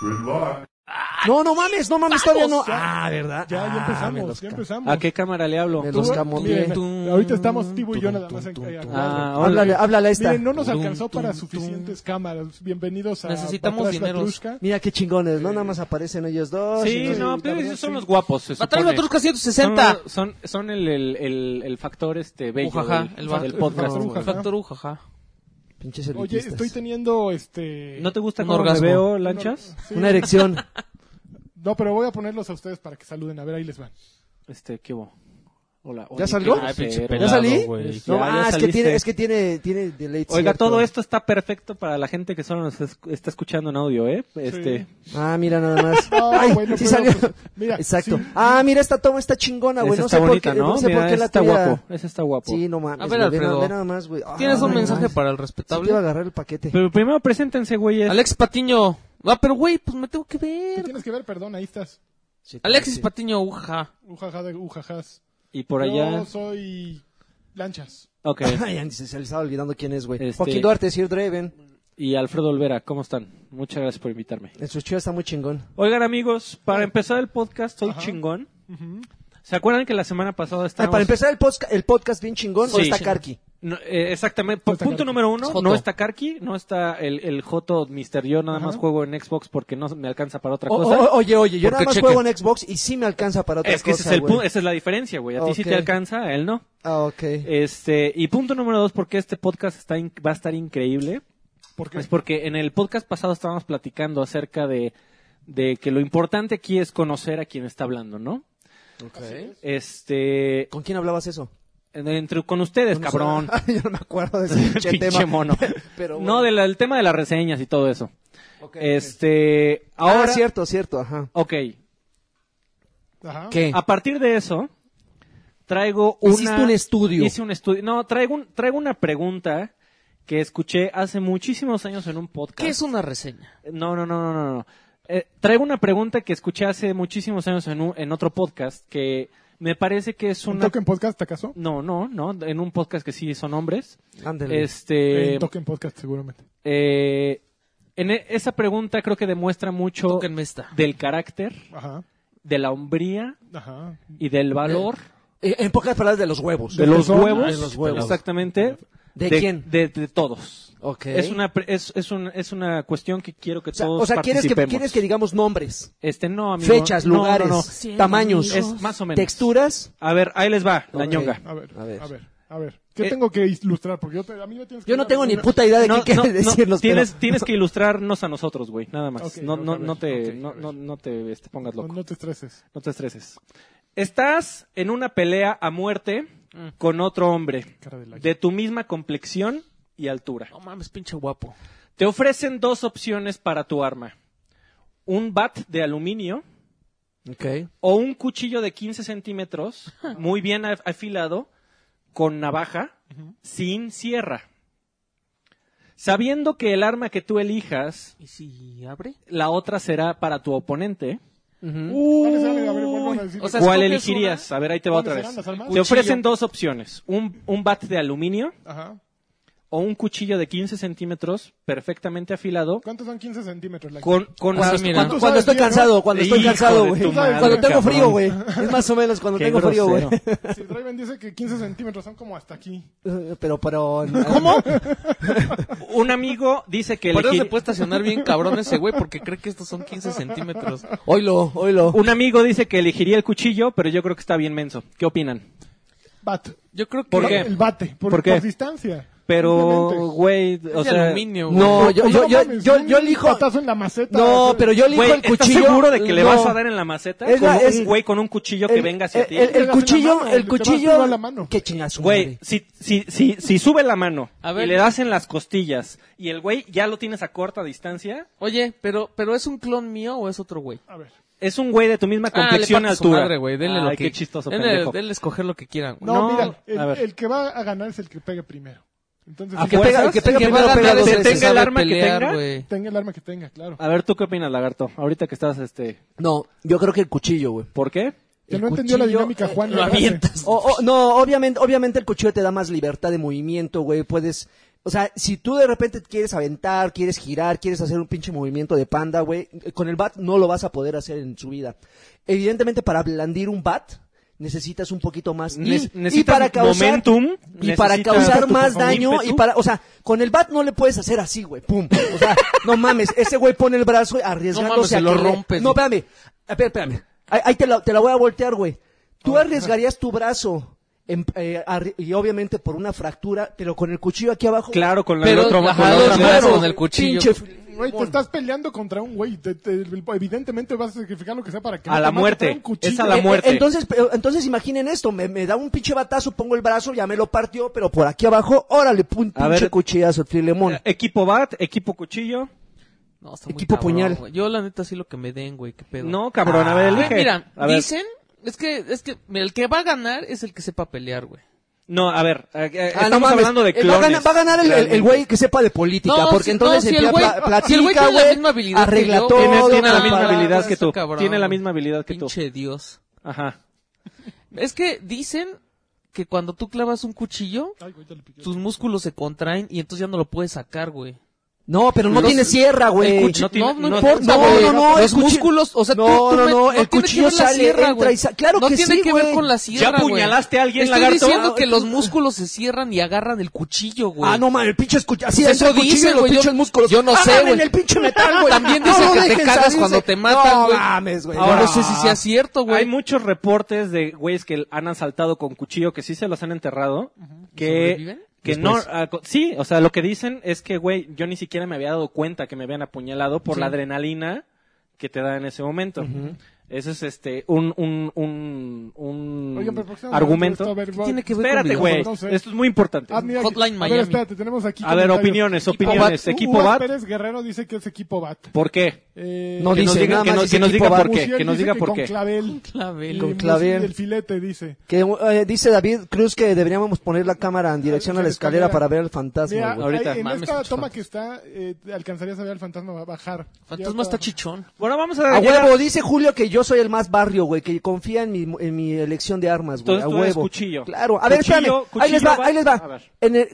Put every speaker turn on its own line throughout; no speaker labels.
Good luck.
No, no mames, no mames, todavía no. Ah, ¿verdad?
Pues Ya,
Ah,
ya
me los
empezamos, ya
ca- Ah,
empezamos.
¿A qué cámara le hablo?
Me
Tú-
los
tú-
camoteé.
miren,
Tum,
Ahorita estamos
tum,
Tibo y yo
tum,
nada más.
tum,
en-
tum,
eh,
tum.
acá.
Ah, hola.
Háblale, háblale a esta.
Miren, no nos
Tum,
alcanzó
tum,
para
tum.
suficientes cámaras. Bienvenidos a
Necesitamos
Batrash
dineros.
Batrushka.
Mira qué chingones, no nada más aparecen ellos dos. y
Sí,
sí,
no,
la
pero
verdad,
esos son
sí.
los guapos, se
Batalla
supone.
Batrushka
Son,
160.
los- son, son el, el, el, el factor este bello
Ujaja,
del,
el va-
del podcast.
el
güey.
Ujaja.
Factor ujaja.
Pinches
Oye,
elitistas.
estoy teniendo este.
¿No te gusta
Un
cómo me
orgasmo.
veo, lanchas?
Sí.
Una erección.
No, pero voy a ponerlos a ustedes para que saluden. A ver, ahí les van.
Este, ¿qué hubo? Hola.
¿Ya
oye,
salió?
qué
Ay,
grosero.
pinche
¿Ya
pelado,
salí?
güey.
No,
Ya, ya
ah, es que
saliste.
tiene, es que tiene, tiene delay.
Oiga,
cierto.
todo esto está perfecto para la gente que solo nos es- está escuchando en audio, ¿eh? Este,
Ah, mira nada más.
No,
Ay,
bueno,
sí
pero,
salió.
pues, mira,
Exacto.
sí.
Ah, mira, esta toma está chingona, güey. Ah,
ese
No
está
sé por
bonita,
qué,
¿no?
no sé
Mira,
por qué
ese
la
está
tuya-
guapo, ese está guapo.
Sí, no mames.
A ver,
güey, ve,
Alfredo.
ve nada más, güey. Ah,
¿Tienes un
no
mensaje
mames.
para el
Sí te iba a
respetable?
agarrar el paquete.
Pero primero preséntense, güeyes.
Alex Patiño. Ah, pero güey, pues me tengo que
¿Qué
ver.
tienes que ver? Perdón, ahí estás.
Sí, te-
Alexis
sí.
Patiño, uja.
Ujaja de ujajás.
Y por allá.
Yo soy. Lanchas.
Ok.
Ay, Andy, se se le estaba olvidando quién es, güey.
Este-
Joaquín Duarte, Sir Draven.
Y Alfredo Olvera, ¿cómo están? Muchas gracias por invitarme.
En su chido está muy chingón.
Oigan, amigos, para empezar el podcast, soy chingón. ¿Se acuerdan que la semana pasada
Ah,
estábamos...
para empezar el, posca- el podcast bien chingón, ¿o
Sí.
está Karki?
No, eh, exactamente.
No está
punto
Karki.
número uno,
Es Joto.
no está Karki, no está el, el Joto Mister. Yo nada más juego en Xbox porque no me alcanza para otra
O-
cosa.
o- oye, oye, yo nada
Porque
más
checa.
juego en Xbox y sí me alcanza para Oh, otra
es que ese
cosa,
es el
güey.
pu- esa es la diferencia, güey. A ti sí
Ok.
te alcanza, a él no.
Ah, ok.
Este, y punto número dos, porque este podcast está in- va a estar increíble.
Porque
Pues
Es porque en el podcast pasado estábamos platicando acerca de, de que lo importante aquí es conocer a quien está hablando, ¿no? Este,
¿Con quién hablabas eso?
en- entre, con ustedes,
Con
cabrón.
Sara. yo no me acuerdo de ese pinche
Pinche
tema.
mono.
Pero bueno.
No, del el tema de las reseñas y todo eso.
Ok, ok.
Este,
Ah,
ahora,
cierto, cierto, ajá.
ok,
Ajá.
¿Qué?
a partir de eso, traigo una...
Hiciste un estudio.
Hice un estudio. No, traigo, un- traigo una pregunta que escuché hace muchísimos años en un podcast.
¿Qué es una reseña?
No, no, no, no, no. no. Eh, traigo una pregunta que escuché hace muchísimos años en, un- en otro podcast que me parece que es
¿Un
una...
token podcast acaso?
No, no, no, en un podcast que sí son hombres.
Ándale. Eh,
Este...
Un token podcast, seguramente.
eh, en e- esa pregunta creo que demuestra mucho
Tóquenme esta.
del carácter,
Ajá.
de la hombría
Ajá.
y del valor
Eh, en pocas palabras, de los huevos.
de los
persona.
huevos.
De los huevos.
Exactamente.
¿De quién?
De, de todos.
Ok.
Es una pre- es, es un- es una cuestión que quiero que
O sea,
todos
o sea, ¿quieres, que,
participemos.
¿quieres que digamos nombres,
este no amigo.
fechas,
No, no,
lugares,
no.
tamaños,
Es más o menos.
texturas?
A ver, ahí les va, la
Ok.
ñonga.
A ver,
A
a
ver.
ver, a ver. ¿Qué
Eh,
tengo que ilustrar? Porque yo te- a mí me tienes que
Yo no
dar
tengo ni
una-
puta idea de
No,
qué
no,
quieres
no,
decirnos. pero-
tienes, tienes que ilustrarnos a nosotros, güey, nada más.
Ok,
no,
ok,
no,
a ver,
no te,
ok,
no,
a ver.
no, no te este, pongas
No,
loco.
no te estreses.
No te estreses. Estás en una pelea a muerte con otro hombre
Mm. Cara de la-
de tu misma complexión y altura.
No mames, pinche guapo.
Te ofrecen dos opciones para tu arma. Un bat de aluminio
Ok.
o un cuchillo de 15 centímetros, muy bien af- afilado, con navaja, sin sierra. Sabiendo que el arma que tú elijas,
¿Y si abre?
la otra será para tu oponente,
¿Mm?
Dale, dale, a ver, vuelvan a decirme.
O sea,
¿cuál
escoges
elegirías? A ver, ahí te va otra
¿Cuáles
vez.
serán las armas?
Te ofrecen dos opciones, un, un bat de aluminio
Ajá.
o un cuchillo de 15 centímetros perfectamente afilado
¿Cuántos son 15 centímetros? Like?
con, con
Así,
las-
mira.
con-
Tú
Cuando
sabes
estoy
bien, ¿no?
cansado, cuando estoy
Hijo
cansado,
de
güey.
tu madre,
Cuando tengo
cabrón.
frío, güey. Es más o menos cuando
Qué
tengo frío, güey.
grosero.
Si Draven dice que 15 centímetros son como hasta aquí.
Eh, Pero, pero... ¿Cómo?
Un amigo dice que
Por eso se
elegir-
puede estacionar bien cabrón ese güey porque cree que estos son 15 centímetros. Oilo.
Oilo.
un amigo dice que elegiría el cuchillo, pero yo creo que está bien menso. ¿Qué opinan?
Bat.
Yo creo que...
¿Por
No,
qué?
El bate. Por,
¿Por qué?
por distancia.
Pero,
Simplemente.
güey, o
Es de
sea,
aluminio, güey.
No, yo,
Pues
yo,
no
yo,
mames,
yo,
un
yo elijo...
patazo en la maceta.
No, pero yo elijo
Güey,
el cuchillo.
¿Estás seguro de que le
No.
vas a dar en la maceta
Es
con
la- es-
un güey con un cuchillo que
El-
venga hacia
el-
ti?
El, el
Te das en la
cuchillo,
mano,
el
te vas tú
cuchillo...
a la mano.
Qué chingas,
Güey,
güey.
si, si, si, si sube la mano
A ver.
y le das en las costillas y el güey ya lo tienes a corta distancia,
Oye, pero, pero ¿es un clon mío o es otro güey?
A ver.
es un güey de tu misma
Ah, le
complexión y
parte su
altura.
madre, güey. Denle
Ay,
lo que...
qué chistoso,
denle,
pendejo.
denle escoger lo que quieran. güey.
No,
No,
mira.
a
El,
ver.
el que va a ganar es el que pegue primero. Entonces,
¿A
si
qué
puede,
pega- el Ah, que pega
va
primero pega
a ganar
dos
es el que
veces.
tenga el
Sabe
arma
pelear,
que tenga.
güey.
tenga el arma que tenga, claro.
Ah,
A ver, ¿tú qué opinas, lagarto? Ahorita que estás, este...
No, yo creo que el cuchillo, güey.
¿Por qué?
Que
el
no entendió la
cuchillo,
dinámica,
eh,
Juan.
Lo
la frase.
avientas.
O- o- no, obviamente, obviamente el cuchillo te da más libertad de movimiento, güey. Puedes O sea, si tú de repente quieres aventar, quieres girar, quieres hacer un pinche movimiento de panda, güey, con el bat no lo vas a poder hacer en su vida. Evidentemente, para blandir un bat necesitas un poquito más y-
Ne-
y,
necesitas
para causar
momentum,
y para
necesitas
causar
tu
más
performance,
daño y
ímpetu.
para, o sea, con el bat no le puedes hacer así, güey, pum. O sea, no mames, ese güey pone el brazo arriesgándose
mames, se
a
lo
que le-
rompes.
No, espérame. A ver, espérame. Ahí, ahí te, la, te la voy a voltear, güey. Tú arriesgarías tu brazo en- eh, arri- y obviamente por una fractura, pero con el cuchillo aquí abajo.
Claro, con la
Pero,
otra, con
ajá,
la
los
otra
huevos.
mano.
con el cuchillo.
pinche fil-
Güey, te estás peleando contra un güey. te- te- evidentemente vas a sacrificar lo que sea para que
A
no
la
te mate,
muerte,
trae un cuchillo.
es a la
Eh,
muerte.
Entonces, pero- entonces imaginen esto, me, me da un pinche batazo, pongo el brazo, ya me lo partió, pero por aquí abajo, órale, pun,
A
pinche
ver. Eh,
cuchillazo, Trilemón.
Equipo bat, equipo cuchillo.
No, está muy
Equipo
cabrón,
puñal.
güey. Yo, la neta, sí lo que me den, güey. ¿Qué pedo?
No, cabrón, a ver,
Güey,
elige.
mira,
A ver.
dicen... Es que, es que, mira, el que va a ganar es el que sepa pelear, güey.
No, a ver, eh, eh,
Ah, no
estamos
mames,
hablando de
eh, Va a
clones.
ganar, va a ganar el- el- el güey que sepa de política,
No,
porque
si-
entonces
no, si el
empieza
güey-
pla-
si el güey
platica,
tiene la
güey,
misma habilidad que
arregla
yo,
todo,
Tiene, tiene la
No,
misma
no,
habilidad
no,
que
está
tú.
cabrón,
tiene la
güey.
misma habilidad que tú.
Pinche Dios.
Ajá.
Es que dicen que cuando tú clavas un cuchillo,
Ay, güey, ya le piqué.
tus músculos se contraen y entonces ya no lo puedes sacar, güey.
No, pero no
Los-
tiene sierra,
El
güey.
cuchi-
no tiene-
no, no,
no-
importa,
no,
güey.
no, no, el
los
cuchi-
músculos, o sea,
No,
tú, tú
no,
me-
no, el
tiene que
cuchillo
ver la
sale,
sierra,
entra
güey.
y sa- claro
no
que
tiene
sí,
que ver
güey.
con la sierra, güey.
apuñalaste a alguien,
Estoy
lagarto?
diciendo que los músculos se cierran y agarran el cuchillo, güey. Pues
Ah, no mames, el pinche escucha. Así
Eso
es el cuchillo
dicen,
y los
güey, yo-
pinches músculos.
yo no
Ah,
sé,
mamen,
güey.
el pinche metal, güey.
También
No
dicen
lo
que te
dejen
cagas
salirse.
cuando te matan,
No
güey.
mames, güey. Ah.
Ahora,
No
no sé si sea cierto, güey.
Hay muchos reportes de güeyes que han asaltado con cuchillo que sí se los han enterrado. Que,
¿Sobreviven?
que no. ah, co- sí, o sea, lo que dicen es que, güey, yo ni siquiera me había dado cuenta que me habían apuñalado por la adrenalina que te da en ese momento. Eso es este un, un, un, un
Oigan, pero ¿por qué no
argumento.
hablamos de esto? A ver,
tiene que ver con
Espérate,
videojuegos?
güey.
Entonces-
Esto es muy importante.
Ah, mira,
Hotline
A
Miami.
ver, espérate, tenemos aquí
A ver,
comentarios. uh,
opiniones,
Equipo
opiniones.
U-
Equipo
Uvas
Bat,
Pérez Guerrero dice que es equipo BAT.
¿por qué?
Eh,
No
Que
dice
nos diga-
nada
que
más
nos-
dice
que nos diga
equipo
por
Bat.
qué. Que nos
dice
diga por
con
qué.
Clavel.
Clavel.
Y
Con
mus-
clavel.
El filete, dice.
Que eh, dice David Cruz que deberíamos poner la cámara en dirección a la escalera para ver al fantasma,
Mira,
güey.
ahorita.
ahí, en
Mames,
esta
muchos
toma
fantasmas.
que está, eh, alcanzarías a ver al fantasma va a bajar.
Fantasma
Ya
está chichón.
Bueno, vamos a
Ah, A
ya-
huevo, dice Julio que yo soy el más barrio, güey, que confía en mi, en mi elección de armas, güey.
Entonces
A
tú eres
huevo.
cuchillo.
Claro, a ver,
Cuchillo,
espérame. ahí
cuchillo,
les va,
bat.
ahí les
A
va.
ver.
En el-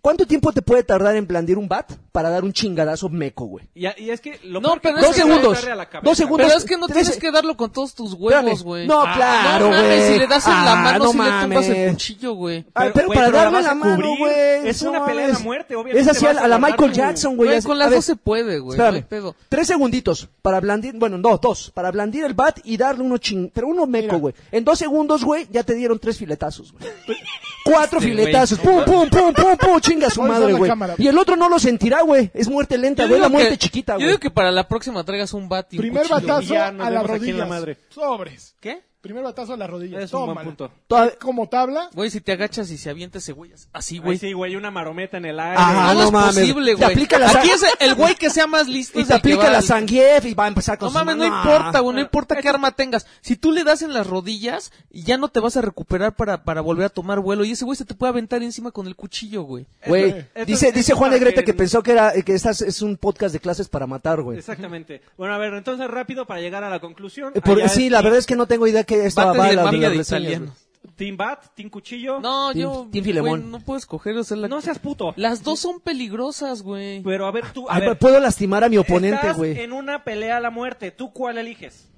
¿Cuánto tiempo te puede tardar en blandir un bat para dar un chingadazo meco, güey?
Y, y es que lo
No,
porque-
pero es
Dos
que
segundos.
darle a la cabeza.
Dos segundos.
Pero es que no
Tres-
tienes que darlo con todos tus
Espérame.
huevos, güey.
No,
Ah,
claro,
No mames,
güey.
si le das en la
Ah,
mano,
no
si le tumbas
mames.
el cuchillo, güey.
Ah, pero
güey,
para
pero la
darle
vas
la,
a
mano,
cubrir.
güey.
Es una pelea a la muerte, obviamente
Es así a,
vas
la-
a
a la
guardar
Michael
tu-
Jackson, güey.
Güey,
así-
con
a
las
ver,
dos se puede, güey. No hay
Espérame.
pedo.
Tres segunditos para blandir, bueno, no, dos, para blandir el bat y darle uno ching, pero uno meco,
Mira.
güey. En dos segundos, güey, ya te dieron tres filetazos, güey. Cuatro
Este
filetazos, pum, pum, pum, pum, pum, chinga su
Voy a usar
madre,
la
güey.
cámara.
Y el otro no lo sentirá, güey. Es muerte lenta, güey, la muerte chiquita,
yo
güey.
digo que para la próxima traigas un bat y un
Primer
cuchillo.
batazo
Ya nos
a las
vemos aquí en
rodillas.
la madre.
Sobres.
¿Qué?
Primer batazo a las rodillas.
Es un buen
Tómala.
punto.
Todavía-
Como tabla.
Güey, si te agachas y se avienta ese güey, así,
Ay,
güey.
sí, güey, una marometa en el aire.
Ah,
no,
no
es
mames.
posible,
Te
güey.
aplica la
Aquí
sa-
es el güey que sea más listo.
Y
es
te
el que va
aplica la
al-
sangief y va a empezar con
No
su
mames, no
mano.
importa, güey, no importa qué arma tengas. Si tú le das en las rodillas, ya no te vas a recuperar para, para volver a tomar vuelo. Y ese güey se te puede aventar encima con el cuchillo, güey.
Güey,
Esto- esto-
dice,
esto
dice
es
Juan
para
Negrete que
que-
pensó que era, que estas es un podcast de clases para matar, güey.
Exactamente. Bueno, a ver, entonces rápido para llegar a la conclusión.
Eh, por-
Allá
sí,
es
la verdad es que no tengo idea que estaba
Bates de
bala
mafia de
reseñas, güey.
italiano.
Team Bat, Team Cuchillo. No,
No,
Team-
yo.
Team
güey,
Filemón.
no puedo escoger, o sea, la-
seas puto.
las dos son peligrosas, güey.
Pues
Pero a ver, tú. A
Ay,
ver,
puedo lastimar a mi oponente,
estás
güey.
en una pelea a la muerte. ¿Tú cuál eliges?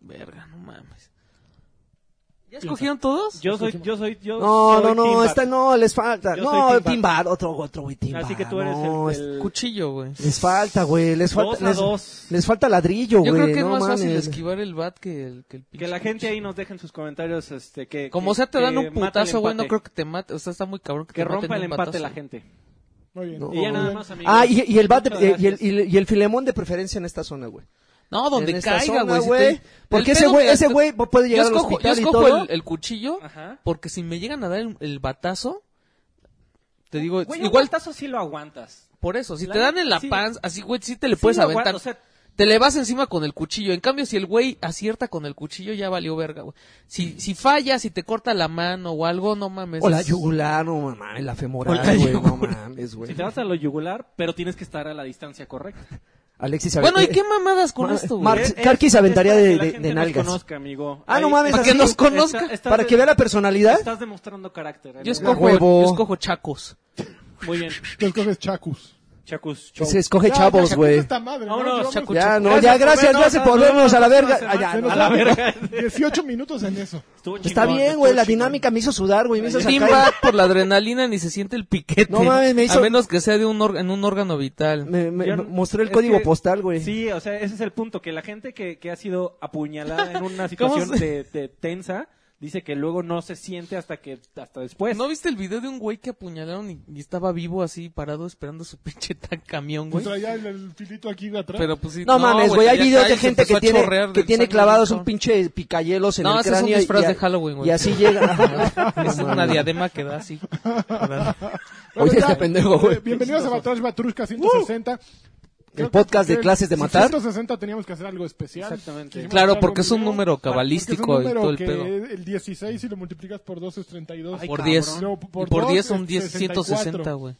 Verga, no mames. ¿Ya escogieron todos?
Yo soy, yo soy, yo
No,
soy
no, no,
Team Bat.
esta no, les falta.
Yo soy
no,
Team
Timbar, otro, otro, güey, Timbar.
Así que tú eres
no,
el,
es-
el-
Cuchillo, güey.
Les falta, güey, les
Dos
falta.
a
les,
dos.
les falta ladrillo,
Yo
güey.
creo que
no
es más
mames.
fácil esquivar el bat que el, que el
Que
pinche
la gente
cuchillo.
ahí nos deje en sus comentarios, este, que...
Como
que-
sea, te dan
que
un
mata el
putazo, güey, no
empate.
creo que te mate. O sea, está muy cabrón que,
Que
te maten
rompa el
de un
empate
patazo.
la gente.
Muy bien.
No.
Y ya nada
Muy
más, amigos.
Ah, y, y el bate, y,
Muchas
y el,
gracias.
y, el- y el filemón de preferencia en esta zona, güey.
No,
En
donde
esta
caiga,
zona,
güey. si
güey.
te-
Porque
el
ese
pedo,
güey-
mira,
ese güey puede llegar
yo
al
escojo-
hospital y
Yo escojo
todo.
El, el cuchillo
Ajá.
porque si me llegan a dar el, el batazo, te digo,
Güey, un
Pues igual
guantazo sí lo aguantas.
por eso. Si
la
te dan en la
sí.
panza, así, güey, sí te le
Sí
puedes
lo
aventar.
aguanto, o sea-
te le vas encima con el cuchillo. En cambio, si el güey acierta con el cuchillo, ya valió verga, güey. Si, si falla, si te corta la mano o algo, no mames.
Pues
O la
es-
yugular, no mames, la femoral,
O la
güey, no
yugular.
mames,
Si
güey.
te vas a lo yugular, pero tienes que estar a la distancia correcta.
Alexis, a ver,
Bueno, ¿y
eh,
qué mamadas con
Ma-
esto,
Mar-
güey?
Marx-
Es-
Pues, Karki se
es
aventaría
para
de-
que la
de-
gente
de
nos
nalgas.
conozca, amigo.
Ah, no mames,
Para que
así.
nos conozca.
Para que vea la personalidad.
Estás demostrando carácter.
Yo
amigo.
escojo,
huevo.
yo escojo chacos.
Muy bien.
Tú escoges chacus.
Chacus, chau.
Se escoge
Ya, ya,
chavos,
Chacus
güey.
esta madre, ¿no?
Vámonos,
Llevamos
Chacus.
Ya, no, ya, gracias, gracias por vernos a la verga. Ah, ya, no.
A la verga.
18 minutos en eso.
Estuvo chingón,
Está bien,
estuvo
güey, la
chingón.
dinámica me hizo sudar, güey, me hizo
Team
sacar.
Bad por la adrenalina ni se siente el piquete.
No mames, me hizo-
A menos que sea de un or- en un órgano vital.
Me, me-
Yo-
me mostré el
es
código
que-
postal, güey.
Sí, o sea, ese es el punto, que la gente que, que ha sido apuñalada en una situación
se-
de, de tensa, dice que luego no se siente hasta que hasta
pues.
después.
¿No viste el video de un güey que apuñalaron y, y estaba vivo así parado esperando su pinche tan camión,
Pues
güey?
traía el, el filito aquí de atrás.
Pero pues sí,
No, mames, güey, hay
ya
videos
cae
de
y se
gente
empezó
que
a
tiene,
chorrear
que
del
tiene
sangre,
clavados
cabrón.
un pinche picayelos en
No,
el
ese es un
cráneo. y-
disfraz
y, a-
de Halloween, güey.
Y así llega.
Es una diadema que da así.
Bueno,
Oye,
ya,
este pendejo, güey.
eh, Bienvenidos a Batrash Batrushka 160. Creo que
podcast de
el
clases de matar.
160 teníamos que hacer algo especial.
Exactamente.
Quisimos
Claro,
hacer
porque
algo
es un
video.
número
Claro, porque es un
cabalístico y
número
todo el
que
pedo.
El 16, si lo multiplicas por 2 es 32.
Ay,
Por
cabrón.
10.
No,
Y
por
por
dos
10
es
son 10,
64.
160, güey.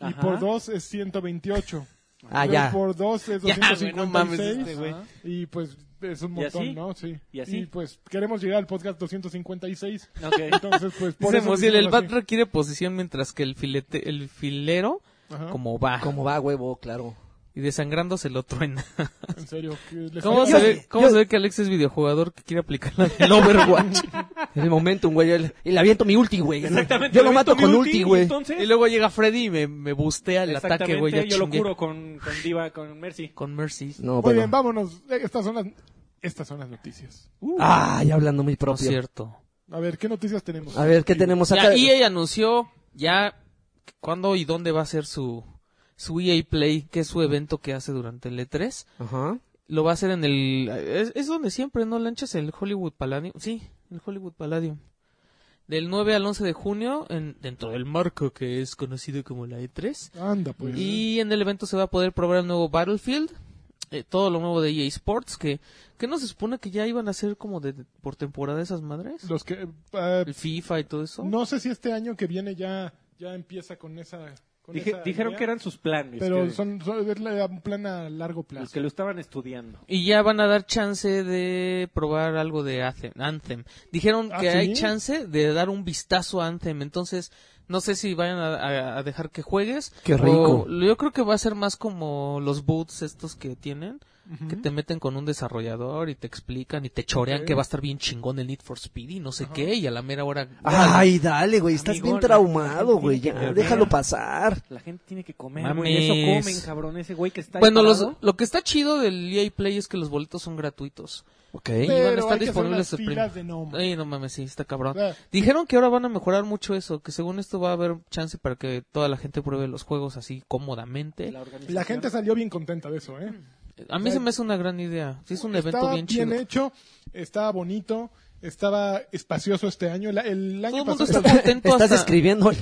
Y
Ajá.
por 2 es 128.
Ah,
Y
ya.
Por 2 es
Ya, güey,
256.
no mames este, güey.
y pues es un
¿Y así?
montón, ¿no? Sí.
¿Y así?
pues queremos llegar al podcast 256.
Ok.
Entonces, pues por
Dice
eso
Mosiel, el
hicimos
bat
así.
requiere posición mientras que el filete, el filero,
Ajá.
como va.
Como va, huevo, claro.
Y desangrándose lo truena.
En serio. que les-
¿Cómo,
Yo-
se, ve, cómo
yo-
se ve que Alex es videojugador que quiere aplicar la del Overwatch?
En el momento, güey, el- y le aviento mi ulti, güey.
Exactamente.
Yo lo
le
mato
meto mi
con ulti, güey.
Entonces,
y luego llega Freddy y me, me bustea el ataque, güey.
exactamente,
Ya
yo lo
chingué.
curo con, con Diva, con Mercy.
Con Mercy.
No,
Muy
bueno.
bien, vámonos. Eh, Estas son las, estas son las noticias.
Uh,
Ay, hablando muy
No es
propio.
cierto. E
A ver, ¿qué noticias tenemos?
A ver, ¿qué tenemos acá?
Ya, EA anunció ya cuándo y dónde va a ser su, su EA Play, que es su evento que hace durante el E3.
Ajá.
Lo va a hacer en el... Es, es donde siempre, ¿no? Lanchas el Hollywood Palladium. Sí, el Hollywood Palladium. Del 9 al 11 de junio, en, dentro del marco que es conocido como la E E3.
Anda, pues.
Y en el evento se va a poder probar el nuevo Battlefield, eh, todo lo nuevo de EA Sports, que, que no se supone que ya iban a ser como de, por temporada esas madres.
Los que... eh,
El FIFA y todo eso.
no sé si este año que viene ya, ya empieza con esa... con
Dije-
esa
dijeron
idea,
que eran sus planes.
Pero
que-
son, son- es la- un plan a largo
los
plazo.
que lo estaban estudiando.
Y ya van a dar chance de probar algo de Athe- Anthem. Dijeron
¿Ah,
que
sí?
hay chance de dar un vistazo a Anthem. Entonces, no sé si vayan a, a- a dejar que juegues.
Qué
o-
rico.
yo creo que va a ser más como los boots estos que tienen. Que te meten con un desarrollador y te explican y te chorean
Ok.
que va a estar bien chingón el Need for Speed y no sé qué. Y a la mera hora.
Ay, dale, güey. Estás
Amigo,
bien
la-
traumado,
la-
güey.
la-
Ya,
la-
déjalo pasar.
La gente tiene que comer,
Mames.
güey. Eso comen, cabrón. Ese güey que está ahí
bueno, los-
parado.
lo que está chido del EA Play es que los boletos son gratuitos.
Ok.
Y van a
Pero
estar
hay que hacer
disponibles
unas
el
filas
prim-
de nombre.
Ay, no mames, sí, está cabrón.
Ah.
Dijeron que ahora van a mejorar mucho eso, que según esto va a haber chance para que toda la gente pruebe los juegos así cómodamente.
La, organización.
La gente salió bien contenta de eso, ¿eh?
A mí se me hace una gran idea. Sí, es Mm. un evento
estaba
bien
bien,
chido.
hecho, estaba bonito, estaba espacioso este año. El, el año
Todo el mundo
pasado-
está contento
Estás
hasta-
escribiendo el,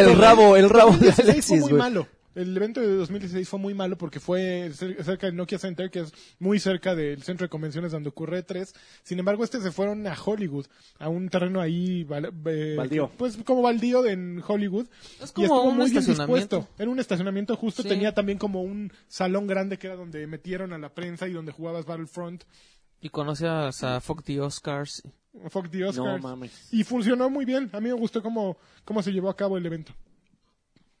el
güey.
rabo, el rabo de
2016 fue
Alexis,
muy
güey.
malo. El evento de 2016 fue muy malo porque fue cer- cerca del Nokia Center, que es muy cerca del centro de convenciones donde ocurre E3. Sin embargo, este se fueron a Hollywood, a un terreno ahí. val- eh,
Baldío.
Pues como baldío de- en Hollywood.
Es
Y
como
estuvo
un
muy bien
estacionamiento.
dispuesto. Era un estacionamiento justo.
Sí.
Tenía también como un salón grande que era donde metieron a la prensa y donde jugabas Battlefront.
Y conocías a Fuck the Oscars.
Fuck the Oscars.
No mames.
Y funcionó muy bien. A mí me gustó cómo, cómo se llevó a cabo el evento.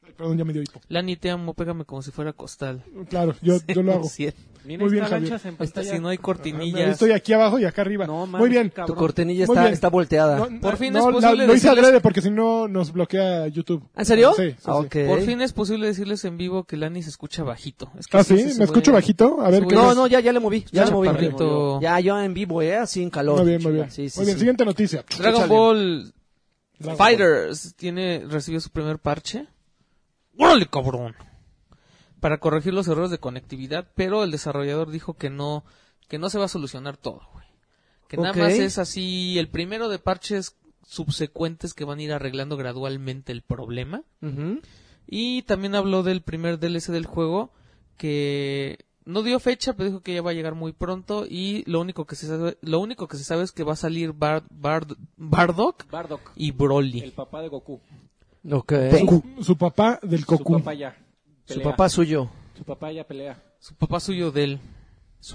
Ay, perdón, ya me dio hipo.
Lani, te amo, pégame como si fuera costal.
Claro, yo, yo lo hago.
Sí.
Mira,
Muy bien,
está
Javier.
lanchas en
Hasta
pantalla.
si no hay
No,
cortinillas.
Estoy aquí abajo y acá arriba.
No mames,
Muy bien.
Tu
cabrón.
cortinilla
Muy
está,
bien.
está volteada.
No,
Por fin
no,
es
la-
posible
Lo hice
decirles-
adrede porque si no nos bloquea YouTube.
¿En serio?
Sí, sí, sí.
Ah, ok.
Por fin es posible decirles en vivo que Lani se escucha bajito. Es que
Ah,
sí,
sí,
sí, se
me escucho
ve-
bajito. pues A ver
se
qué
ve-
No,
es.
no, ya, ya le moví. Ya le moví.
Chaparrito.
Ya, yo en vivo, ¿eh? Así en calor.
Muy bien, muy bien.
Sí, sí,
muy bien,
sí.
siguiente noticia.
Dragon
Échale.
Ball
Dragon Ball.
Fighters tiene recibió su primer parche. ¡Órale, cabrón! Para corregir los errores de conectividad, pero el desarrollador dijo que no que no se va a solucionar todo, güey. Que nada
Ok.
más es así el primero de parches subsecuentes que van a ir arreglando gradualmente el problema.
Ujú.
Y también habló del primer DLC del juego que no dio fecha, pero dijo que ya va a llegar muy pronto y lo único que se sabe, lo único que se sabe es que va a salir Bar- Bar- Bardock
Bardock,
y Broly.
el papá de Goku.
Ok.
Su, su papá del Cocu.
Su papá ya.
Su
pelea.
papá suyo.
Su papá ya pelea.
Su papá suyo de él.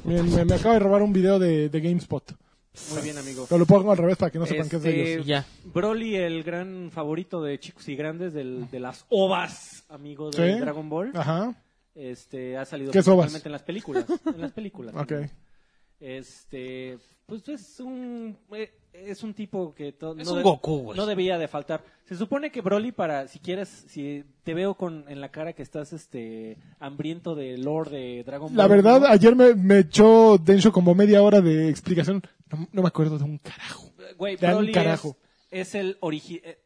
Me, me- me acaba de robar un video de, de GameSpot.
Muy bien, amigo.
Te lo pongo al revés para que no sepan qué es de
Este,
ellos.
ellos. Ya.
Broly, el gran favorito de chicos y grandes del- de las ovas, amigo de
¿Sí?
Dragon Ball.
Ajá,
Este, ha salido
¿Qué es ovas?
principalmente en las películas. En las películas.
ok.
Este, pues es un eh, es un tipo que to-
Es
no
un
de-
Goku, güey.
no debía de faltar. Se supone que Broly para si quieres si te veo con en la cara que estás este hambriento de lore de Dragon Ball.
La verdad,
¿no?
ayer me, me echó Densho como media hora de explicación. No, no me acuerdo de un carajo.
Güey,
Dan
Broly
carajo.
Es, es el origi- eh,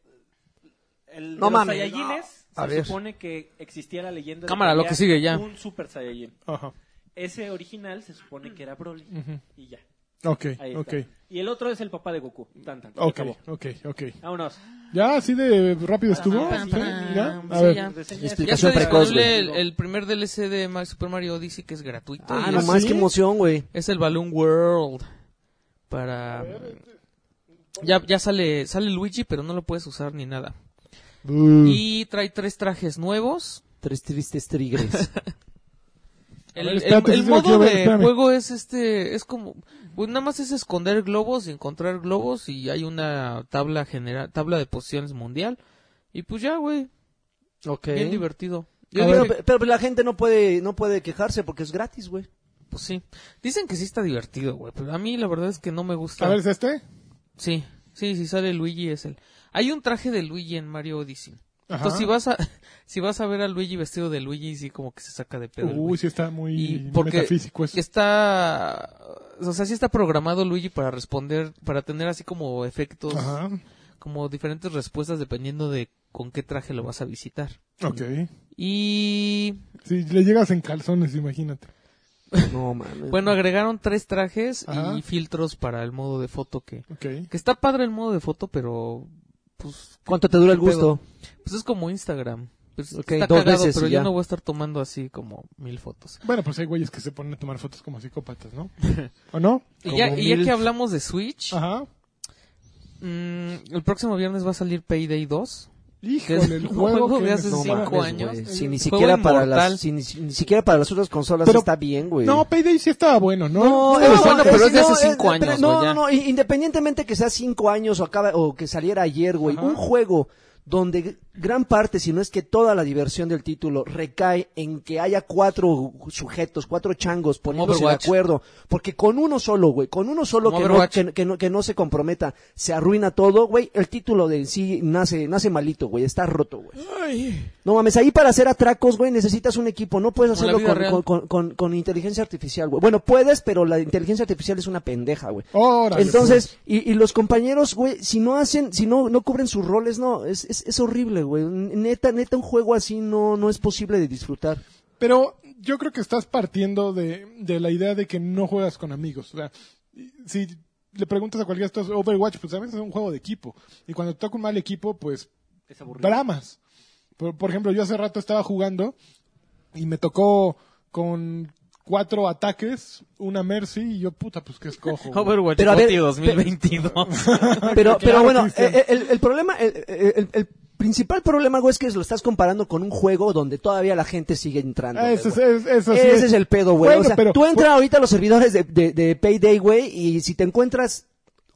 El de
No
los
mames,
Saiyajines
no. A
se
ver.
supone que existía la leyenda de
Cámara,
que
lo
había
que sigue ya.
un Super Saiyajin.
Ajá.
Ese original se supone que era Broly
Ujú.
y ya.
Ok,
Ahí está.
ok.
Y el otro es el papá de Goku. Tan, tan, se
Ok,
acabó.
ok, ok.
Vámonos.
¿Ya así de rápido estuvo?
pam,
¿Sí?
pam,
¿Ya? A
sí,
ver.
ya.
Reseña
Ya
Explicación
está
especial.
precoz, güey.
disponible el, el primer DLC de Ma- Super Mario Odyssey que es gratuito.
Ah,
y
no
es,
más,
¿sí?
qué emoción, güey.
es el Balloon World. Para... Ya, ya sale, sale Luigi, pero no lo puedes usar ni nada.
Mm.
Uh,
Y trae tres trajes nuevos.
Tres tristes trigres.
A
El,
ver, espérate,
el- el
sí, sí lo
modo
quiero ver,
de
espérame.
juego es este, es como, pues nada más es esconder globos y encontrar globos y hay una tabla general, tabla de posiciones mundial y pues ya, güey,
ok.
bien divertido. Yo
Pero,
digo que-
pero- pero la gente no puede, no puede quejarse porque es gratis, güey.
pues sí, dicen que sí está divertido, güey, pero a mí la verdad es que no me gusta.
a ver, ¿es este?
Sí, sí, si sale Luigi es el. Hay un traje de Luigi en Mario Odyssey.
Ajá.
Entonces si vas a, si vas a ver a Luigi vestido de Luigi sí como que se saca de pedo. el güey.
Uy, sí está muy
Y porque
metafísico
Pues,
eso.
está o sea sí está programado Luigi para responder para tener así como efectos
Ajá,
como diferentes respuestas dependiendo de con qué traje lo vas a visitar
ok.
y
Si le llegas en calzones, imagínate.
No, mames.
bueno agregaron tres trajes
Ajá.
y filtros para el modo de foto que
Ok.
que está padre el modo de foto pero pues
¿Cuánto te dura el gusto?
pues es como Instagram Pues
Ok,
está
dos
cagado,
veces y
pero
ya.
yo no voy a estar tomando así como mil fotos
Bueno, pues hay güeyes que se ponen a tomar fotos como psicópatas, ¿no? ¿O no?
y ya,
Como
y ya
mil.
que hablamos de Switch
Ajá.
mm, el próximo viernes va a salir Payday 2
Híjole, el
Un
juego
juego
que
de hace
me
No
cinco
sobra.
mames,
años.
güey. Si ni
Juego
siquiera para
inmortal.
las, si ni, si ni siquiera para las otras consolas
Pero-
está bien, güey.
No, Payday sí estaba bueno, ¿no?
No, es bueno, pero es de hace
eh,
cinco
eh, pero
años,
No,
güey,
no,
ya.
no, i- independientemente que sea cinco años o, acaba, o que saliera ayer, güey,
Ajá.
un juego donde gr- gran parte, si no es que toda la diversión del título recae en que haya cuatro sujetos, cuatro changos poniéndose de
Overwatch.
acuerdo, porque con uno solo, güey, con uno solo
Como
que no,
Overwatch.
que, que no, que no se comprometa, se arruina todo, güey, el título de en sí nace, nace malito, güey, está roto, güey. No mames, ahí para hacer atracos, güey, necesitas un equipo. No puedes
Como la
hacerlo
vida
con,
real.
con- con- con inteligencia artificial, güey. Bueno, puedes, pero la inteligencia artificial es una pendeja, güey.
Órale,
Entonces, y, y los compañeros, güey, si no hacen, si no, no cubren sus roles, no, es, es, es horrible, güey. Neta, neta, un juego así no, no es posible de disfrutar.
Pero yo creo que estás partiendo de, de la idea de que no juegas con amigos. O sea, si le preguntas a cualquiera de estos Overwatch, pues a veces es un juego de equipo. Y cuando te toca un mal equipo, pues
Es aburrido.
dramas. Por, por ejemplo, yo hace rato estaba jugando y me tocó con cuatro ataques, una Mercy, y yo, puta, pues qué escojo. güey?
Overwatch
Pero a ver,
Gotti 2022.
Pero, pero bueno,
Cristian.
eh, eh, el, el problema, el, el- el principal problema, güey, es que lo estás comparando con un juego donde todavía la gente sigue entrando.
Ah,
güey,
Eso, es-
güey.
es- eso sí
Ese es el pedo, güey.
Bueno,
o sea,
pero-
tú entras ahorita a los servidores de, de- de Payday, güey, y si te encuentras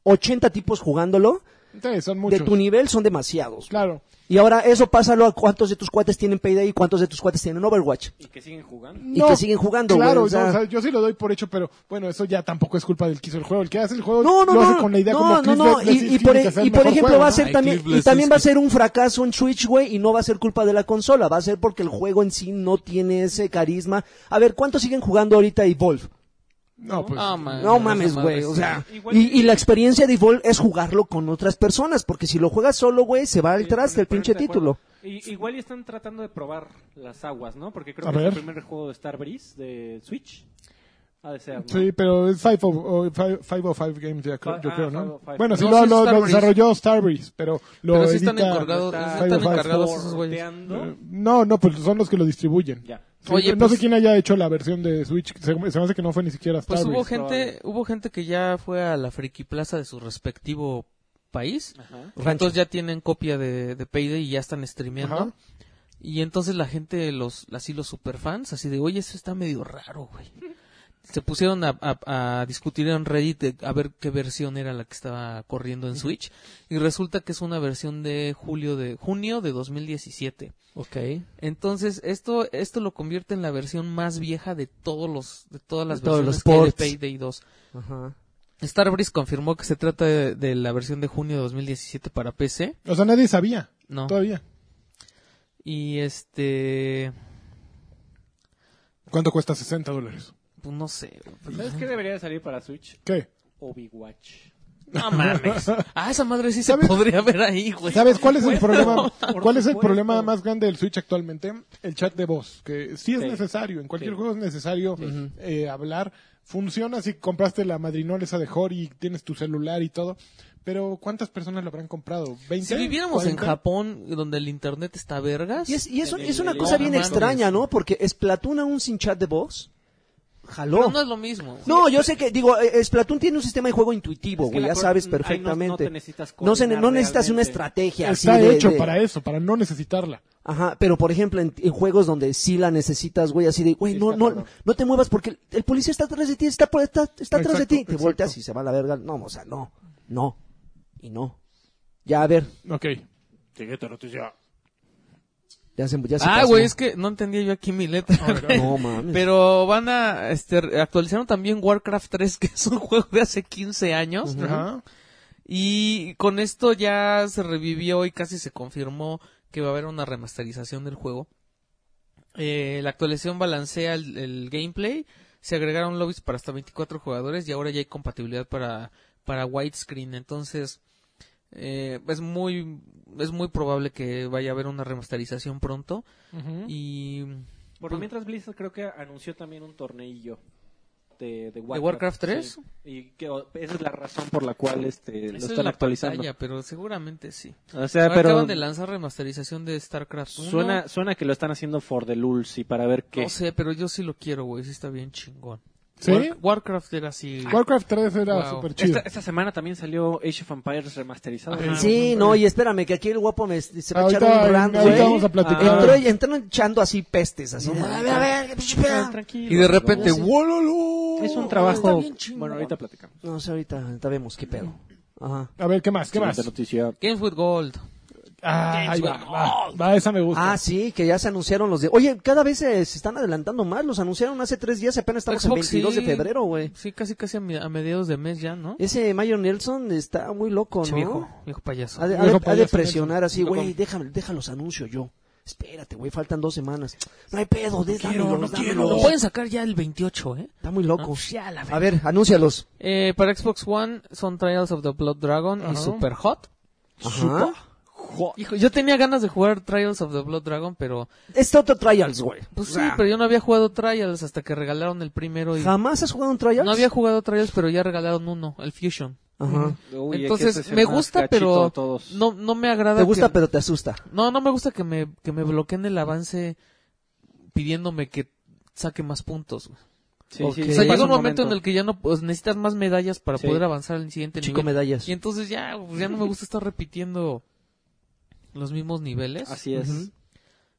80 tipos jugándolo,
Sí, son muchos.
de tu nivel son demasiados.
Claro.
Y ahora eso pásalo a cuántos de tus cuates tienen Payday y cuántos de tus cuates tienen Overwatch.
Y que siguen jugando.
Y que siguen jugando,
Claro,
güey, o sea-
no, o sea, yo sí lo doy por hecho, pero bueno, eso ya tampoco es culpa del que hizo el juego. El que hace el juego
No, no,
lo hace
no.
con la idea
no,
como
no,
Cliff
no.
Bleszinski
Y, y
de
por, e-
que sea el
y por
mejor
ejemplo
juego,
va a
¿no?
ser
Ay,
también,
Cliff
y también va a
Bleszinski.
ser un fracaso en Switch, güey, y no va a ser culpa de la consola. Va a ser porque el juego en sí no tiene ese carisma. A ver, ¿cuántos siguen jugando ahorita Evolve?
No, pues.
Ah, man,
No mames,
esa
güey.
madre
O
sí.
sea,
Igual
y, y la experiencia de Evolve es jugarlo con otras personas, porque si lo juegas solo, güey, se va al traste el pinche
Ponerte de
título.
acuerdo. Y- igual y están tratando de probar las aguas, ¿no? Porque creo
A
que es
ver.
el primer juego de Starbreeze de Switch. Ha de ser, ¿no?
Sí, pero es oh, 505 Games, ya creo-
Ah,
yo creo, ¿no?
505.
Bueno, sí
No,
lo,
sí,
lo- lo
Starbreeze.
desarrolló Starbreeze, pero lo
Pero sí están
edita-
encargados-
Está-
están
Five of Five.
encargados esos güeyes.
Porteando.
Eh, No, no, pues son los que lo distribuyen.
Ya.
Sí,
Oye,
no sé
pues-
quién haya hecho la versión de Switch. Se, se me hace que no fue ni siquiera
Pues
Starbreeze.
hubo gente, hubo gente que ya fue a la friki plaza de su respectivo país.
Ajá.
Pues Entonces ya tienen copia de, de Payday y ya están streameando.
Ajá.
Y entonces la gente, los, así los superfans, así de, oye, eso está medio raro, güey. se pusieron a, a- a discutir en Reddit de a ver qué versión era la que estaba corriendo en Switch y resulta que es una versión de julio de junio de 2017.
Ok.
Entonces, esto esto lo convierte en la versión más vieja de todos los de todas las
De todos
versiones
los
que hay de
ports.
Payday 2.
Ajá.
Starbreeze confirmó que se trata de, de la versión de junio de 2017 para PC.
O sea, nadie sabía
No.
todavía.
Y este.
¿Cuánto cuesta 60 dólares?
Pues no sé. güey.
¿Sabes qué debería de salir para Switch?
¿Qué?
Obi-Watch.
No mames. Ah, esa madre sí se
¿Sabes?
podría ver ahí, güey.
¿Sabes cuál es el problema?
por
¿Cuál es el
supuesto.
problema más grande del Switch actualmente? El chat de voz, que sí es
Sí.
necesario, en cualquier
Sí.
juego es necesario eh, hablar. Funciona si compraste la madrinola esa de Hori, tienes tu celular y todo, pero ¿cuántas personas lo habrán comprado? ¿20?
Si viviéramos en
40?
Japón, donde el internet está vergas.
Y es, y es, un-
El-
es una
el-
cosa
no,
bien
no, no,
extraña,
no.
¿no? Porque Splatoon aún sin chat de voz.
pero
Jaló.
no es lo mismo. Ah,
No, yo sé que, digo, eh, Splatoon tiene un sistema de juego intuitivo,
Es que
güey,
la
ya
cor-
sabes
ahí no-
perfectamente.
no te necesitas
No se ne- no
coordinar
necesitas una
realmente.
estrategia. así
Está
de-
hecho
de-
para eso, para no necesitarla.
Ajá, pero por ejemplo, en, en juegos donde sí la necesitas, güey, así de, güey,
Sí,
no,
está
no,
cabrón.
no te muevas porque el, el policía está atrás de ti, está, por- está, está atrás de
Exacto,
ti. Te
exacto.
volteas y se va a la verga. No, o sea, no, no, y no. Ya, a ver,
Ok.
ya se, ya se
Ah,
pasó.
güey, es que no entendía yo aquí mi letra. güey.
No, mames.
Pero van a este, actualizaron también Warcraft 3, que es un juego de hace 15 años.
Ajá.
Y con esto ya se revivió y casi se confirmó que va a haber una remasterización del juego. Eh, la actualización balancea el, el gameplay, se agregaron lobbies para hasta 24 jugadores y ahora ya hay compatibilidad para, para widescreen. Entonces, eh, es, muy, es muy probable que vaya a haber una remasterización pronto. Y.
Por lo mientras Blizzard creo que anunció también un torneillo de, de Warcraft,
Warcraft 3?
sí. Y que o- esa es la razón por la cual este lo
Eso es
están
la
actualizando.
pantalla, pero seguramente sí.
O sea, pero
Acaban de lanzar remasterización de StarCraft 1.
suena suena que lo están haciendo for the lulz y para ver qué.
No sé, pero yo sí lo quiero, güey. Sí está bien chingón.
¿Sí?
War- Warcraft era así.
Warcraft 3 era
Wow.
súper chido.
Esta, esta semana también salió Age of Empires remasterizado.
Ajá.
Sí, no, y espérame, que aquí el guapo me, se va a echar
Ahorita-
un rant,
ahorita
güey. Ah.
vamos a platicar.
Entró, y- entró echando así pestes, así. de, a ver, a ver, qué pinche pedo".
Ah, tranquilo.
Y de repente,
Es un-
¡wololo!
es un
Está
trabajo.
bien chingón.
Bueno, ahorita platicamos.
No sé, ahorita, ahorita vemos qué pedo. Ajá.
A ver, ¿qué más? ¿Qué
Siguiente
más?
noticia.
Games with Gold.
Ah, ahí va, va, va, esa me gusta.
Ah, sí, que ya se anunciaron los de... Oye, cada vez eh, se están adelantando más. Los anunciaron hace tres días, apenas estamos en
Xbox,
22 de
sí.
febrero, güey.
Sí, casi casi a, mi- a mediados de mes ya, ¿no?
Ese Mayo Nelson está muy loco,
Che,
¿no?
viejo, viejo payaso.
Ha de, ha
Viejo
de- ha de
payaso
presionar así,
Loco.
güey, déjame, déjalos anuncio yo. Espérate, güey, faltan dos semanas. No hay pedo, des-
quiero,
dámelos,
no quiero.
Lo
dámelos.
pueden sacar ya el 28, ¿eh?
Está muy loco.
Ah, ya, la
A ver, anúncialos.
Eh, para Xbox One son Trials of the Blood Dragon y
Ajá.
Super Hot.
Ajá.
Hijo, yo tenía ganas de jugar Trials of the Blood Dragon, pero...
Este otro Trials, güey.
Pues
O
sí,
sea,
pero yo no había jugado Trials hasta que regalaron el primero y...
¿Jamás has jugado un Trials?
No había jugado Trials, pero ya regalaron uno, el Fusion.
Ajá.
Uy, es que
Entonces,
este es el
me
más
gusta,
gachito de
pero
todos.
no, no me agrada.
Te gusta,
que-
pero te asusta.
No, no me gusta que me, que me bloqueen el avance pidiéndome que saque más puntos. güey.
Sí,
Ok.
sí,
O
O
sí,
sea, llega
pasa
un momento en el que ya no pues, necesitas más medallas para
Sí.
poder avanzar al siguiente
Chico
nivel.
medallas.
Y entonces ya, pues, ya no me gusta estar repitiendo los mismos niveles.
Así es.
Ujú.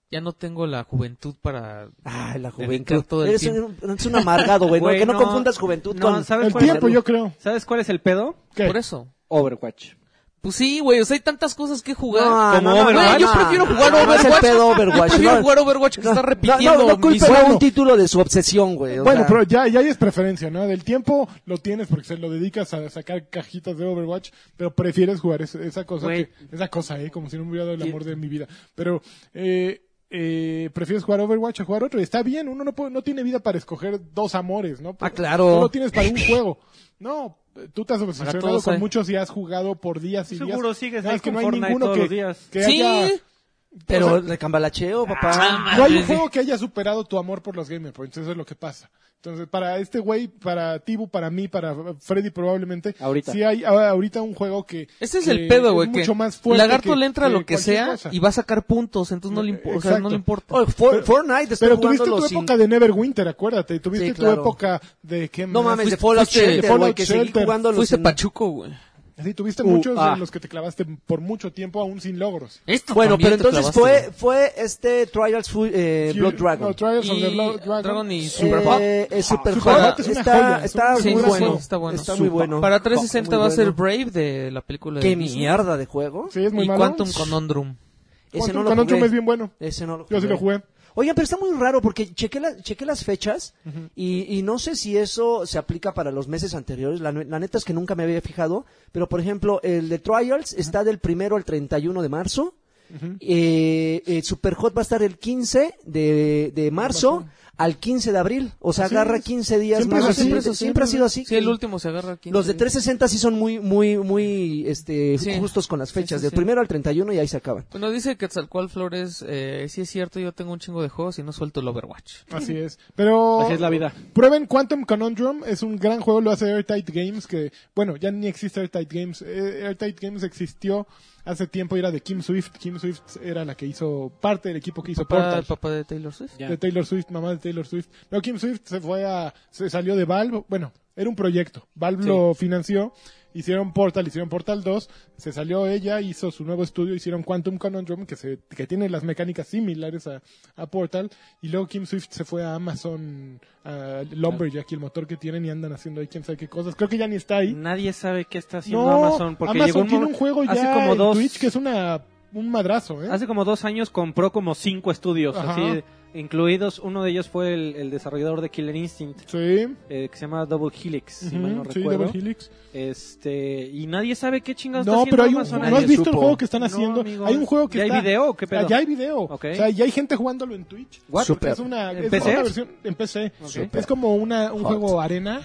Ya no tengo la juventud para...
Ay, la
Dedicar
juventud.
todo el
eres, un, eres un amargado, güey. ¿no?
Güey,
que no,
no.
confundas juventud
No,
con...
¿sabes
El
cuál es
tiempo, yo creo.
¿Sabes cuál es el pedo?
¿Qué?
Por eso.
Overwatch.
Pues sí, güey, o sea, hay tantas cosas que jugar.
No, no,
Como
no,
Güey,
Overwatch.
no,
yo
no,
prefiero
no,
jugar
no, no
Overwatch.
es el pedo, Overwatch,
Yo prefiero
no.
jugar Overwatch que
No,
estar
no,
repitiendo
No, no,
mis
culpen a
juegos.
un título de su obsesión, güey. o
Bueno,
sea,
pero ya, ya ahí es preferencia, ¿no? Del tiempo lo tienes porque se lo dedicas a sacar cajitas de Overwatch, pero prefieres jugar es- esa cosa,
Güey.
que- esa cosa, ¿eh? Como si no me hubiera dado el amor de mi vida. Pero, eh, eh, prefieres jugar Overwatch a jugar otro. Y está bien, uno no, puede- no tiene vida para escoger dos amores, ¿no?
Ah, claro.
Solo tienes para un juego. No, eh, tú te has obsesionado
todos
con
hay.
muchos y has jugado por días y
Seguro
días.
sigues
Nada
ahí
más que
con
no hay
Fortnite
ninguno
todos
que,
los días.
que
Sí.
haya-
Pero de
Ah,
cambalacheo, papá.
Ah,
No hay un juego que haya superado tu amor por los Game Points, eso es lo que pasa. Entonces, para este güey, para Tibu, para mí, para Freddy probablemente,
Ahorita.
sí hay a- ahorita un juego que...
Ese es
que
el pedo, güey.
Eh, es
que
mucho más fuerte
Lagarto
que-
le entra a lo que
cualquier
sea
cosa.
y va a sacar puntos, entonces no le, impo- o sea, no
Exacto.
le importa.
Oh, For- Fortnite, estoy
Pero
jugando
tuviste tu
los...
época de Neverwinter, acuérdate. Tuviste
Sí, claro.
tu época de... ¿qué
No
más?
mames, de
Fuiste-
Fallout
fuiste-
Shelter, güey,
Fallout
que seguí
Shelter.
jugando los...
Fuiste
en-
Pachuco, güey.
Sí, tuviste
Uh,
muchos
ah.
en los que te clavaste por mucho tiempo aún sin logros.
Esto
Bueno,
también
pero
te
entonces
clavaste.
fue, fue este Trials Fu- eh,
Sí,
Blood Dragon.
no, Trials of the
Y
Blood Dragon.
Dragon y
Eh,
Superhot.
Eh, eh, Superhot
Superhot es una
está,
joya, es un-
está
Sí,
Ah, muy
sí,
bueno.
sí, está bueno.
muy
Super-
bueno.
Para 360
Muy
va a ser
bueno.
Brave de la película de
Qué
Disney.
mierda de juego.
Sí, es muy
y
malo.
Quantum Conundrum.
Ese
Quantum
no lo
Conundrum
jugué.
es bien bueno.
Ese no lo
Yo sí lo jugué.
Oigan, pero está muy raro porque chequé, la- chequé las fechas y, y no sé si eso se aplica para los meses anteriores. La, nu- la neta es que nunca me había fijado. Pero, por ejemplo, el de Trials está del primero al 31 de marzo. Eh, eh, Superhot va a estar el 15 de, de marzo al 15 de abril. O sea,
Así
agarra
es.
15 días
Siempre
más.
es así,
Siempre,
es así.
siempre ha sido así.
Sí, el último se agarra aquí.
Los de 360 sí son muy, muy, muy este,
Sí.
justos con las
Sí,
fechas.
sí,
del
sí.
primero al 31 y ahí se acaban.
Bueno, dice Quetzalcoatl Flores, eh, sí es cierto, yo tengo un chingo de juegos y no suelto el Overwatch.
Así es. Pero.
Así es la vida.
Prueben Quantum Conundrum, es un gran juego, lo hace Airtight Games, que, bueno, ya ni existe Airtight Games. Eh, Airtight Games existió hace tiempo y era de Kim Swift. Kim Swift era la que hizo parte del equipo que hizo
Papá,
Portal.
el papá de Taylor Swift.
Ya.
De Taylor Swift, mamá de Taylor Swift. No, Kim Swift se fue a, se salió de Valve, bueno, era un proyecto. Valve
Sí.
lo financió, hicieron Portal, hicieron Portal 2, se salió ella, hizo su nuevo estudio, hicieron Quantum Conundrum, que se, que tiene las mecánicas similares a, a Portal, y luego Kim Swift se fue a Amazon, a Lumberjack y el motor que tienen y andan haciendo ahí quién sabe qué cosas. Creo que ya ni está ahí.
Nadie sabe qué está haciendo
No,
Mm, Amazon. Porque llegó
Amazon tiene un
momento-
juego
hace
ya
como
en
dos, ¿Ah,
Twitch que es una, un madrazo, ¿eh?
Hace como dos años compró como cinco estudios,
Ajá.
así incluidos. Uno de ellos fue el, el desarrollador de Killer Instinct,
Sí.
eh, que se llama Double Helix, si
Ujú,
mal no
sí,
recuerdo.
Double Helix.
Este, y nadie sabe qué chingados está
No,
haciendo
pero hay un,
Amazon.
¿no has
ahí.
visto el
supo.
juego que están
No,
haciendo?
amigos.
hay un juego que
¿Ya
está...
hay video o qué pedo?
Ah, Ya hay video.
Ok.
O sea, ya hay gente jugándolo en Twitch.
What?
Super.
Es una,
¿En
es
PC?
una versión en PC.
Ok.
Super.
Es como una, un
Hot.
juego arena,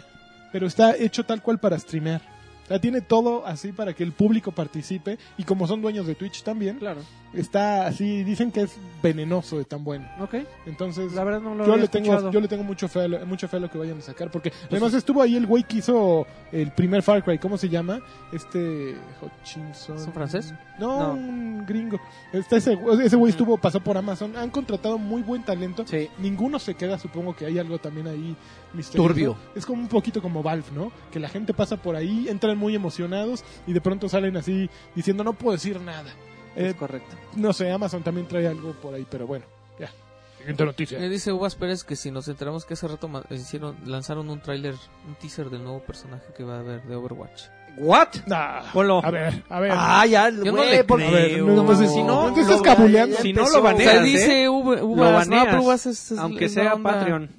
pero está hecho tal cual para streamear. O sea, tiene todo así para que el público participe. Y como son dueños de Twitch también,
Claro.
está así, dicen que es venenoso de tan bueno.
Ok.
Entonces,
La verdad no lo
yo
había
le tengo
escuchado. Pues
yo le tengo mucho fe a lo, mucha fe a lo que vayan a sacar porque además estuvo ahí el güey que hizo el primer Far Cry cómo se llama este Hutchinson
¿Es un francés?
no,
No.
un gringo Está ese güey- ese güey estuvo pasó por Amazon han contratado muy buen talento
Sí.
ninguno se queda supongo que hay algo también ahí misterioso.
Turbio.
es como un poquito como Valve no que la gente pasa por ahí entran muy emocionados y de pronto salen así diciendo no puedo decir nada Eh,
es correcto.
no sé Amazon también trae algo por ahí pero bueno ya siguiente noticia
Eh,
Me dice Uvas Pérez que si nos enteramos que hace rato ma- eh, hicieron, lanzaron un tráiler, un teaser del nuevo personaje que va a haber de Overwatch.
¿What?
Nah.
Ponlo.
A ver, a ver.
Ah, ya,
Yo no
güey,
le
por-
creo.
a ver, no,
Pues,
no,
si no,
no te estás
lo-
cabuleando.
ya
si no
empezó.
lo
O sea,
baneas, ¿eh?
dice Uva- Uvas, no,
baneas,
pero Uvas es, es-
Aunque
es
sea
la onda.
Patreon.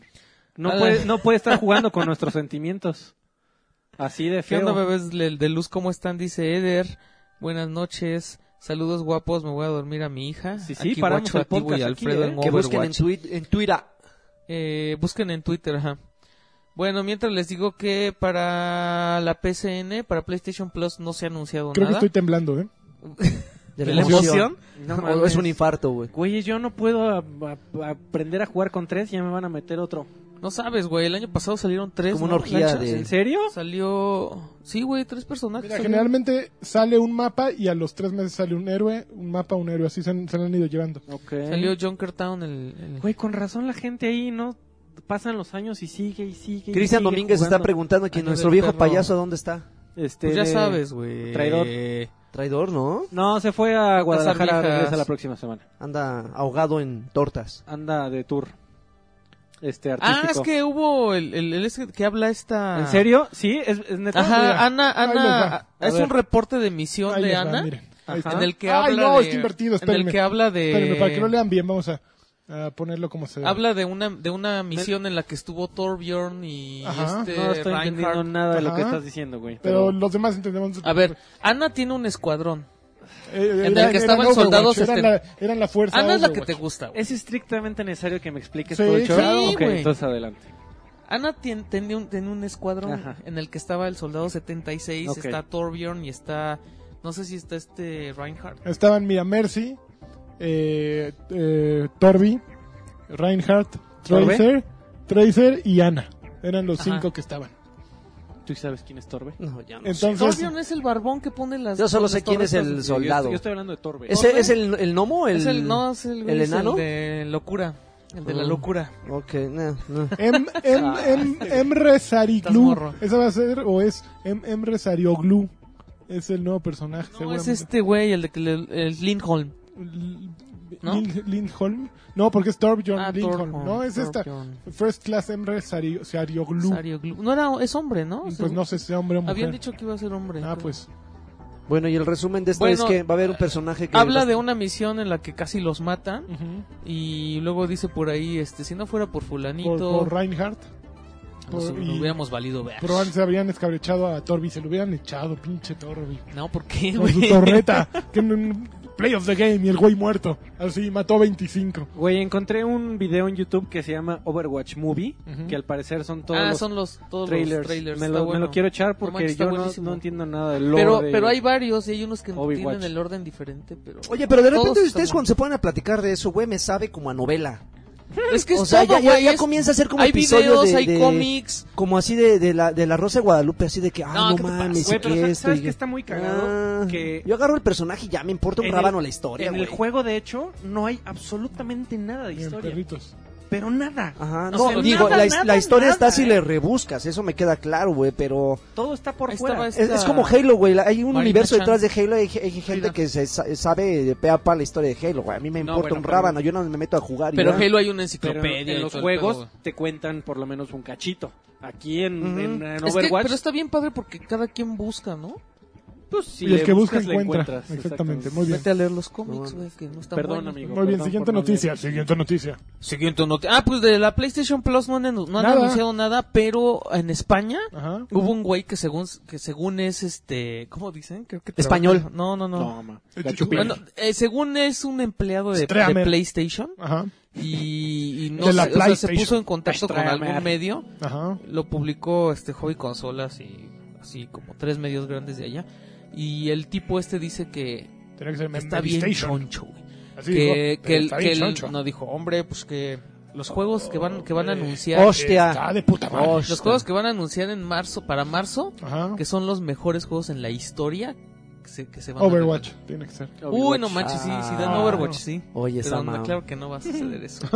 No
Ala.
puede, no puede estar jugando con nuestros sentimientos. Así de
¿Qué
feo.
onda, bebés le- de luz? ¿Cómo están? Dice Eder. Buenas noches. Saludos guapos, me voy a dormir a mi hija.
Sí, sí,
aquí
paramos
guacho
el
a ti, güey,
podcast aquí,
Alfredo
¿eh?
en
Que busquen en,
Overwatch.
Twi- en Twitter.
Eh, busquen en Twitter, ajá. Bueno, mientras les digo que para la PCN, para PlayStation Plus no se ha anunciado
Creo que
nada.
estoy temblando, ¿eh?
De
¿De la emoción?
No
O es
mames.
un infarto, güey.
Güey, yo no puedo a- a- a aprender a jugar con tres, ya me van a meter otro.
No sabes, güey, el año pasado salieron tres.
Como
¿no?
una orgía
Lanchas.
de-
¿En serio?
Salió... Sí, güey, tres personajes.
Mira,
salieron.
generalmente sale un mapa y a los tres meses sale un héroe, un mapa, un héroe. Así se han, se lo han ido llevando.
Ok.
Salió Junkertown el... el-
Güey, con razón la gente ahí no pasan los años y sigue y sigue. y
Cristian
sigue
Domínguez está
jugando.
preguntando que
Año
nuestro
del
viejo
perro.
payaso dónde está.
Este,
Pues ya
de-
sabes, güey.
traidor.
Traidor, ¿no?
No, se fue a Guadalajara,
Arvijas.
regresa la próxima semana.
Anda ahogado en tortas.
Anda de tour. Este
Ah,
artístico.
es que hubo el, el, el ese que habla esta...
¿En serio? Sí, es, es neta.
Ajá,
Mira,
Ana,
ahí les va.
Ana,
A
es
ver.
un reporte de misión
Ahí
de
les va,
Ana,
miren. Ahí
Ajá.
está.
en el que
Ay,
habla
no,
de,
está invertido,
en el
espérenme.
que habla
Espérenme, para que lo
de,
lean bien, vamos a, a ponerlo como se
habla de una, de una misión en la que estuvo Torbjorn y
Ajá.
este
No estoy entendiendo
Reinhardt.
nada de lo que
Ajá.
estás diciendo, güey.
Pero
pero-
los demás entendemos.
A ver, Ana tiene un escuadrón.
Eh, eh,
Ah, el
eran-
que estaban
eran
soldados,
Overwatch, Eran, la, eran la fuerza.
Ana Ah, es la que
Overwatch.
te gusta. güey.
es estrictamente necesario que me expliques
Sí,
todo el show.
claro. Sí,
Ok,
güey.
entonces adelante.
Ana tien- tenía un, tenía un escuadrón
Ajá.
en el que estaba el soldado 76,
Ok.
está Torbjorn y está, no sé si está este Reinhardt.
Estaban, mira, Mercy, eh, eh, Torbi, Reinhardt,
¿Torbe?
Tracer, Tracer y Ana. Eran los
Ajá.
cinco que estaban.
¿Tú sabes quién es Torbe?
No, ya no.
Entonces,
Torbjorn es el barbón que pone las...
Yo solo
las
sé quién es
torretas.
el
Yo estoy,
soldado.
yo estoy hablando de Torbe.
¿Ese
¿Torbe?
es el, el gnomo? El...
Es el, no, es el,
el
güey, es el
enano?
de locura. El de la
Mm.
locura.
Ok, no, no.
Em, em, em, Emre Sariglu.
Ah, Estás morro.
Esa va a ser o es em, Emre Sarioglu. Em Es el nuevo personaje,
No, es
seguramente.
este güey, el de que le- el Lindholm.
L-
¿No?
Lind- Lindholm. No, porque es Torbjorn
Ah,
Lindholm.
Torbjorn,
no, es esta.
Torbjorn.
First Class Emre Sari- Sarioglu.
Sario Glu- No era, es hombre, ¿no?
Pues no sé si sea hombre o mujer.
Habían dicho que iba a ser hombre.
Ah,
creo.
pues.
Bueno, y el resumen de esto es
Bueno,
que va a haber un personaje que...
Habla
va-
de una misión en la que casi los matan
ujú.
y luego dice por ahí, este, si no fuera por fulanito,
Por, por Reinhardt.
nos
por- y-
hubiéramos valido ver.
Probablemente se habrían escabrechado a Torbi. Se lo hubieran echado, pinche Torbi.
No, ¿por qué,
Con su
Eh, güey?
torreta. que en un play of the game y el güey muerto. Así mató 25.
Güey, encontré un video en YouTube que se llama Overwatch Movie,
Ujú.
que al parecer son todos
Ah,
los
son los todos
trailers.
los trailers.
me,
está
lo, me
bueno.
lo quiero echar porque
No manches, está
yo no,
buenísimo.
no entiendo nada del lore.
Pero,
de-
pero hay varios y hay unos que
Overwatch.
tienen el orden diferente, pero...
Oye, pero de repente
Todos
ustedes
están
cuando se ponen a platicar de eso, güey, me sabe como a novela.
Es que es
o sea,
todo,
ya- ya,
güey,
ya
es-
comienza a ser como
Hay
episodio
videos,
de-
hay
de-
cómics.
Como así de, de la, de la Rosa de Guadalupe, así de que, ah,
No,
no,
¿qué te
mames,
pasa? Güey,
y
pero
que
¿sabes-
esto,
sabes
y
que está
Ah.
muy cagado? Que-
Yo agarro el personaje y ya me importa un
en
rábano
el-
la historia,
En el
güey.
juego, de hecho, no hay absolutamente nada de
Bien, pues,
historia.
perritos.
Pero nada.
Ajá,
O
no,
sea,
digo,
nada,
la,
nada,
la historia
nada,
está si
¿eh?
le rebuscas, eso me queda claro, güey, pero
Todo está por
Ahí
fuera.
estaba
es,
esta-
es como Halo, güey, la- hay un
Marina
universo
Chan.
detrás de Halo, hay, hay gente
Frida.
que se sa- sabe de pe a pa la historia de Halo, güey, a mí me
No,
importa
bueno,
un
pero-
rábano, yo no me meto a jugar. y
Pero
ya.
Halo hay una
Pero
enciclopedia. y
en los
todo el
juegos
pedo, güey.
te cuentan por lo menos un cachito. Aquí en,
Ujú.
en- en
Es que-
Overwatch,
pero está bien padre porque cada quien busca, ¿no?
pues, si
y el
le
que busca
buscas, le
encuentra.
encuentras.
Exactamente,
Exacto.
muy bien.
Vete a leer los cómics, güey, que no están
Perdón,
buenos.
amigo.
Muy bien,
Perdón
siguiente
por no
noticia.
leer.
Siguiente noticia.
Siguiente noticia. Ah, pues de la PlayStation Plus no han, anu- no han
Nada.
anunciado nada, pero en España
Ajá.
hubo un güey que según que según es este, ¿cómo dicen? Creo que
Español.
trabaja- No, no, no.
No, ma. La
Eh,
chupé.
Bueno, eh, según es un empleado de,
Streamer.
de PlayStation
Ajá.
y, y no
De
sé,
la
o sea, se
PlayStation.
puso en contacto con
Streamer.
algún medio,
Ajá.
lo publicó este Hobby Consolas y así como tres medios grandes de allá y el tipo este dice que
Tenía que ser
está bien choncho, güey.
Así dijo,
que, que,
pero
el,
eh, está
que
bien
el-
choncho. Eh,
no dijo hombre pues que los juegos que van que van a
Hombre.
anunciar
Hostia.
Está de puta madre.
Hostia.
los juegos que van a anunciar en marzo para marzo
Ajá.
que son los mejores juegos en la historia que se, que se van a
Overwatch, tiene que ser.
regalar. uy no manches sí sí dan
Ah,
no.
Overwatch sí
Oye,
pero
Sama.
no, claro que no va a suceder eso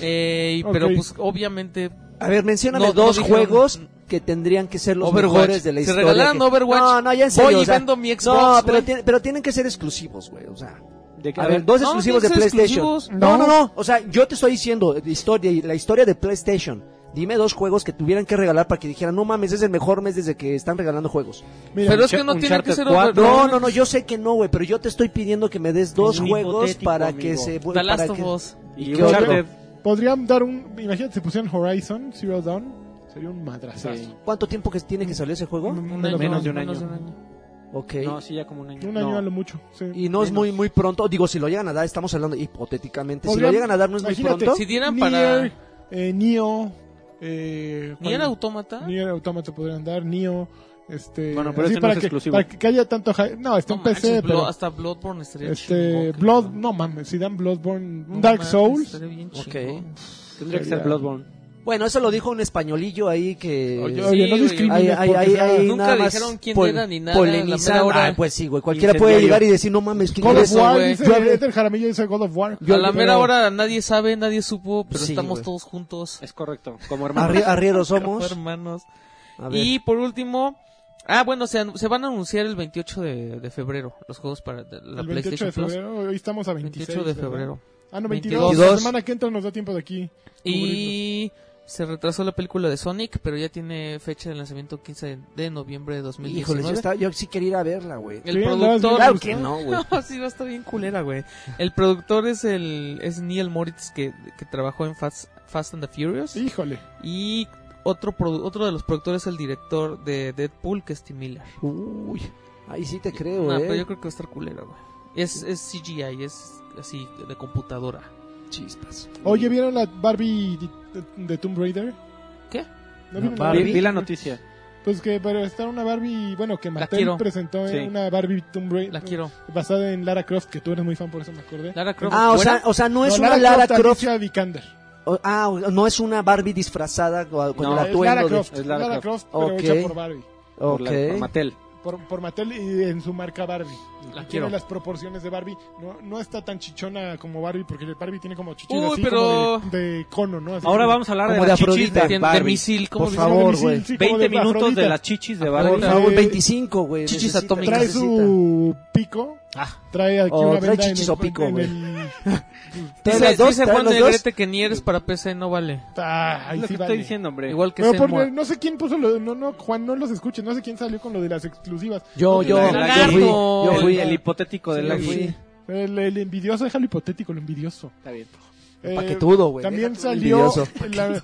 Eh, y-
Ok.
pero pues obviamente
A ver, mencióname
No, no
dos
dijeron-
juegos que tendrían que ser los
Overwatch.
mejores de la
Si
historia.
regalaran
que-
Overwatch,
No, no, ya en
voy
serio,
y
o sea,
vendo mi Xbox,
No, pero,
güey.
tiene- pero tienen que ser exclusivos, güey, o sea.
¿De qué?
A ver, dos
no,
exclusivos de
tienen que ser
PlayStation.
exclusivos.
No, no,
No.
no. O sea, yo te estoy diciendo de historia, la historia de PlayStation. Dime dos juegos que tuvieran que regalar para que dijeran, no mames, es el mejor mes desde que están regalando juegos.
Mira,
pero es
Uncha-
que no tiene que
Uncharted
ser
cuatro.
Overwatch.
No, no, no, yo sé que no, güey, pero yo te estoy pidiendo que me des dos
Un
juegos
hipotético,
para
amigo.
que se...
The
para
Last of
que-
Us.
¿Y
Y
qué
Uncharted.
podrían dar un. Imagínate, si pusieran Horizon Zero Dawn, sería un madrazazo.
Sí.
¿Cuánto tiempo que tiene que salir ese juego?
Un
año,
Menos de un año.
Ok.
No, sí, ya como un año.
Un año
No.
a lo mucho. Sí.
Y no es muy muy pronto, digo, si lo llegan a dar, estamos hablando hipotéticamente, si
Podrían-
lo llegan a dar no es muy
imagínate,
pronto.
Si dieran
Nier,
para
eh, Neo. Eh,
ni
¿cuál?
era autómata,
Nier Automata podrían dar. Neo. Este,
Bueno, pero
así
ese no
para
es
que,
exclusivo.
Para que haya tanto hype. No, está en PC, pero.
hasta Bloodborne estaría
Este.
chingón,
Blood.
cabrón.
No mames, si dan Bloodborne. Un
No
Dark
mames,
Souls.
estaría bien
Ok.
chingón.
Tendría que
Sería-
ser Bloodborne.
Bueno, eso lo dijo un españolillo ahí que
Oye,
Sí,
oye, no
güey.
discrimines.
Ahí- ahí-
porque
ahí-
sea-
ahí
Nunca
nada más
dijeron quién
pol-
era ni nada,
Polemizar.
la mera hora.
Ah, pues sí, güey. Cualquiera puede
Incendiario.
llegar y decir, no mames, ¿quién
God
era
of
ese,
War,
güey?
dice
Yo-
Eder Jaramillo, dice God of War.
a la
Pero-
mera hora nadie sabe, nadie supo, pero
Sí,
estamos
güey.
todos juntos,
Es correcto. Como hermano.
Arri- Arrieros
como
somos.
hermanos.
A ver.
Y por último, ah bueno, se, anu- se van a anunciar el 28 de, de febrero los juegos para de- la
El 28
PlayStation
de
Plus.
febrero, hoy estamos a 26.
28 de
¿verdad?
febrero.
Ah, no, 22.
22.
La semana que entra nos da tiempo de aquí.
Y se retrasó la película de Sonic, pero ya tiene fecha de lanzamiento 15 de noviembre de
Híjole,
2019.
yo, estaba- yo sí quería ir a verla, güey.
El
Sí, no,
productor...
es
Claro
bien
que no, güey.
No, sí, va a estar bien culera, güey. El productor es el es Neil Moritz que, que trabajó en Fast, Fast and the Furious
Híjole.
y otro produ- otro de los productores es el director de Deadpool que es Tim Miller.
Uy, ahí sí te creo,
No, pero
eh.
yo creo que va a estar culera, güey. Es, es CGI, es así de computadora.
Chispas.
Oye, ¿vieron la Barbie de, de- de Tomb Raider?
¿Qué?
¿No vieron la
Barbie?
Vi, vi la noticia.
Pues que, pero está una Barbie, bueno, que Mattel
quiero.
presentó
Sí.
en una Barbie Tomb Raider
La quiero.
basada en Lara Croft, que tú eres muy fan, por eso me acordé.
Lara Croft.
Ah, o
¿fuera?
sea, o sea, no es
No,
una Lara
Croft,
Croft.
Alicia Vikander.
o- Ah, o- no es una Barbie disfrazada con con
No,
el
es
Es Lara
atuendo de.
Croft,
es
Lara,
Lara
Croft,
Croft.
pero
Ok.
hecha por Barbie.
Por la- por
Ok.
Mattel.
Por, por Mattel y en su marca Barbie.
La quiero.
tiene las proporciones de Barbie. No, no está tan chichona como Barbie, porque Barbie tiene como chichis
Uy,
así
pero-
como de, de cono, ¿no? Así
Ahora
como-
vamos a hablar de,
Como de
las chichis
Afrodita.
de
Tien-
Barbie.
de misil, ¿cómo
Por
le
Como
dicen?
favor,
misil,
güey.
sí, como
20
de
minutos de
Afrodita.
las chichis de
Por
Barbie.
Ahorita.
favor,
Eh,
25, güey.
chichis
necesita,
atómicas.
Trae
necesita.
su pico.
Ah.
Trae aquí
O
una
Oh, trae
venda en
chichis
el-
o pico,
en
güey.
el-
Trae
Dice,
las dos,
dice
trae
Juan
los
de
dos.
Grete que Nieres para PC no vale.
Ah, ahí
Es lo
sí
que estoy
vale.
diciendo, hombre.
Igual que
Pero
se
por-
mua-
no sé quién puso lo, no, no, Juan, no los escuches, no sé quién salió con lo de las exclusivas.
Yo, yo,
El
yo fui, yo
El-
fui.
el, hipotético del
yo
águila.
fui.
El, el envidioso, déjalo hipotético, lo envidioso.
Está bien.
Eh,
Paquetudo, güey.
También
Deja tú
salió
envidioso.
la,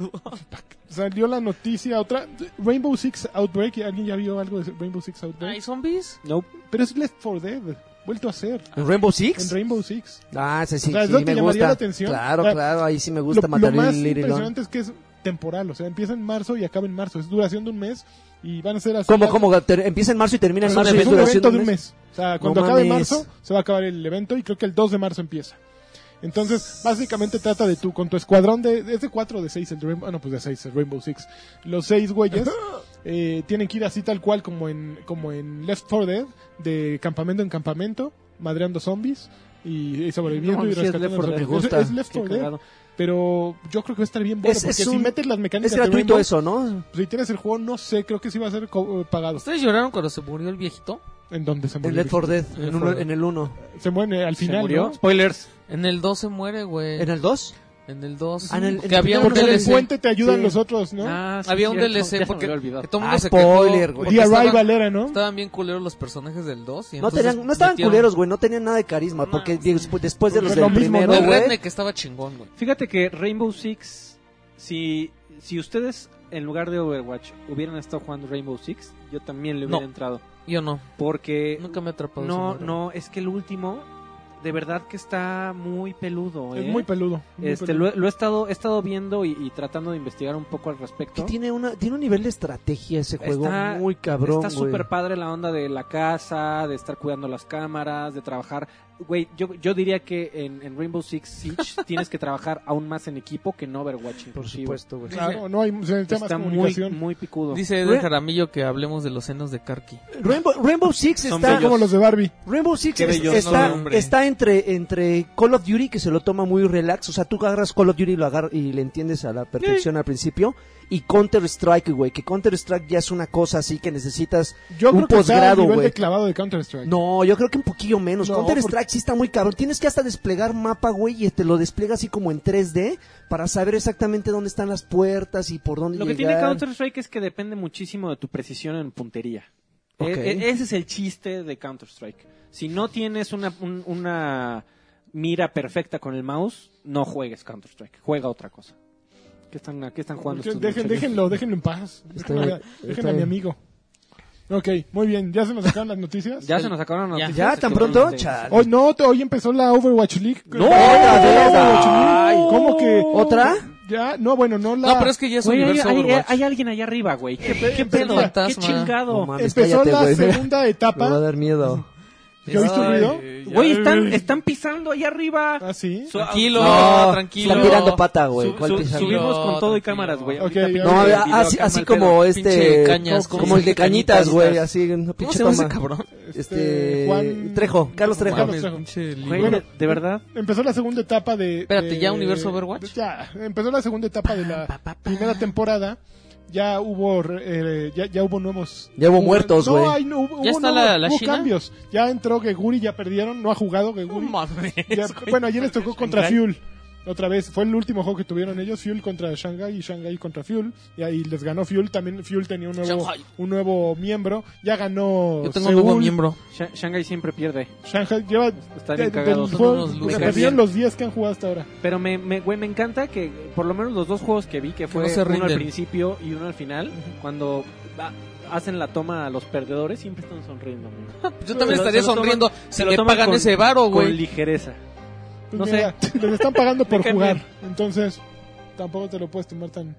salió la noticia otra Rainbow Six Outbreak, ¿alguien ya vio algo de Rainbow Six Outbreak?
¿Hay zombies?
Nope.
Pero es Left 4 Dead, vuelto a hacer
¿En Rainbow
en
Six?
Rainbow Six.
Ah, ese sí,
O sea, ¿es
sí,
lo que
me
llamaría
gusta.
la atención?
Claro,
O sea,
claro, ahí sí me gusta
lo,
matar
lo más
el
impresionante es que es temporal, o sea, empieza en marzo y acaba en marzo, es duración de un mes y van a ser así
¿Cómo,
las-
cómo? Ter- Empieza en marzo y termina en
Es
un
marzo y
un
es
evento
duración
evento
de un mes.
O sea, cuando
No
acabe
mames.
marzo, se va a acabar el evento y creo que el 2 de marzo empieza. Entonces, básicamente trata de tú, con tu escuadrón de, es de 4 o de 6 el de Rainbow, ah, no, pues de 6, el Rainbow Six. Los 6 güeyes, eh, tienen que ir así tal cual como en, como en Left 4 Dead, de campamento en campamento, madreando zombies y, y sobreviviendo
No,
y
sí es
rescatando
Left 4
a los
Dead.
Me
zombies. Es,
gusta.
es Left
Qué
4 Dead,
cagado.
pero yo creo que va a estar bien bueno,
Es-
porque
es
si
un-
metes las
Es
mecánicas de
gratuito
Rainbow,
eso, ¿no?
Si tienes el juego, no sé, creo que sí va a ser co- eh, pagado.
¿Ustedes lloraron cuando se murió el viejito?
En donde se
En
muere.
Left 4 Dead,
Left
en, uno-
4 Dead.
en el 1.
Se muere al final,
¿Se murió?
¿no?
Spoilers.
En el 2 se muere, güey.
¿En el 2?
En el 2.
Ah, en el- en
que
el
había un
Porque en el
DLC.
puente te ayudan
Sí.
los otros, ¿no?
Ah, sí,
había un
cierto. Ya
DLC
se
porque
me había olvidado.
que todo el mundo
Ah,
se quedó
spoiler, güey.
porque
The
estaban-
Arrival era, ¿no?
Estaban bien culeros los personajes del 2. y
No,
entonces
tenían, no estaban
metieron-
culeros, güey, no tenían nada de carisma, porque despu- después de los del
Porque lo mismo,
primero,
¿no?
El
güey,
redneck estaba chingón, güey.
Fíjate que Rainbow Six, si, si ustedes en lugar de Overwatch hubieran estado jugando Rainbow Six, yo también le hubiera
No.
entrado.
Yo no.
Porque
Nunca me ha atrapado. ese
no,
mundo.
no, es que el último de verdad que está muy peludo.
Es
¿eh?
muy peludo. muy
Este,
peludo.
lo, he- lo he estado he estado viendo y, y tratando de investigar un poco al
que
respecto.
tiene, una, tiene un nivel de estrategia ese juego
Está-
muy cabrón,
Está
güey.
súper padre la onda de la casa, de estar cuidando las cámaras, de trabajar. Güey, yo, yo diría que en, en Rainbow Six Siege tienes que trabajar aún más en equipo que en Overwatch.
Por
inclusive.
supuesto, güey.
Claro, no hay se necesita más
Está muy,
comunicación.
muy picudo.
Dice Edel Jaramillo que hablemos de los senos de Karki.
Rainbow, Rainbow Six
Son
está...
bellos.
Como los de Barbie.
Rainbow Six
Qué
es-
bellos,
está,
¿no, hombre?
está entre, entre Call of Duty, que se lo toma muy relax. O sea, tú agarras Call of Duty y, lo agar- y le entiendes a la perfección al principio. Y Counter-Strike, güey. Que Counter-Strike ya es una cosa así que necesitas.
Yo
Un
creo que está al
posgrado,
nivel
güey.
de clavado de Counter-Strike.
No, yo creo que un poquillo menos.
No,
Counter-Strike sí está muy cabrón. Tienes que hasta desplegar mapa, güey. Y te lo despliega así como en 3D. Para saber exactamente dónde están las puertas y por dónde
Lo que
llegar.
tiene Counter-Strike es que depende muchísimo de tu precisión en puntería. E-
Ok.
e- ese es el chiste de Counter-Strike. Si no tienes una, un- una mira perfecta con el mouse, no juegues Counter-Strike. Juega otra cosa. ¿Qué están, a qué están jugando?
Dejen-
estos
dejen-
muchachos?
déjenlo, déjenlo en paz.
Está
Déjenlo-
bien,
Dejen
está
a mi
bien.
amigo. Ok, muy bien. ¿Ya se nos sacaron las noticias?
Ya se nos sacaron las
Ya.
noticias.
Ya,
Es
tan
que
pronto,
bueno,
chale.
Hoy no, te- hoy empezó la Overwatch League.
¡No!
Otra vez,
¡Ay!
Overwatch League. ¿Cómo que?
¿Otra?
Ya, no, bueno, no la.
No, pero es que ya es
Güey, hay,
universo
hay-
Overwatch.
hay alguien allá arriba, güey. ¿Qué, qué, pedo? ¿Qué
fantasma.
No
chingado?
mames,
Empezó
cállate,
la
güey.
segunda
Me va a
etapa.
dar miedo.
¿Ya viste el
Ay,
video?
ya.
Güey, están, están pisando allá arriba.
Ah, sí.
Tranquilo,
No,
tranquilo.
Está tirando pata, güey.
Su-
¿Cuál
su-
pisa?
subí-
subimos con todo y
Tranquilo.
cámaras, güey.
Ok,
Ahorita
ya.
pinche
No, ah, a ver,
video
así,
acá
así
mal
como
pedo.
este.
Pinche cañas,
como
¿cómo
como
se
el de
dice? Cañitas,
cañitas, güey.
estas.
Así, una
¿Cómo
pinche
se llama ese
toma.
cabrón?
Este. Trejo, Carlos Trejo.
Carlos
Mames,
Trejo.
pinche
Güey,
libro.
de- de verdad.
Empezó la segunda etapa de.
Espérate,
de-
¿ya Universo Overwatch?
Ya, empezó la segunda etapa de la primera temporada. Ya hubo, eh, ya, ya hubo nuevos.
Ya hubo muertos, güey.
No, hay, no, hubo, hubo
¿Ya está
nuevos-
la- la
hubo
China?
cambios. Ya entró Geguri, ya perdieron, no ha jugado Geguri.
mames,
Ya-
güey.
bueno, ayer les tocó contra
Shanghai.
Fuel. Otra vez, fue el último juego que tuvieron ellos, Fuel contra Shanghai y Shanghai contra Fuel. Y ahí les ganó Fuel, también Fuel tenía un nuevo,
Shanghai.
un nuevo miembro. Ya ganó
Yo tengo un nuevo
Seúl.
miembro.
Sha- Shanghai siempre pierde.
Shanghai lleva...
Están
de-
bien
del
cagados.
Son
juego-
unos losers.
perdieron los 10 que han jugado hasta ahora.
Pero me, me, güey, me encanta que por lo menos los dos juegos que vi, que fue
no
uno
se
al
rinden.
principio y uno al final, cuando va- hacen la toma a los perdedores, siempre están sonriendo. güey.
Yo
Se lo-
también estaría
se lo toman-
sonriendo
se
si
lo
me
toman
pagan
con-
ese varo,
Con
güey.
ligereza.
Pues
No
mira, Les están pagando por
Me caen
jugar. Entonces, tampoco te lo puedes tomar tan,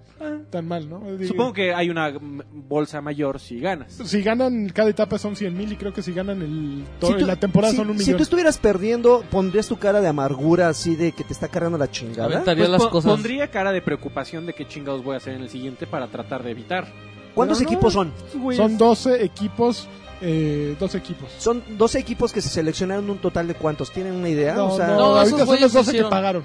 tan mal, ¿no? Digo,
Supongo que hay una mm, bolsa mayor si ganas.
Si ganan cada etapa son 100 mil y creo que si ganan el to-
Si tú-
la temporada
si-
son un
si
millón.
tú estuvieras perdiendo, pondrías tu cara de amargura así de que te está cargando la chingada.
Aventaría pues, las
pon-
cosas.
Pues, Pondría cara de preocupación de qué chingados voy a hacer en el siguiente para tratar de evitar.
¿Cuántos
Pero no,
equipos son?
Son 12 equipos eh, dos equipos.
Son 12 equipos que se seleccionaron un total de cuántos. ¿Tienen una idea?
No,
o sea,
no,
No, esos
ahorita son
güeyes
los 12 que
hicieron.
pagaron.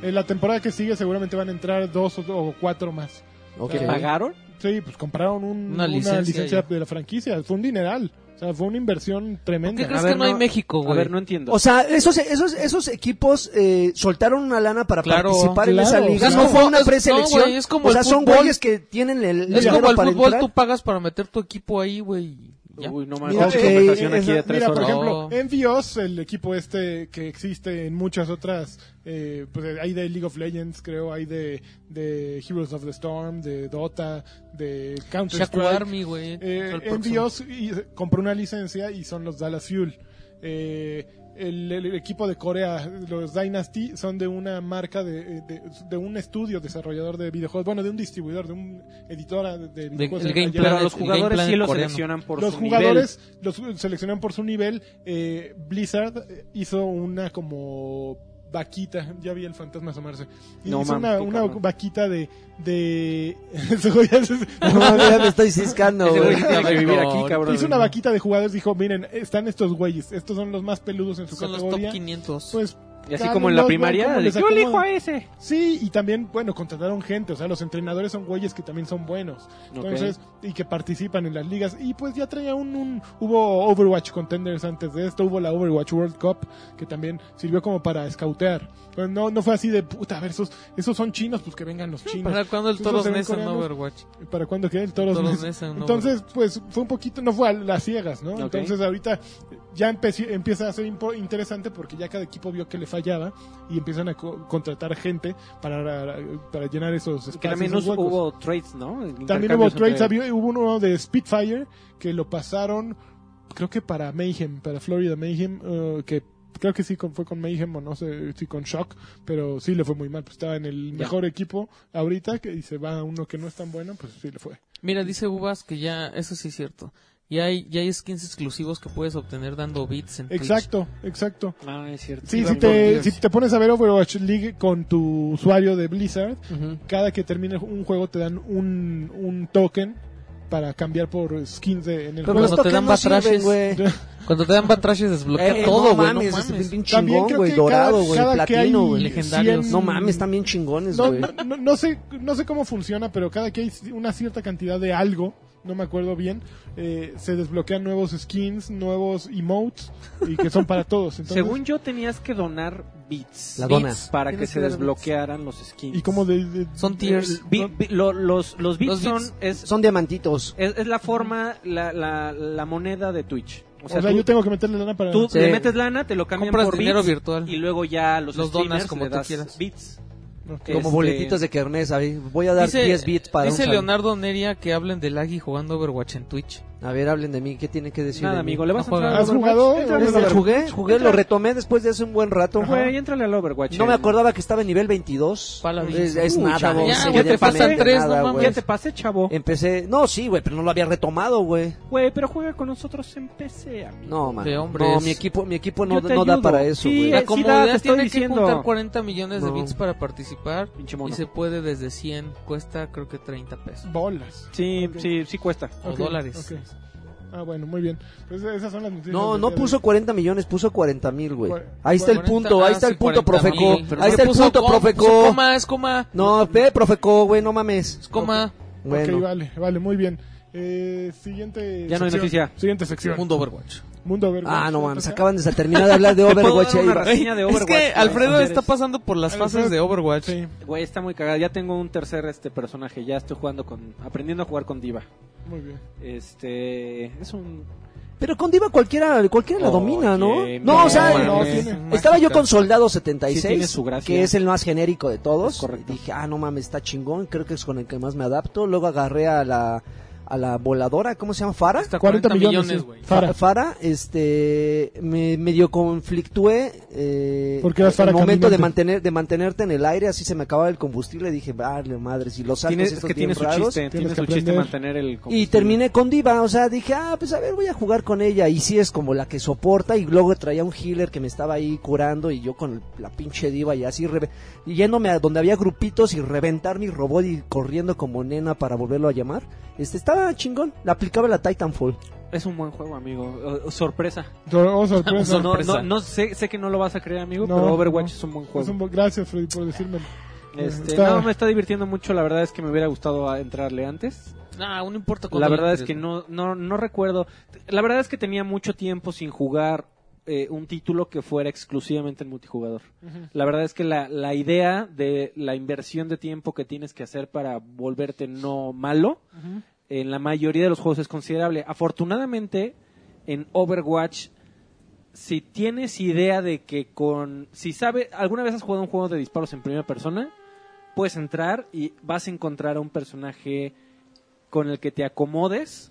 En la temporada que sigue seguramente van a entrar dos o, o cuatro más.
ok.
¿Que
¿Pagaron?
Sí, pues compraron un-
Una
una, licencia,
licencia ya.
de la franquicia. Fue un dineral. O sea, fue una inversión
¿Por
tremenda.
qué crees
ver,
que no hay
no-
México,
A
Oh, güey?
ver, no entiendo.
O sea, esos, esos, esos equipos eh, soltaron una lana para
Claro,
participar en
claro.
esa liga.
Es
no
como-
fue una
es- no,
preselección.
güey, es como
o sea,
el
son
fútbol.
güey que tienen el.
es
dinero
como el
para
fútbol,
entrar.
tú pagas para meter tu equipo ahí, güey. Ya.
Uy, no me
Mira,
hagas
ok,
conversación aquí
esa-
de tres
mira,
horas.
por
Oh.
ejemplo, Envios, el equipo este que existe en muchas otras, eh, pues hay de League of Legends, creo, hay de, de Heroes of the Storm, de Dota, de Counter
Shaku
Strike.
Army, güey. Fue
Eh,
el próximo.
Envios y- eh, compró una licencia y son los Dallas Fuel. Eh, el, el- el equipo de Corea, los Dynasty, son de una marca de, eh, de, de un estudio desarrollador de videojuegos, bueno, de un distribuidor, de un editora de, de videojuegos.
el
que
Game
la lleva-
Pero los
Planet, el Game
jugadores sí
Planet
lo
coreano.
seleccionan por
los
su
jugadores los seleccionaron por su nivel. eh, Blizzard hizo una como vaquita. Ya vi el fantasma asomarse. Y
No
hizo
mames,
una,
qué
una
cabrón.
vaquita de. de... ese güey ya se-
No, ya me estoy ciscando,
nivel.
güey.
Ese güey tiene que vivir aquí, cabrón.
hizo una vaquita de jugadores. Dijo: Miren, están estos güeyes. Estos son los más peludos en su
Son los top
categoría.
500.
Pues.
Y así
dale,
como en la
los,
primaria,
¿cómo
de
les
yo elijo
acomodan?
a ese.
Sí, y también, bueno, contrataron gente. O sea, los entrenadores son güeyes que también son buenos. Entonces, y que participan en las ligas. Y pues ya traía un, un- Hubo Overwatch Contenders antes de esto. Hubo la Overwatch World Cup, que también sirvió como para scoutear. Pero no, no fue así de puta, a ver, esos, esos son chinos, pues que vengan los chinos.
¿Para cuándo el
Esos
Toros
se ven
Nesa en
coreanos.
Overwatch?
¿Para cuándo queda el Toros
Toros
Nesa?
Nesa, no,
Entonces, pues fue un poquito, no fue a las ciegas, ¿no?
Ok.
Entonces ahorita ya empeci- empieza a ser impo- interesante porque ya cada equipo vio que le fallaba y empiezan a co- contratar gente para, para llenar esos espacios.
Que también
esos
hubo-
huecos.
hubo trades, ¿no?
También
Intercambios
hubo trades,
entre-
había- hubo uno de Spitfire que lo pasaron, creo que para Mayhem, para Florida Mayhem, eh, que creo que sí con- fue con Mayhem o no sé si con Shock, pero sí le fue muy mal, pues estaba en el mejor equipo ahorita que, y se va a uno que no es tan bueno, pues sí le fue.
Mira, dice Uvas que ya, eso sí es cierto. Ya hay, ya hay skins exclusivos que puedes obtener dando bits en Twitch.
Exacto, exacto.
Ah, es cierto.
Sí,
Iba
si
por
te,
Dios.
si te pones a ver Overwatch League con tu usuario de Blizzard,
Ujú.
cada que termine un juego te dan un, un token para cambiar por skins de- en el
Pero
juego.
cuando
los
te
toques
dan
no sirven,
batrashes.
güey.
Cuando te dan batrashes desbloquea
Eh,
todo,
no
güey. No
mames,
mames.
es bien
También
chingón,
creo
güey.
que
Dorado,
cada-
güey.
cada que hay
Platino, güey.
Legendarios.
No mames, están bien chingones,
No,
güey.
no, no, no sé, no sé cómo funciona, pero cada que hay una cierta cantidad de algo, no me acuerdo bien, eh, se desbloquean nuevos skins, nuevos emotes, y que son para todos. Entonces,
Según yo, tenías que donar bits.
La
Bits
dona.
Para que
Tienes
se
que dar
desbloquearan los skins.
y como de, de-
Son
tiers.
tiers.
los, los bits
Los
son...
bits.
Es,
Son diamantitos.
es, es la forma, la, la, la moneda de Twitch.
o
O sea,
sea,
tú,
yo tengo que meterle lana para...
tú
Sí.
le metes lana, te lo cambian
Compras
por bits.
dinero virtual.
Y luego ya los,
Los donas
streamers
como
le
tú
das
quieras.
bits.
Ok.
Como
Este,
boletitos de kermés, ahí. Voy a dar
Dice-
10 bits para
Dice
un sal-
Leonardo Neria que hablen de Laggy jugando Overwatch en Twitch.
A ver, hablen de mí. ¿Qué tienen que decir?
Nada,
de mí?
amigo, le vas a
No
entrar
juega.
al
¿Has
Overwatch?
jugado?
Entrale al
Este,
Overwatch.
Jugué, jugué, lo retomé después de hace un buen rato.
Güey, entrale al Overwatch.
No me
El-
acordaba que estaba en nivel 22.
Paladín.
Es, es
Uh,
nada,
chavo.
güey,
Ya,
sí,
ya te
evidentemente
pasan
tres,
nada,
no mames.
güey.
Ya te pasé,
Eh.
chavo.
Empecé, no, sí, güey, pero no lo había retomado, güey.
Güey, pero juega con nosotros en PC, amigo.
No, man.
De hombres.
no, mi equipo, mi equipo no,
Yo te
no da
ayudo.
para eso,
Sí,
güey.
La
sí,
comunidad
da, te estoy
tiene
diciendo.
que juntar 40 millones de
No.
bits para participar.
Pinche mono.
Y se puede desde 100. Cuesta creo que 30 pesos.
Bolas.
Sí,
Ok.
sí, sí cuesta.
O
Ok,
dólares.
ok. Ah, bueno, muy bien. Pues esas son las noticias.
No,
del
no
día de
puso
hoy.
40 millones, puso 40 mil, güey. Ahí está el
40,
punto, ahí está
ah,
el punto,
sí,
profe
40
Co.
mil. Pero
Ahí
no
está el
puso
punto,
com-
profe
puso
Co.
Coma, es coma.
No, ve, profe Co, güey, no mames.
Es coma.
Ok,
Bueno,
vale, vale, muy bien. Eh, siguiente
Ya no hay
sección.
noticia.
Siguiente sección. Mundo,
Mundo Overwatch.
Overwatch.
ah, no mames,
¿Te toca?
acaban de terminar de hablar de
puedo
Overwatch.
dar
y ahí
una
va.
reseña de Overwatch,
es
güey,
que Alfredo
si
está
quieres.
pasando por las
Alfredo-
fases de Overwatch.
Sí.
Güey, está muy cagada. Ya tengo un tercer este personaje. Ya estoy jugando con. Aprendiendo a jugar con Diva.
Muy bien.
Este. Es un.
Pero con Diva cualquiera, cualquiera la
Oye,
domina, ¿no?
mi
No, o sea,
amor,
no,
güey.
tiene- estaba yo con Soldado
Sí tiene
76,
su gracia.
que es el más genérico de todos.
Es correcto.
Dije, ah, no mames, está chingón, creo que es con el que más me adapto. Luego agarré a la, a la voladora, ¿cómo se llama? Farah.
Hasta
40 millones,
millones, güey.
Fara.
Fara, este, me medio conflictué eh,
Porque eras Fara
el momento
caminante.
de mantener de mantenerte en el aire, así se me acababa el combustible, dije, vale, madre, si los
Tiene,
saltos
es
estos
que
bien
tiene su
raros".
chiste. Tiene
tienes
su
que
chiste
aprender.
mantener el.
Y terminé con Diva, o sea, dije, ah, pues a ver, voy a jugar con ella. Y sí es como la que soporta. Y luego traía un healer que me estaba ahí curando. Y yo con la pinche Diva y así, reve- y yéndome a donde había grupitos y reventar mi robot y corriendo como nena para volverlo a llamar. Este, estaba chingón. La aplicaba la Titanfall.
Es un buen juego, amigo. O- o sorpresa.
Oh, sorpresa.
O sea, no,
sorpresa.
no, no sé, sé que no lo vas a creer, amigo,
No,
pero Overwatch
no.
es un buen juego.
Es un bo- Gracias, Freddy, por decírmelo.
Este,
Está-
No, me está divirtiendo mucho. La verdad es que me hubiera gustado a- entrarle antes.
Nah, no importa
La verdad es que no, no, no recuerdo. La verdad es que tenía mucho tiempo sin jugar eh, un título que fuera exclusivamente en multijugador. La verdad es que la, la idea de la inversión de tiempo que tienes que hacer para volverte no malo, en la mayoría de los juegos es considerable. Afortunadamente, en Overwatch, si tienes idea de que con... Si sabe, alguna vez has jugado un juego de disparos en primera persona, puedes entrar y vas a encontrar a un personaje con el que te acomodes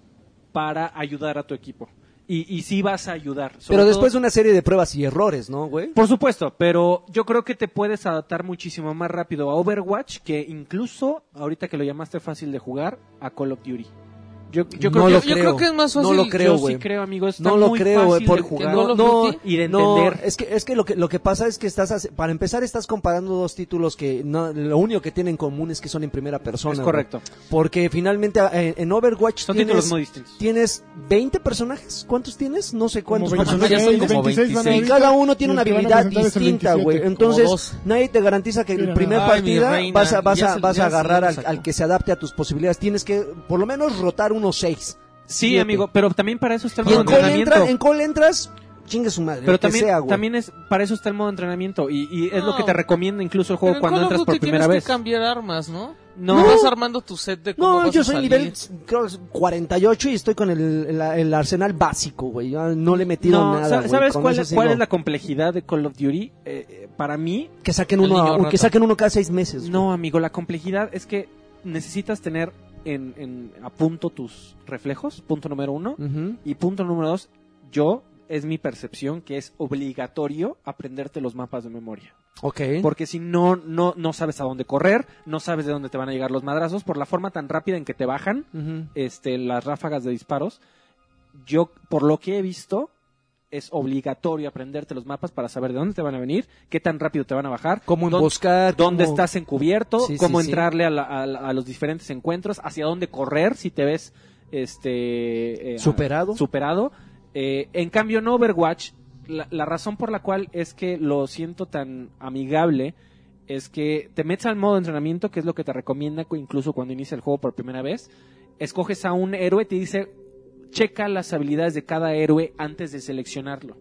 para ayudar a tu equipo. Y, y sí vas a ayudar. sobre
Pero
todo- Pues
después de una serie de pruebas y errores, ¿no, güey?
por supuesto, pero yo creo que te puedes adaptar muchísimo más rápido a Overwatch que incluso, ahorita que lo llamaste fácil de jugar, a Call of Duty. Yo, yo
No
creo
lo
que...
yo creo que es más
No
fácil-
lo creo,
yo
güey.
sí creo, amigo, está
no lo
muy
creo, güey,
fácil
por-
de jugar
no lo-
no,
y de
no,
entender.
es que es que lo que lo que pasa es que estás hace- para empezar estás comparando dos títulos que no- lo único que tienen en común es que son en primera persona.
Es
güey.
correcto.
Porque finalmente eh, en Overwatch
Son títulos
tienes,
muy distintos.
tienes 20 personajes, ¿cuántos tienes? No sé
Como
cuántos.
no,
26,
ya son como
26 van
26.
Y
ahorita,
cada uno tiene
y
una
el que van a
habilidad
presentar es el
distinta, güey.
27.
Como
Entonces,
dos.
nadie te garantiza que
Mira,
en primer
ay, mi
partida
reina,
vas a, vas
ya
a,
se-
vas
ya
a
se
agarrar
lo
al,
sacó.
al que se adapte a tus posibilidades. Tienes que, por lo menos, rotar unos seis.
Sí,
siete.
amigo, pero también para eso está el
Y
modo
en call,
entrenamiento.
entra- en call entras, chingue su madre.
pero
el que
también,
sea, güey.
también es para eso está el modo entrenamiento y, y es lo que
No.
te recomienda incluso el juego cuando entras por primera
tienes
vez.
que cambiar armas, ¿no?
No.
No. Vas armando tu set de cómo
No,
vas
yo
a
soy
salir.
nivel creo, que es 48 y estoy con el, el- el arsenal básico, güey. Yo No le he metido
No,
nada.
sa-
güey.
¿sabes
Con
cuál,
eso
es-
sí
cuál
no.
es la complejidad de Call of Duty? Eh, eh, para mí,
que saquen
El
uno,
niño
a-
rata.
que saquen uno cada seis meses? güey.
No, amigo, la complejidad es que necesitas tener en, en- a punto tus reflejos, punto número uno.
Ujú.
Y punto número dos, yo, es mi percepción que es obligatorio aprenderte los mapas de memoria.
Ok.
Porque si no, no, no sabes a dónde correr, no sabes de dónde te van a llegar los madrazos, por la forma tan rápida en que te bajan
Ujú.
este, las ráfagas de disparos, yo, por lo que he visto, es obligatorio aprenderte los mapas para saber de dónde te van a venir, qué tan rápido te van a bajar,
Cómo
dónde-
emboscar.
dónde
cómo-
estás encubierto,
Sí, sí,
cómo
sí.
entrarle a, la- a la- a los diferentes encuentros, hacia dónde correr si te ves este eh,
Superado.
superado. Eh, en cambio, en Overwatch, la, la razón por la cual es que lo siento tan amigable es que te metes al modo de entrenamiento, que es lo que te recomienda cu- incluso cuando inicia el juego por primera vez. Escoges a un héroe y te dice, checa las habilidades de cada héroe antes de seleccionarlo.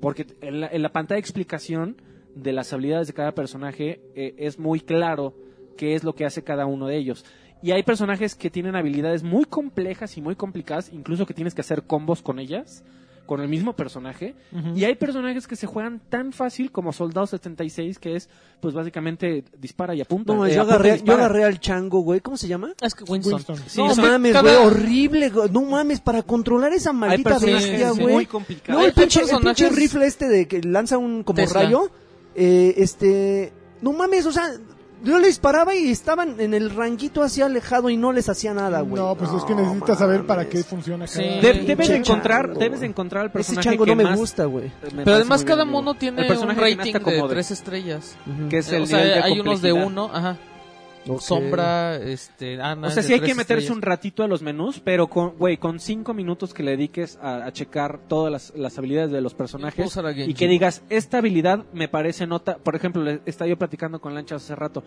Porque en la, en la pantalla de explicación de las habilidades de cada personaje eh, es muy claro qué es lo que hace cada uno de ellos. Y hay personajes que tienen habilidades muy complejas y muy complicadas, incluso que tienes que hacer combos con ellas, con el mismo personaje. Y hay personajes que se juegan tan fácil como Soldado 76, que es, pues básicamente, dispara y apunta.
No,
eh,
yo,
apunta y
agarré, yo
dispara.
agarré al chango, güey. ¿Cómo se llama?
Es que Winston.
Winston.
Sí,
no
es que
mames,
cada-
güey, horrible, güey. No mames, para controlar esa
hay
maldita
personajes
bestia,
sí,
güey.
muy
No,
complicados.
Hay-
el
hay
pinche, el
personajes-
pinche rifle este de que lanza un como
Tesla.
rayo. eh, este. No mames, o sea, yo le disparaba y estaban en el ranguito así alejado y no les hacía nada, güey.
No, pues es que necesitas saber para qué funciona
Sí.
cada-
De-
Pinche
debes,
chango,
encontrar,
güey.
debes encontrar al
Ese
personaje
chango
que
no me
más-
gusta, güey.
me parece
Pero además
muy
cada
bien,
mono
amigo. El
tiene un
personaje que más
rating
te
de
acomode,
tres estrellas.
que es el
Eh, o sea,
nivel de
hay unos de
complejidad.
uno, ajá.
Ok.
Sombra, este, Ana.
O sea, sí hay que meterse un ratito a los menús, pero con, güey, con cinco minutos que le dediques a, a checar todas las, las habilidades de los personajes y que digas, esta habilidad me parece nota. Por ejemplo, le- estaba yo platicando con Lanchas hace rato.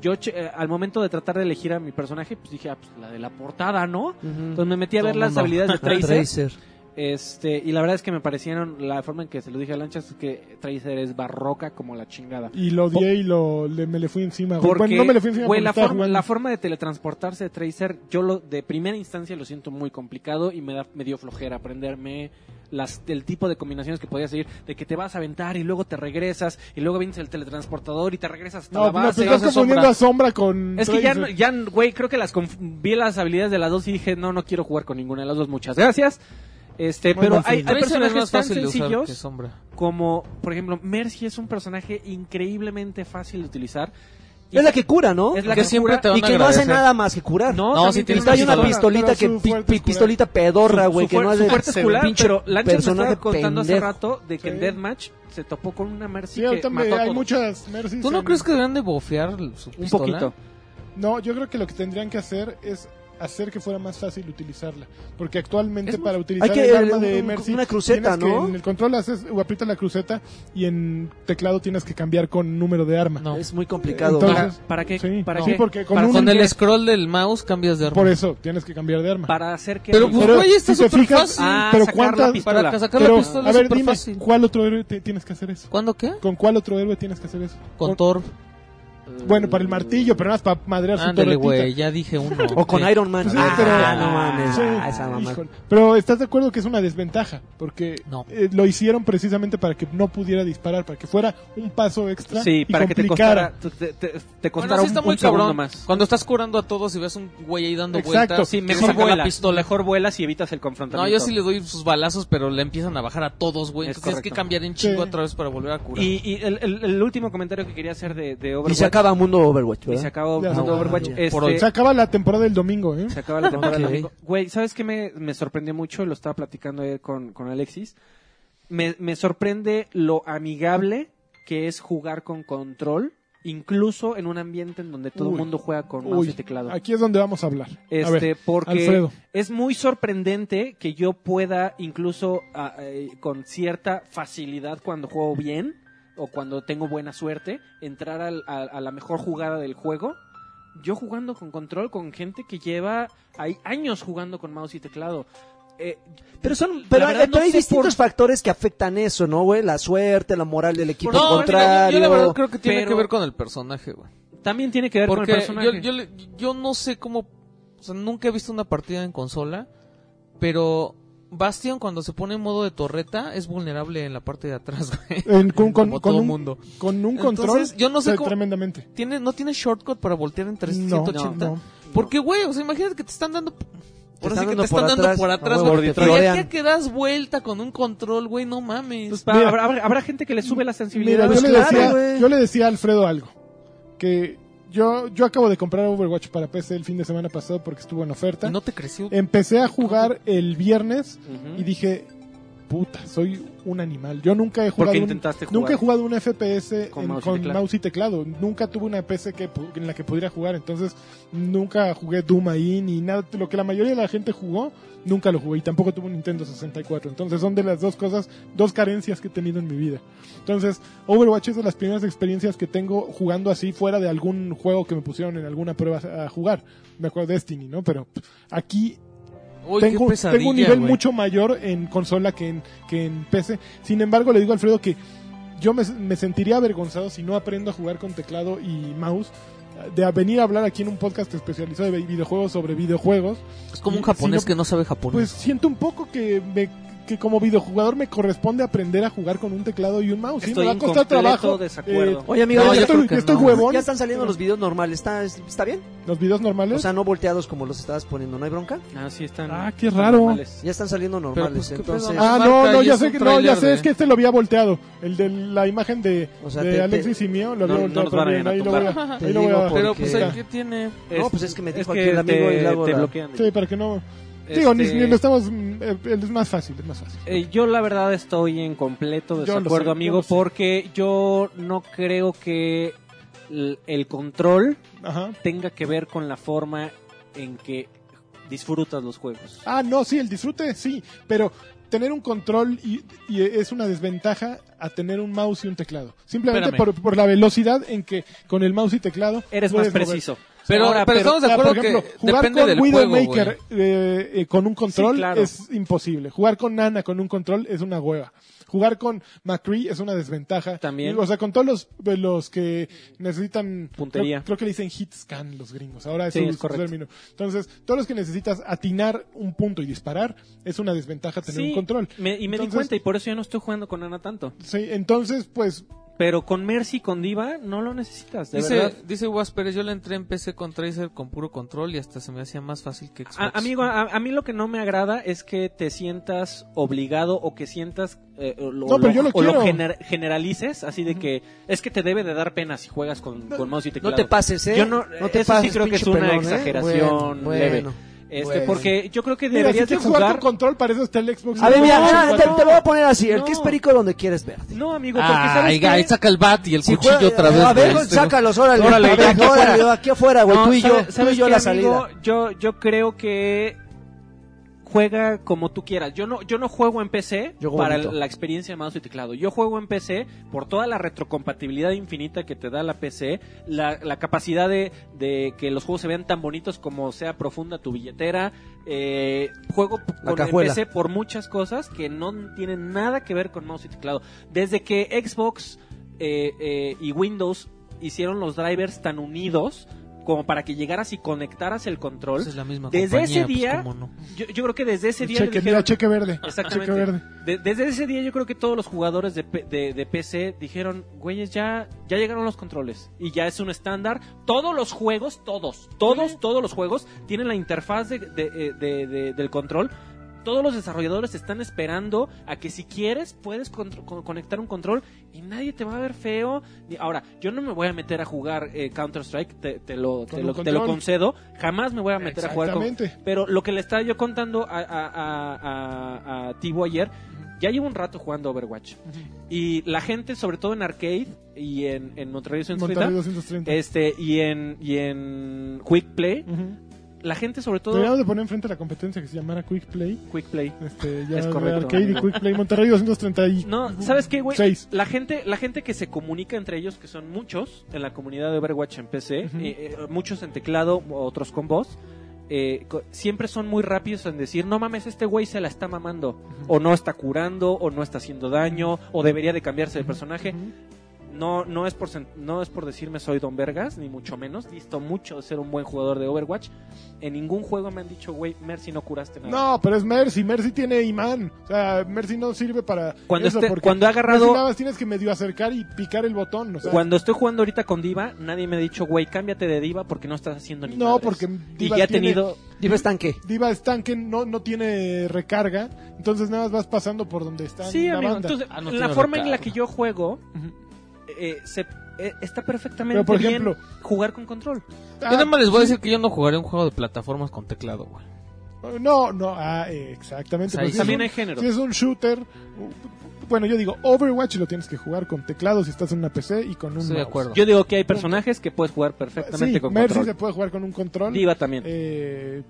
Yo, che- eh, al momento de tratar de elegir a mi personaje, pues dije, ah, pues la de la portada, ¿no?
Ujú.
Entonces me metí a ver
No,
las
no, no.
habilidades de
Ah,
Tracer.
Tracer.
Este, y la verdad es que me parecieron, la forma en que se lo dije a Lanchas, es que Tracer es barroca como la chingada.
Y lo odié y lo, le- me le fui encima. güey.
Porque,
bueno, pues, no me le fui encima.
güey,
porque
la
estaba
forma,
jugando.
la forma de teletransportarse de Tracer, yo lo, de primera instancia lo siento muy complicado y me, da, me dio flojera aprenderme las, el tipo de combinaciones que podías seguir, de que te vas a aventar y luego te regresas y luego vienes el teletransportador y te regresas hasta la
No, no, te
base.
estás
haces
confundiendo
sombra.
a Sombra con...
Es que ya,
Tracer.
no- ya, güey, creo que las conf- vi las habilidades de las dos y dije, no, no quiero jugar con ninguna de las dos, muchas gracias. Este,
Muy
pero
mal
hay, hay
fin.
personajes
personajes
más
tan
fácil de usar
sencillos
que Sombra.
como, por ejemplo, Mercy es un personaje increíblemente fácil de utilizar.
Es la que cura, ¿no?
Es la
que
que
siempre
cura
te van
y
a
que no hace
agradecer.
nada más que curar.
No,
No,
también
sí
tiene
tienes
y trae
una
una
pistola,
pistolita que
pero su
pi-
fuerte
pi-
es curar.
pistolita pedorra, güey,
Su
que no
fuer-
hace
su fuerte es curar,
pinche
pero Lancha me
personaje
estaba contando hace
pendejo.
rato de que en
Sí.
Deathmatch se topó con una Mercy
Sí,
que
ahorita me-
mató a
hay
todos.
muchas Mercies.
¿Tú no
en-
crees que deberían de bofear su
un
pistola?
poquito.
No, yo creo que lo que tendrían que hacer es hacer que fuera más fácil utilizarla. Porque actualmente para utilizar
Hay que-
el arma
un-
de
un-
Mercy,
una cruceta,
tienes que
¿no?
en el control haces, o aprietas la cruceta y en teclado tienes que cambiar con número de arma.
No.
Es muy complicado.
Entonces-
¿Para- para qué?
Sí,
¿Para
no.
qué?
Sí, porque con
Para-
un-
Con el scroll del mouse cambias de arma.
Por eso tienes que cambiar de arma.
Para hacer que...
Pero, pues, güey, está
si te
súper
fijas,
fácil.
Ah,
pero
sacar la
cuántas-
pistola.
para que sacar
Pero,
la pistola
a
es
ver,
súper
dime,
fácil.
¿cuál otro héroe te- tienes que hacer eso?
¿Cuándo qué?
¿Con cuál otro héroe tienes que hacer eso?
Con Thor.
Bueno, para el martillo, pero nada más para madrear su
Ándale,
torretita.
güey, ya dije uno.
O con
Sí.
Iron Man.
Pues sí,
ah,
pero-
no mames.
Sí,
ah, esa mamá.
híjole. Pero estás de acuerdo que es una desventaja, porque
No.
eh, lo hicieron precisamente para que no pudiera disparar, para que fuera un paso extra
Sí,
y
para que te
complicara.
costara, te, te- te
Bueno,
costara
sí
un,
está muy
un segundo
cabrón.
más.
Cuando estás curando a todos y ves un güey ahí dando
Exacto.
vueltas,
Sí,
que
mejor
saca la
vuelas,
pistola.
mejor vuelas y evitas el
No,
confrontamiento.
yo sí le doy sus balazos, pero le empiezan a bajar a todos, güey.
Es
Entonces tienes que
correcto.
cambiar en chingo
Sí.
otra vez para volver a curar.
Y, y el, el- el último comentario que quería hacer de, de
Y
Overwatch...
se acaba Mundo Overwatch,
y
¿verdad?
se acabó
Ya,
Mundo
ah,
Overwatch.
ya.
Este,
Por hoy.
Se acaba la temporada del domingo, ¿eh?
Se acaba la temporada.
Ok.
del domingo. Güey, ¿sabes qué me, me sorprendió mucho? Lo estaba platicando ayer con, con Alexis. Me, me sorprende lo amigable que es jugar con control, incluso en un ambiente en donde todo el
Uy.
mundo juega con mouse
Uy,
y teclado.
aquí es donde vamos a hablar. a
Este,
ver,
porque
Alfredo.
es muy sorprendente que yo pueda, incluso ah, eh, con cierta facilidad cuando juego bien o cuando tengo buena suerte, entrar al- a, a la mejor jugada del juego. Yo jugando con control con gente que lleva hay años jugando con mouse y teclado. Eh,
Pero son,
La
pero,
verdad,
pero
no
hay
sé
distintos
por-
factores que afectan eso, ¿no, güey? La suerte, la moral del equipo
No, mira,
contrario.
yo, yo la verdad creo que tiene
pero-
que ver con el personaje, güey.
también tiene que ver con el
Porque yo,
personaje.
yo, le- yo no sé cómo. O sea, nunca he visto una partida en consola. Pero Bastion, cuando se pone en modo de torreta, es vulnerable en la parte de atrás, güey.
En- con, con-
Como
con
todo
un,
mundo.
con un control,
Entonces, yo no sé
se-
cómo-
tremendamente.
¿Tiene, no tiene shortcut para voltear en
No,
380.
no, no.
Porque, güey, o sea, imagínate que te están dando. Ahora sí
están
que
dando
te están
por
dando
atrás,
por
a
atrás,
huevo,
güey.
te
Y
trolean.
aquí que das vuelta con un control, güey, no mames.
Pues, pa-
Mira.
habrá, habrá- habrá gente que le sube la sensibilidad.
Mira,
Pues
yo, le
claro,
decía,
güey.
yo le decía a Alfredo algo. Que yo, yo acabo de comprar Overwatch para PC el fin de semana pasado porque estuvo en oferta.
Y no te creció.
Empecé a jugar el viernes
Ujú.
y dije, puta, soy un animal. Yo nunca he jugado
Porque
un-
intentaste jugar.
nunca he jugado un FPS
Con
en-
mouse y
con
teclado.
mouse y teclado. Nunca tuve una PC que, pu- en la que pudiera jugar. Entonces nunca jugué Doom ahí ni nada. Lo que la mayoría de la gente jugó, nunca lo jugué. Y tampoco tuve un Nintendo 64. Entonces son de las dos cosas, dos carencias que he tenido en mi vida. Entonces Overwatch es de las primeras experiencias que tengo jugando así fuera de algún juego que me pusieron en alguna prueba a jugar. Me acuerdo de Destiny, ¿no? Pero pff, aquí
Uy, qué
tengo,
pesadilla,
tengo un nivel
güey.
mucho mayor en consola que en, que en PC. Sin embargo, le digo a Alfredo que yo me, me sentiría avergonzado si no aprendo a jugar con teclado y mouse. De a venir a hablar aquí en un podcast especializado de videojuegos sobre videojuegos,
Es como un
si
japonés
no-
que no sabe japonés.
pues siento un poco que, me- que como videojugador me corresponde aprender a jugar con un teclado y un mouse. Sí,
Estoy
me va a
en
costar
completo
trabajo.
desacuerdo.
Eh,
Oye, amigo,
ya
No, yo
estoy,
creo que
ya estoy
no.
huevón.
ya están saliendo los videos normales. ¿Está, ¿Está bien?
Los videos normales.
O sea, no volteados como los estabas poniendo, ¿no hay bronca?
Ah, sí, están.
Ah, qué
están
raro.
normales.
Ya están saliendo normales,
pues, ¿qué
entonces...
pedo?
Ah,
marca
no, no,
y
ya
es
sé
un
que no, ya
tráiler
sé,
de-
es que este lo había volteado. El de la imagen de,
O sea,
de
te- te-
Alexis y mío lo
No,
había
no
volteado
nos van a
también. Ahí lo voy a,
Te
ahí lo voy
digo
a-
Pero
porque-
pues el que tiene...
No, pues es que me dijo
que
aquí el amigo
te-
y luego
te
la-
bloquean.
Sí, para que no. Digo, ni,
Este-
ni lo estamos. mm, eh, Es más fácil, es más fácil.
Eh, yo la verdad estoy en completo
Yo lo sé,
desacuerdo,
yo
amigo,
lo sé.
porque yo no creo que l- el control
Ajá.
tenga que ver con la forma en que disfrutas los juegos.
Ah, no, sí, el disfrute, sí. Pero tener un control y, y es una desventaja a tener un mouse y un teclado. Simplemente
Espérame.
por, por la velocidad en que con el mouse y teclado.
Eres más
puedes mover.
preciso.
Pero,
Ahora,
pero
O
estamos de
sea,
acuerdo
ah, por ejemplo,
que
jugar
depende
con
del juego, güey.
Widowmaker eh, eh, con un control
Sí, claro.
es imposible. Jugar con Nana con un control es una hueva. Jugar con McCree es una desventaja.
También.
Y, O sea, con todos los, eh, los que necesitan...
Puntería.
Creo, creo que le dicen hit scan los gringos. Ahora es
Sí,
su-
es
su
correcto.
término. Entonces, todos los que necesitas atinar un punto y disparar es una desventaja tener
Sí,
un control.
me- y me di
Entonces-
cuenta y por eso yo no estoy jugando con Ana tanto.
Sí, entonces, pues,
Pero con Mercy, con Diva, no lo necesitas, de
Dice,
verdad.
dice Was Pérez, yo le entré en PC con Tracer con puro control y hasta se me hacía más fácil que Xbox.
A- amigo, a, a mí lo que no me agrada es que te sientas obligado o que sientas eh, o lo,
No, pero yo lo
o
quiero.
gener- generalices, así de que es que te debe de dar pena si juegas con, con mouse y teclado.
No te pases, ¿eh?
Yo no-
te
eso sí creo que
pinche
es una
pelón, ¿eh?
exageración
Bueno,
leve.
bueno.
Este,
Bueno.
porque yo creo que
Mira, si
deberías de
quieres jugar
jugar.
con control, para eso está el Xbox.
A ver, mira, mira, te, te voy a poner así. El
No.
que es perico donde quieres verte.
No, amigo, porque
Ay,
sabes
ay,
qué?
Ah, saca el bat y el
Si
cuchillo
juega-
otra vez.
A ver,
güey. Este-
sácalos, órale.
Órale,
a ver,
ya aquí
órale,
afuera.
aquí afuera, güey.
No,
tú y yo,
¿sabe-
tú y
¿sabes
yo
qué,
la
amigo?
salida.
Yo, yo creo que juega como tú quieras. Yo no, yo no juego en PC
Yo juego
para
bonito.
la experiencia de mouse y teclado. Yo juego en PC por toda la retrocompatibilidad infinita que te da la PC, la, la capacidad de, de que los juegos se vean tan bonitos como sea profunda tu billetera. Eh, juego p-
La
con el
cajuela.
PC por muchas cosas que no tienen nada que ver con mouse y teclado. Desde que Xbox eh, eh, y Windows hicieron los drivers tan unidos como para que llegaras y conectaras el control.
Pues es la misma
Desde
compañía,
ese
pues,
día-
cómo no.
Yo, yo creo que desde ese día... le
Cheque,
dijeron-
mira, cheque verde.
Exactamente.
Cheque verde.
De- desde ese día yo creo que todos los jugadores de, P- de- de PC dijeron, güeyes, ya, ya llegaron los controles y ya es un estándar. Todos los juegos, todos, todos, todos los juegos tienen la interfaz de- de- eh, de- de- del control. Todos los desarrolladores están esperando a que si quieres puedes contro- co- conectar un control y nadie te va a ver feo. Ni- Ahora, yo no me voy a meter a jugar Counter Strike, te, te lo,
Con
te
un
lo- te lo
control.
concedo. Jamás me voy a meter a jugar con,
Exactamente.
pero lo que le estaba yo contando a, a, a, a, a Tibo ayer, ya llevo un rato jugando Overwatch. Y la gente, sobre todo en Arcade y en, en Monterrey
Monterrey
Central,
230.
este, y en, y en Quick Play,
Ujú.
la gente sobre todo...
Deberíamos de poner enfrente a la competencia que se llamara Quick Play.
Quick Play.
Este, ya
Es correcto.
Arcade y Quick Play. Monterrey 236.
No, ¿sabes qué, güey?
Seis.
La gente, la gente que se comunica entre ellos, que son muchos en la comunidad de Overwatch en PC,
Ujú.
eh, eh, muchos en teclado, otros con voz, eh, co- siempre son muy rápidos en decir, no mames, este güey se la está mamando, o no está curando, o no está haciendo daño, o debería de cambiarse de personaje. No, no es por sen- no es por decirme soy Don Vergas, ni mucho menos, listo mucho de ser un buen jugador de Overwatch. En ningún juego me han dicho, güey, Mercy no curaste nada.
No, pero es Mercy. Mercy tiene imán. O sea, Mercy no sirve para.
Cuando,
eso
esté-
porque
cuando ha
Mercy
agarrado
nada más tienes que medio acercar y picar el botón. O sea,
Cuando estoy jugando ahorita con Diva, nadie me ha dicho, güey, cámbiate de Diva porque no estás haciendo ni
No,
madres".
porque
Y
Diva
ya ha
tiene-
tenido...
Dime, estanque.
Diva Stanken no, no tiene recarga. Entonces nada más vas pasando por donde está.
Sí,
la
amigo,
banda.
entonces
Ah, no
la
tiene
forma en la
recarga.
que yo juego
Ujú.
eh, se- eh, está perfectamente
Pero por
bien
ejemplo.
jugar con control.
Yo nada
ah,
más les voy a decir que yo no jugaré un juego de plataformas con teclado, güey.
no, no, ah, eh, exactamente.
O sea,
pero
y
si es
También
un-
hay género.
Si es un shooter, u- bueno, yo digo, Overwatch lo tienes que jugar con teclado si estás en una PC y con un
Estoy de
mouse.
acuerdo.
Yo digo que hay personajes que puedes jugar perfectamente
Sí,
con
Mercy se
control.
puede jugar con un control.
Diva también.
Eh,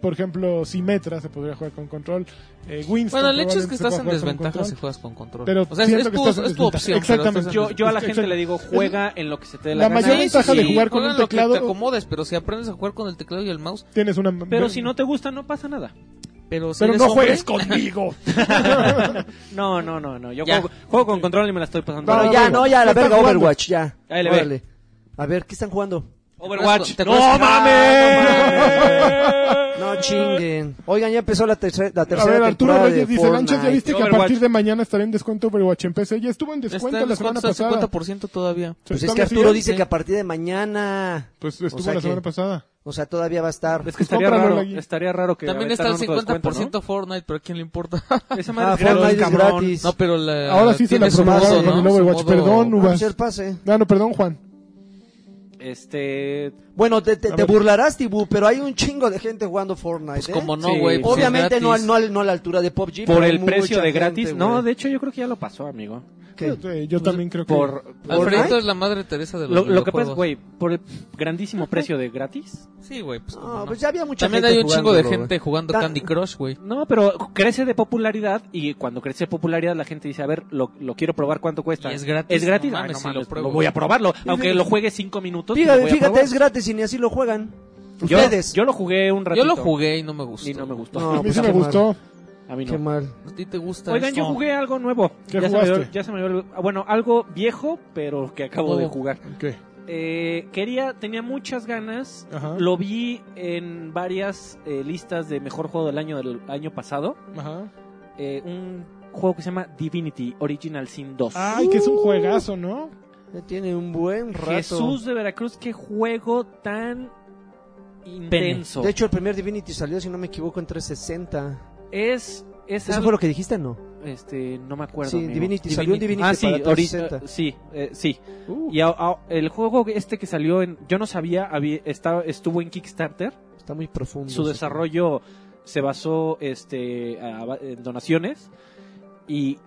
por ejemplo, Symmetra se podría jugar con control. Eh, Winston.
Bueno, el hecho es que
probablemente se
estás en
puede jugar con
desventaja si
control.
juegas con control.
Pero
o sea, es,
siento
es
que
tu,
estás en
es tu
desventaja.
opción.
Exactamente.
pero
yo,
estás en
yo a la
es-
gente
es-
le digo, juega en lo que se te dé la,
La
gana.
mayor
Sí,
ventaja
sí,
de
sí.
jugar con
Juega
un
lo que
teclado-
Te acomodes, pero si aprendes a jugar con el teclado y el mouse,
Tienes una.
Pero si no te gusta, no pasa nada.
pero si
Pero
eres
no
hombre,
juegues conmigo.
No, no, no, no. Yo
Ya.
juego, juego con control y me la estoy pasando.
Va,
Bueno,
bien.
ya,
bueno,
no, ya,
¿qué
la
están
verga,
jugando?
Overwatch, ya.
Ahí le ve.
Órale. A ver, ¿qué están jugando?
Overwatch.
¿Te
¡No
acuerdas-
mames!
No chinguen. Oigan, ya empezó la, terce- la
A
tercera
ver, Arturo
temporada de
Reyes dice:
Fortnite.
Lanchas, ya viste que a
Overwatch.
partir de mañana estará en descuento Overwatch en PC. Ya estuvo en descuento
Está en
la semana
descuento al
pasada.
50% todavía.
Pues es que
¿Todavía
Arturo
sigue?
dice
Sí.
que a partir de mañana,
¿eh? Pues estuvo
O sea
la
que-
semana pasada.
o sea, todavía va a estar.
Es que
Pues
estaría
cómpralo,
raro,
Lagui.
estaría raro que
También está el
aventaran otro
50%
descuento,
Fortnite, pero ¿a quién le importa?
¿no? Esa madre
Ah,
es gratis,
Fortnite es
cabrón.
gratis.
pues,
No, pero la,
Ahora sí se
tiene
la
su
promogaron
modo,
con el
Su
Overwatch, perdón,
Va a
uvas.
ser pase.
Ah, no, perdón, Juan.
Este,
Bueno, te, te-
A
te
ver.
burlarás, Tibú, pero hay un chingo de gente jugando Fortnite.
Pues
¿eh?
como no,
Sí.
güey. pues es
Obviamente no, al-
gratis.
no, al- no a la altura de PUBG.
por
pero hay
el
mucha
precio de
gente,
gratis. no,
güey.
de hecho yo creo que ya lo pasó, amigo.
¿Qué?
pues,
Eh, yo también creo que.
Por,
Alfredito
Fortnite.
es la madre Teresa de los
lo, lo que pasa es,
videojuegos.
güey, por el grandísimo precio de gratis.
Sí, güey, pues, cómo
No,
no.
pues ya había mucha
También
gente
hay un chingo de
jugándolo,
gente jugando
Ta-
Candy Crush, güey.
No, pero crece de popularidad y cuando crece de popularidad la gente dice, a ver, lo, lo quiero probar, ¿cuánto cuesta?
Y es gratis,
Es gratis,
no
Ah,
Ay,
mames,
no
si
mames,
lo pruebo.
voy a probarlo. Aunque lo juegue cinco minutos.
güey. Fíjate,
lo voy a
fíjate,
probar.
es gratis y ni así lo juegan.
Yo-
Ustedes.
Yo, lo jugué un ratito.
Yo lo jugué y no me gustó.
Y no me gustó.
No,
A mí
pues
sí me
qué mal.
gustó.
A mí no.
Qué mal.
¿A ti te gusta
Oigan, yo
esto?
jugué algo nuevo.
¿Qué
ya, se me dio-
jugaste?
ya se me dio- ah, Bueno, algo viejo, pero que acabo de
Nuevo.
jugar.
¿Qué?
Eh, quería, tenía muchas ganas.
Ajá.
Lo vi en varias eh, listas de mejor juego del año del año pasado.
Ajá.
Eh, un juego que se llama Divinity Original Sin 2.
Ay, que es un juegazo, ¿no?
Ya tiene un buen rato.
Jesús de Veracruz, qué juego tan intenso.
De hecho, el primer Divinity salió, si no me equivoco, en 360.
es es
¿Eso
algo-
fue lo que dijiste, no?
este no me acuerdo.
Ah, Sí,
amigo.
Divinity, salió en Divinity
Ah, sí,
para
ori-
360.
sí, eh, sí.
Uh.
Y a- a- el juego este que salió en. Yo no sabía, había, estaba, estuvo en Kickstarter.
Está muy profundo.
su
ese
desarrollo se basó este, a ba- en donaciones y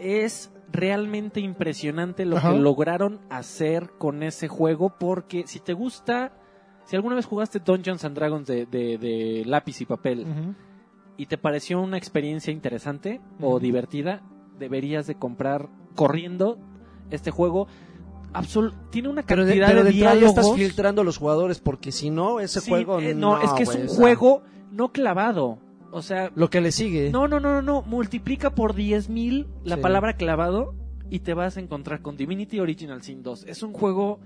es realmente impresionante lo
Ajá.
que lograron hacer con ese juego porque si te gusta, si alguna vez jugaste Dungeons and Dragons de, de- de lápiz y papel
Ujú.
y te pareció una experiencia interesante o divertida, deberías de comprar corriendo este juego. Absol- tiene una
Pero de,
cantidad
pero de entrada ya
diálogos
estás filtrando a los jugadores porque si no, ese
Sí,
juego
eh,
no.
es que es
güey,
un
o sea,
juego no clavado. O sea,
Lo que le sigue.
no, no, no, no, no. Multiplica por 10.000 la
Sí.
palabra clavado y te vas a encontrar con Divinity Original Sin 2. Es un juego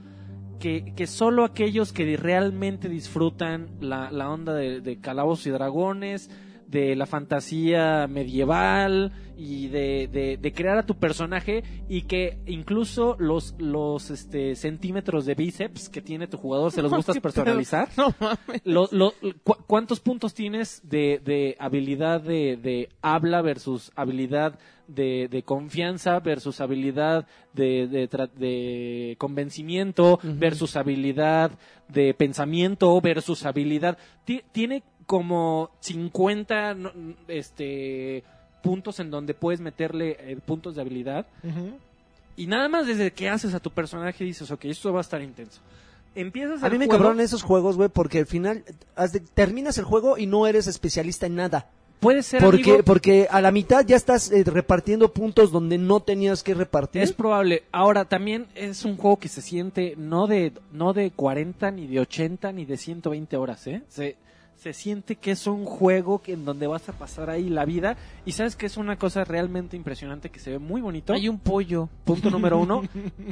que, que solo aquellos que realmente disfrutan la, la onda de, de Calabozos y Dragones, de la fantasía medieval y de, de- de crear a tu personaje y que incluso los, los este, centímetros de bíceps que tiene tu jugador se los gustas personalizar.
No mames.
Lo- lo- cu- ¿Cuántos puntos tienes de, de habilidad de, de habla versus habilidad de, de confianza versus habilidad de, de, tra- de convencimiento
Ujú.
versus habilidad de pensamiento versus habilidad? Ti- tiene como 50 no- este, puntos en donde puedes meterle eh, puntos de habilidad
Ujú.
y nada más desde que haces a tu personaje dices, ok, esto va a estar intenso. Empiezas
A
el
mí me
juego-
cabronan esos juegos, güey, porque al final has de- terminas el juego y no eres especialista en nada.
Puede ser amigo-
Porque, porque a la mitad ya estás eh, repartiendo puntos donde no tenías que repartir.
Es probable. Ahora, también es un juego que se siente no de, no de 40, ni de 80, ni de 120 horas, ¿eh? Se, se siente que es un juego que, en donde vas a pasar ahí la vida. Y sabes que es una cosa realmente impresionante que se ve muy bonito.
Hay un pollo.
Punto número uno,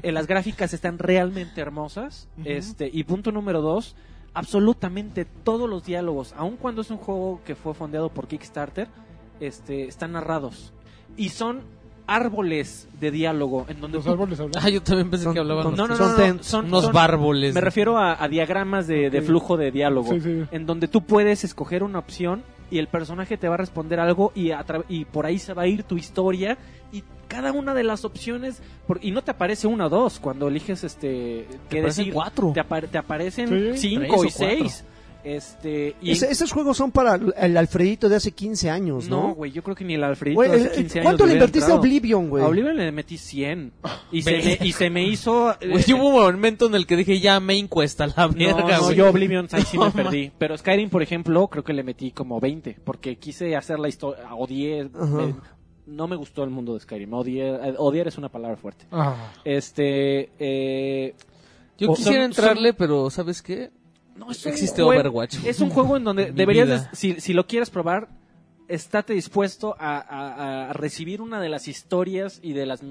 eh, las gráficas están realmente hermosas.
Ujú.
este Y punto número dos, absolutamente todos los diálogos, aun cuando es un juego que fue fondeado por Kickstarter, este están narrados. Y son árboles de diálogo en donde
Los
tú-
árboles hablan.
Ah, yo también pensé
Son-
que hablaban
son-
los-
no, no,
Son
no, no,
ten-
son-
unos
son-
bárboles.
Me refiero a, a diagramas de, de
Ok.
flujo de diálogo,
Sí, sí.
en donde tú puedes escoger una opción y el personaje te va a responder algo y, a tra- y por ahí se va a ir tu historia y cada una de las opciones por- y no te aparece una o dos cuando eliges este qué
parecen
decir
cuatro.
te, apar- te aparecen
Sí.
cinco y
Tres o cuatro.
seis este y
Ese- esos juegos son para el Alfredito de hace 15 años,
no
¿no?
güey yo creo que ni el Alfredito
Güey,
hace
eh,
15 años
¿Cuánto le
hubiera
invertiste
entrado.
a Oblivion, güey?
a Oblivion le metí 100 y se,
Ve.
me, y se me hizo eh,
Güey, hubo un momento en el que dije, ya me encuesta la
No,
verga,
no,
güey.
yo Oblivion ahí sí me
No,
perdí. Pero Skyrim, por ejemplo, creo que le metí como 20. Porque quise hacer la historia. Odié.
Ajá.
eh, no me gustó el mundo de Skyrim. Odié, eh, odiar es una palabra fuerte.
Ah.
Este. Eh,
Yo
O-
quisiera
son-
entrarle, pero ¿sabes qué?
no, es un
Existe
jue-
Overwatch.
Es un juego en donde
Mi
deberías. de-
vida.
si, si lo quieres probar, estate dispuesto a, a- a recibir una de las historias y de las.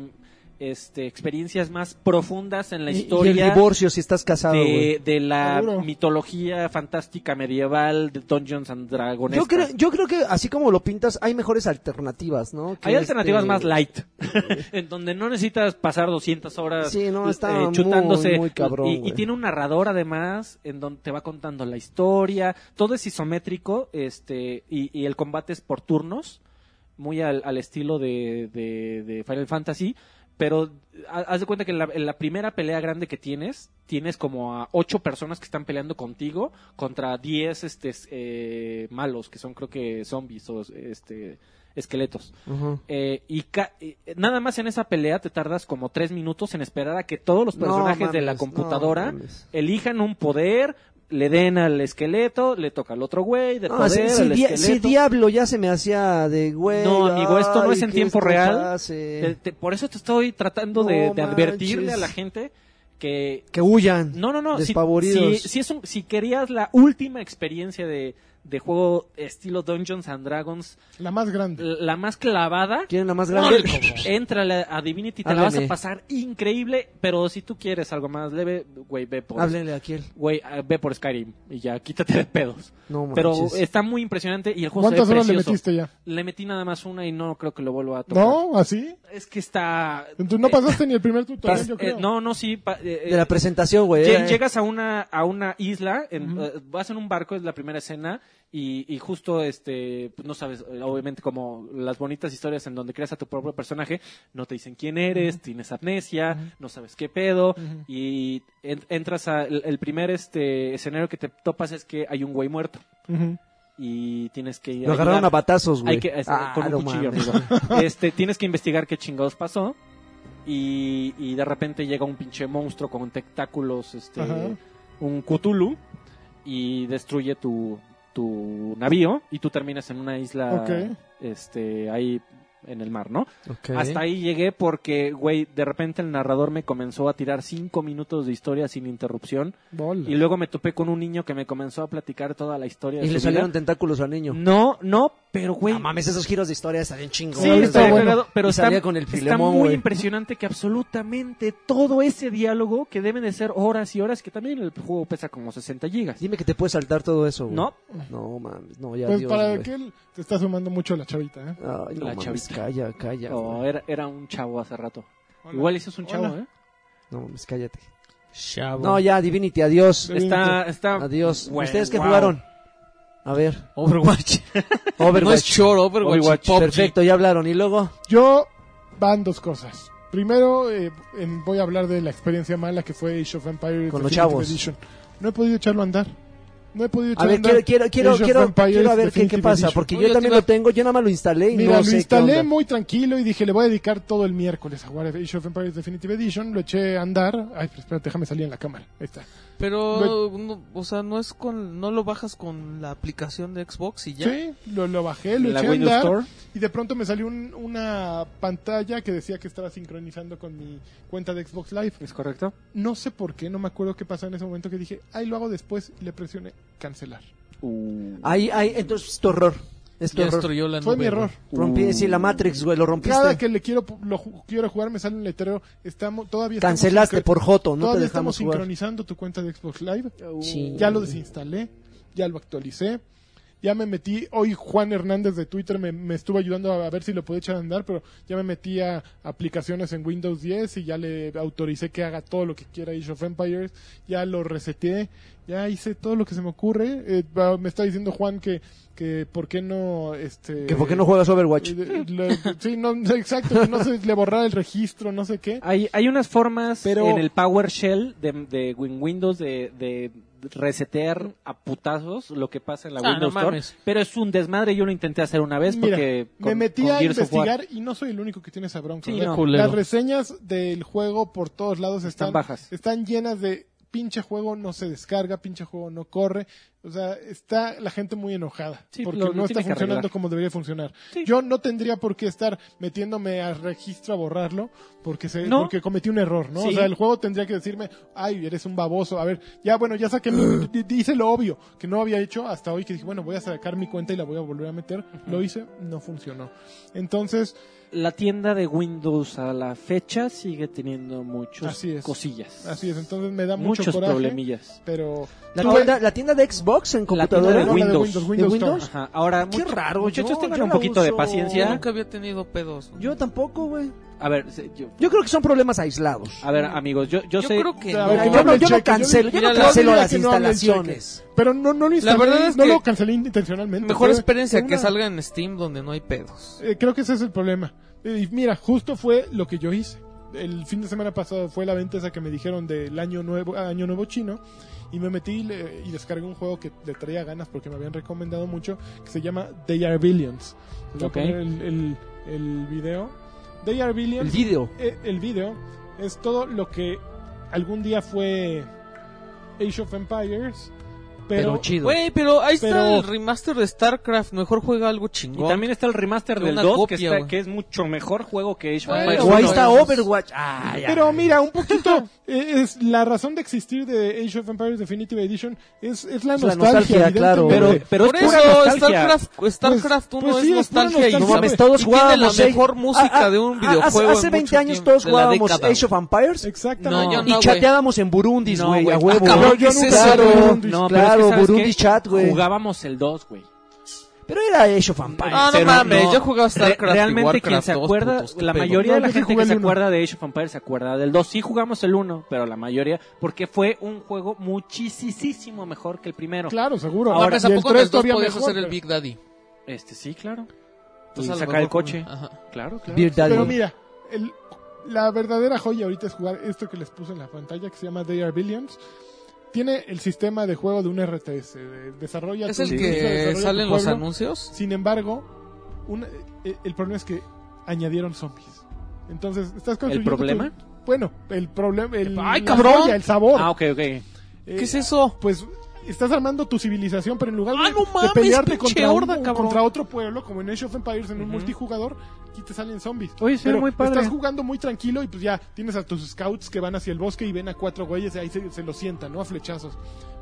Este, experiencias más profundas en la
Y-
historia.
Y el divorcio si estás casado, güey.
de, de la
Seguro.
mitología fantástica medieval de Dungeons and Dragons.
Yo creo, yo creo que así como lo pintas, hay mejores alternativas, ¿no? Que
Hay alternativas
este-
más light, en donde no necesitas pasar 200 horas este,
Sí, no, está muy,
chutándose.
muy cabrón,
y, y
güey.
tiene un narrador además, en donde te va contando la historia. Todo es isométrico este y, y el combate es por turnos, muy al, al estilo de, de- de Final Fantasy. Pero ha- haz de cuenta que en la, en la primera pelea grande que tienes, tienes como a ocho personas que están peleando contigo contra 10 este, eh, malos, que son creo que zombies o este, esqueletos.
Ujú.
Eh, y ca- eh, nada más en esa pelea te tardas como tres minutos en esperar a que todos los
No
personajes de la
mames,
computadora
no mames.
elijan un poder, le den al esqueleto, le toca al otro güey, de
No,
poder,
si, si
al
dia-
esqueleto.
si Diablo ya se me hacía de güey.
No, amigo, esto no
ay,
es en
¿qué
tiempo
esto
real.
hace?
Te- te- por eso te estoy tratando de,
No
de advertirle a la
manches.
gente que
Que huyan.
no, no, no. si- Si,
Despavoridos.
si es un- si querías la última experiencia de, de juego estilo Dungeons and Dragons,
La más grande.
la más clavada,
¿Quieren la más grande?
Entra a Divinity, te la vas
Háblame.
a pasar increíble, pero si tú quieres algo más leve, güey, ve por
Háblenle a Kiel.
güey, ah, ve por Skyrim y ya quítate de pedos.
No manches.
Pero está muy impresionante y el juego se ve
¿Cuántas horas le
precioso.
metiste ya?
Le metí nada más una y no creo que lo vuelva a tocar.
¿No? ¿Así?
Es que está
Entonces no
eh,
pasaste ni el primer
pas-
tutorial, yo
eh,
creo.
no, no, sí, pa- eh, eh,
de la presentación, güey.
Lle-
eh.
Llegas a una, a una isla, en-
Ujú.
eh, vas en un barco, es la primera escena,
Y, y justo, este, pues, no sabes, eh, obviamente, como las bonitas historias en donde creas a tu propio personaje, no te dicen quién eres, tienes amnesia, no sabes qué pedo, y en- entras a. El, el primer este, escenario que te topas es que hay un güey muerto y tienes que ir
Lo
a
agarraron a
ayudar.
batazos, güey.
Hay que- es-
Ah,
con un
no
cuchillo,
mames.
amigo. Este, tienes que investigar qué chingados pasó. Y, y de repente llega un pinche monstruo con tentáculos, este,
Ajá.
un Cthulhu, y destruye tu, tu navío. Y tú terminas en una isla
Ok.
este, ahí en el mar, ¿no?
Ok.
Hasta ahí llegué porque, güey, de repente el narrador me comenzó a tirar cinco minutos de historia sin interrupción.
Bola.
Y luego me topé con un niño que me comenzó a platicar toda la historia. de
Y
su
le
vida.
salieron tentáculos al niño.
No, no, pero güey.
No mames, esos giros de historia estarían chingones.
sí,
Está
está
güey.
bueno.
cagado,
Y
pero está,
salía con el
está
Filemón,
muy
güey.
impresionante que absolutamente todo ese diálogo, que deben de ser horas y horas, que también el juego pesa como 60 gigas.
Dime que te puedes saltar todo eso, güey.
No,
No mames, no, ya
Pues
Dios,
para
güey.
que él te está sumando mucho la chavita, ¿eh?
Ay, no
La
mames,
chavita.
calla, calla.
no,
güey.
era, era un chavo hace rato.
Hola.
Igual ese es un chavo,
Hola.
¿eh?
No mames, cállate.
Ah,
Chavo.
No, ya, Divinity, adiós.
Divinity.
Está, está.
Adiós.
Güey,
¿Ustedes qué
Ah, wow.
jugaron? A ver,
Overwatch.
Overwatch.
No es choro, Overwatch.
Overwatch,
PUBG.
Perfecto, ya hablaron. ¿Y luego?
Yo van dos cosas. Primero, eh, em, voy a hablar de la experiencia mala que fue Age of Empires
Con los
Definitive
chavos.
Edition. No he podido echarlo a andar. No he podido
A
echarlo a
ver,
andar.
quiero, quiero, quiero,
Age of
quiero,
Empires
quiero a ver qué, qué
Definitive
pasa,
Edition.
porque
No,
yo
yo
también
te
lo
iba-
tengo, yo nada más lo instalé y
Mira,
no
lo
sé qué
instalé
onda.
muy tranquilo y dije, le voy a dedicar todo el miércoles a jugar a Age of Empires Definitive Edition. Lo eché a andar. Ay, pero espérate, déjame salir en la cámara. Ahí está.
Pero, no, o sea, no es con, no lo bajas con la aplicación de Xbox y ya.
Sí, lo, lo bajé, lo
La
eché
Windows
a andar.
Store.
Y de pronto me salió un- una pantalla que decía que estaba sincronizando con mi cuenta de Xbox Live.
¿Es correcto?
No sé por qué, no me acuerdo qué pasó en ese momento que dije, ay, lo hago después y le presioné cancelar.
Uh,
Ahí, ahí, entonces es tu error. Es tu
Ya
error.
destruyó la
Fue
nube,
mi error.
Uh.
Rompí, sí, la Matrix, güey, lo rompiste.
Cada que le quiero pu- lo ju- quiero jugar me sale un letrero, estamos todavía estamos
Cancelaste
sincro-
por Joto, no te
todavía
dejamos
estamos
jugar. Uh.
sincronizando tu cuenta de Xbox Live.
Sí.
Ya lo desinstalé, ya lo actualicé. Ya me metí, hoy Juan Hernández de Twitter me, me estuvo ayudando a, a ver si lo podía echar a andar, pero ya me metí a aplicaciones en Windows 10 y ya le autoricé que haga todo lo que quiera Age of Empires, ya lo reseteé, ya hice todo lo que se me ocurre. Eh, va- me está diciendo Juan que, que por qué no... Este,
¿Que ¿Por qué no juegas Overwatch?
eh, de- le- sí, no, no, exacto, no sé, le borrar el registro, no sé
Ah,
qué.
Hay, hay unas formas
Pero-
en el PowerShell de, de Win- Windows de, de resetear a putazos lo que pasa en la
Ah,
Windows
no
Store.
mames.
Pero es un desmadre. Yo lo intenté hacer una vez
Mira,
porque.
me
con-
metí
con
a
Gears of War
investigar y no soy el único que tiene esa bronca.
Sí,
¿verdad?
no.
Culero.
Las reseñas del juego por todos lados están,
Están bajas.
están llenas de pinche juego no se descarga, pinche juego no corre. O sea, está la gente muy enojada
Sí,
porque
lo- lo
no está
tiene que
funcionando
arreglar.
como debería funcionar.
Sí.
Yo no tendría por qué estar metiéndome al registro a borrarlo porque se,
No.
porque cometí un error, ¿no?
Sí.
O sea, el juego tendría que decirme, ay, eres un baboso. A ver, ya bueno, ya saqué, mi- di- di- hice lo obvio que no había hecho hasta hoy que dije, bueno, voy a sacar mi cuenta y la voy a volver a meter. Lo hice, no funcionó. Entonces,
La tienda de Windows a la fecha sigue teniendo muchas
Así es.
cosillas.
así es. Entonces me da mucho
Muchos
coraje.
problemillas.
Pero
La
tuve-
tienda, la tienda de Xbox en
La tienda
computadora.
No,
de
la de
Windows.
Windows,
¿De
Windows Store.
Windows?
Ajá. Ahora,
Qué
muchos-
raro,
muchachos,
yo-
tengan
yo
un
la
poquito de
uso.
Yo
paciencia.
nunca había tenido pedos.
Yo tampoco, güey.
A ver, se- yo-
Yo creo que son problemas aislados.
a ver, amigos, yo, yo,
Yo
sé.
creo que
A
no.
ver, que
yo, no,
hable
yo no
Cheque,
cancelo, yo no
mira, la-
cancelo
yo diría
las
que no hable el
instalaciones.
Pero no, no lo instalé,
verdad es
no
que-
lo cancelé intencionalmente.
Mejor
Fue
experiencia que
una-
salga en Steam donde no hay pedos.
Eh, creo que ese es el problema. Eh, Y mira, justo fue lo que yo hice. El fin de semana pasado fue la venta esa que me dijeron del año nuevo, ah, año nuevo chino. Y me metí y, le- y descargué un juego que le traía ganas porque me habían recomendado mucho. Que se llama They Are Billions. Les voy a
Ok.
poner el, el- el video. They Are
El
Billions.
video.
eh, el video es todo lo que algún día fue Age of Empires.
Pero,
Pero,
chido.
Güey, pero ahí está
Pero-
el remaster de StarCraft. Mejor juega algo
Y
chingón.
también está el remaster
Una
del 2, que,
copia,
está-
güey.
que es mucho mejor juego que Age of
Bueno,
Empires
o ahí
no,
uno.
está
vamos.
Overwatch. Ah, ya.
Pero mira, un poquito eh, es la razón de existir de Age of Empires Definitive Edition es, es la
Es la
nostalgia,
nostalgia, claro,
Pero,
evidentemente.
pero
Por
es pura
eso,
nostalgia.
StarCraft, StarCraft
Pues-
1
pues sí,
es
es pura
nostalgia. y
nostalgia.
No mames,
sabe-
todos
y tiene
jugábamos ¿eh?
la
Age-
mejor música
Ah, ah,
de un
ah,
videojuego.
Hace, hace
en
20
mucho
años
tiempo,
todos
de la
jugábamos
década.
Age of Empires
Exactamente.
No, yo
y
güey.
chateábamos en Burundis,
No,
güey,
güey.
a huevo.
Ah, cabrón,
No, yo
¿qué es
nunca,
eso,
güey.
Burundis?
No, pero es que
claro,
¿sabes
Burundi
qué?
chat, güey.
Jugábamos el 2, güey.
Pero era Age of Empires.
Ah, no
Pero
mames, yo jugaba StarCraft y
Realmente
Warcraft
quien se
dos,
acuerda,
putos, qué
la
pedo.
mayoría
No,
de la
yo sí
gente
jugué
que
el
se
uno.
acuerda de Age of Empires se acuerda del 2. Sí jugamos el 1, pero la mayoría, porque fue un juego muchísimo mejor que el primero.
Claro, seguro. Y
Ahora,
el
tampoco en
tres
el 2
todavía
podías
mejor,
hacer el
pero-
Big Daddy.
Este, sí, claro.
Entonces,
y
a lo
sacar el
mejor-
coche.
Ajá.
Claro, claro.
Beer Daddy.
Pero mira, el- la verdadera joya ahorita es jugar esto que les puse en la pantalla que se llama They Are Billions. Tiene el sistema de juego de un RTS. de- desarrolla
¿Es
tu-
el
tu hijo, desarrolla
que
tu
salen los
pueblo.
anuncios?
Sin embargo, un- eh, el problema es que añadieron zombies. Entonces, estás construyendo
problema?
tu- bueno, el problema. El,
¡Ay,
la
cabrón!
joya, el sabor.
Ah, ok, ok.
Eh,
¿Qué es eso?
pues estás armando tu civilización, pero en lugar de,
Ah, no
de
mames,
pelearte
pinche
contra, un-
horda, cabrón.
contra otro pueblo, como en Age of Empires, en un
Ujú.
multijugador, aquí te salen zombies.
Oye, se ve
pero
muy padre.
estás jugando muy tranquilo y pues ya tienes a tus scouts que van hacia el bosque y ven a cuatro güeyes y ahí se, se los sientan, ¿no? A flechazos.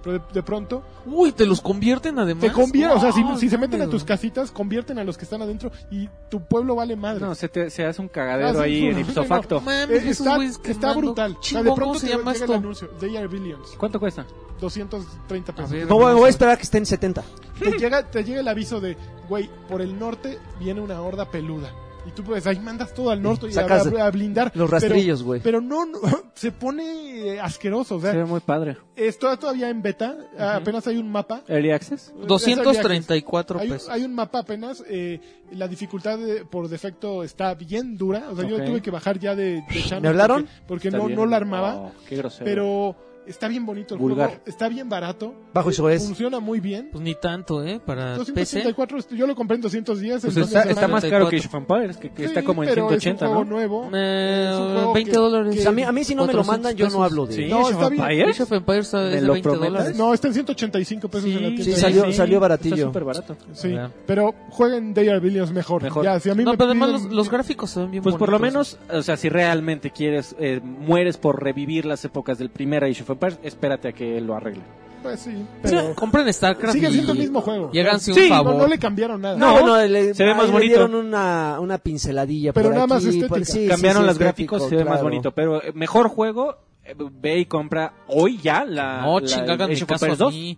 Pero de, de pronto
Uy, te los convierten además. Ah,
te convierten, o sea, si,
Wow,
si se meten a
mames,
tus
güey.
casitas, convierten a los que están adentro y tu pueblo vale madre. Eh,
No, se, te- se hace un
Ah, sí,
cagadero ahí
sí,
en
no,
ipso
no.
facto.
Mames,
Eh,
esos
está,
güeyes
está
quemando.
brutal. O sea, de
Chingón, ¿cómo
pronto
se
te
llama
llega el
esto?
anuncio. They are billions.
¿Cuánto cuesta?
230 pesos.
A ver,
No voy, voy a esperar a que esté en 70.
te llega, te llega el aviso de, güey, por el norte viene una horda peluda. Y tú pues ahí mandas todo al norte y a,
Sacas
a- a blindar.
los rastrillos, güey.
Pero, pero no, no, se pone eh, asqueroso. O
Se
sea,
ve muy padre.
está todavía en beta, apenas hay un mapa.
¿Early Access?
Es el viaje.
234
Hay,
pesos.
hay un mapa apenas, eh, la dificultad de- por defecto está bien dura. O sea, yo
Ok.
tuve que bajar ya de, de Champions
hablaron?
Porque, porque
Está
no,
bien.
no la armaba.
Oh, qué grosero.
pero está bien bonito el
Vulgar.
juego. Está bien barato.
Bajo eso es.
Funciona muy bien. pues,
Pues ni tanto, ¿eh? Para PC.
284, este, yo lo compré en 210.
Pues
el
está,
fin de
está
semana.
más caro que Age of Empires, que, que
Sí,
está como en
pero
180,
es un juego
¿no?
nuevo.
Eh,
Es un juego
20
que-
dólares.
que-
O sea, a, mí, a mí si no me lo
400
mandan, yo no
pesos.
hablo de...
Sí,
No,
Age
está
of
bien.
Age
Empires.
of Empires está-
¿Me
es de
lo
20
prometes?
dólares.
No, está en 185 pesos en la
Sí,
tienda.
Sí,
de-
salió- salió baratillo.
Está súper barato.
Sí,
Ya.
pero jueguen Day Are Billions mejor.
Mejor.
Ya, si a mí
No,
me
pero además los,
piden-
los gráficos se ven bien
Pues por lo
bonitos.
menos, o sea, si realmente quieres, eh, mueres por revivir las épocas del primer Age of Empires, espérate a que lo arregle.
Pues sí, pero...
Sí, compren StarCraft.
Sigue
y-
siendo el mismo juego.
y háganse un
Sí,
favor.
No, no le cambiaron nada.
No, bueno, le,
se ve más
ahí le
bonito.
dieron una, una pinceladilla
Pero
por
nada más
aquí,
estética.
por- sí, sí,
Cambiaron
sí,
los
estético,
gráficos, se ve más
claro.
bonito. Pero eh, mejor juego, eh, ve y compra hoy ya la,
Ah, No,
la
chinga, háganme
Age of
caso
Empires
a
2.
mí.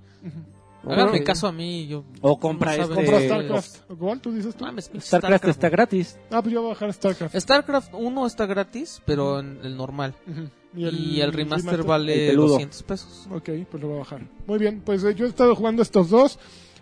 Ujú.
Háganme
Ujú.
caso a mí. Yo,
O compra
no
este-
saben.
Compra
Eh,
StarCraft. ¿Cuál tú dices tú?
Mames, pinche
StarCraft está gratis.
Ah, pues yo voy a bajar StarCraft.
StarCraft 1 está gratis, pero en el normal.
Ujú.
Y el, remaster,
el
vale
peludo.
200 pesos.
Ok, pues lo voy a bajar. Muy bien, pues eh, yo he estado jugando estos dos.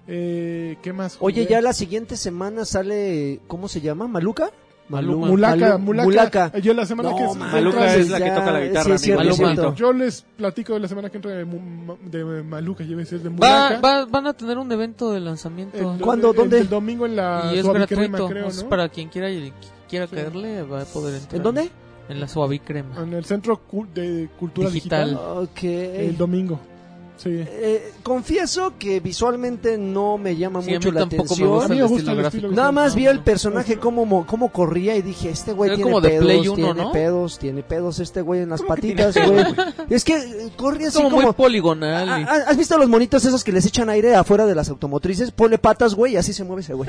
Eh, ¿Qué más?
Oye,
jugué?
ya la siguiente semana sale... ¿Cómo se llama? ¿Maluca?
Maluma.
Mulaca,
Malu-
Mulaca. Eh,
Mulaca.
Yo la semana que
No,
entra-
Maluca es la que
ya,
toca la guitarra.
sí, es cierto,
amigo.
es cierto.
Yo les platico de la semana que entra de, Mu- de Maluca, yo iba a decir de
Va,
Mulaca.
va- van a tener un evento de lanzamiento.
El-
¿Cuándo?
el-
¿Dónde?
El domingo en la
y es
Suavicrema,
gratuito.
creo,
Es
¿no?
para quien quiera, y- quiera caerle, va a poder entrar.
¿En dónde? Ah,
En la suavicrema.
En el Centro Cu- de Cultura Digital.
Digital.
Ok.
El domingo. Sí.
Eh, confieso que visualmente no me llama
Sí, a
mucho
mí
la
tampoco
atención.
me gusta
A mí
el
me gusta
estilo
el
gráfico.
estilo
Nada más vi al
No.
personaje cómo, mo- cómo corría y dije, este güey
Se ve
tiene
como de
pedos,
Play uno,
tiene
¿no?
pedos, tiene pedos este güey en las
¿Cómo que
patitas,
tiene
güey. Es que eh, corre
Es
así
como,
como...
muy poligonal.
Ah,
y-
ah, ¿Has visto los monitos esos que les echan aire afuera de las automotrices? Ponle patas, güey, y así se mueve ese güey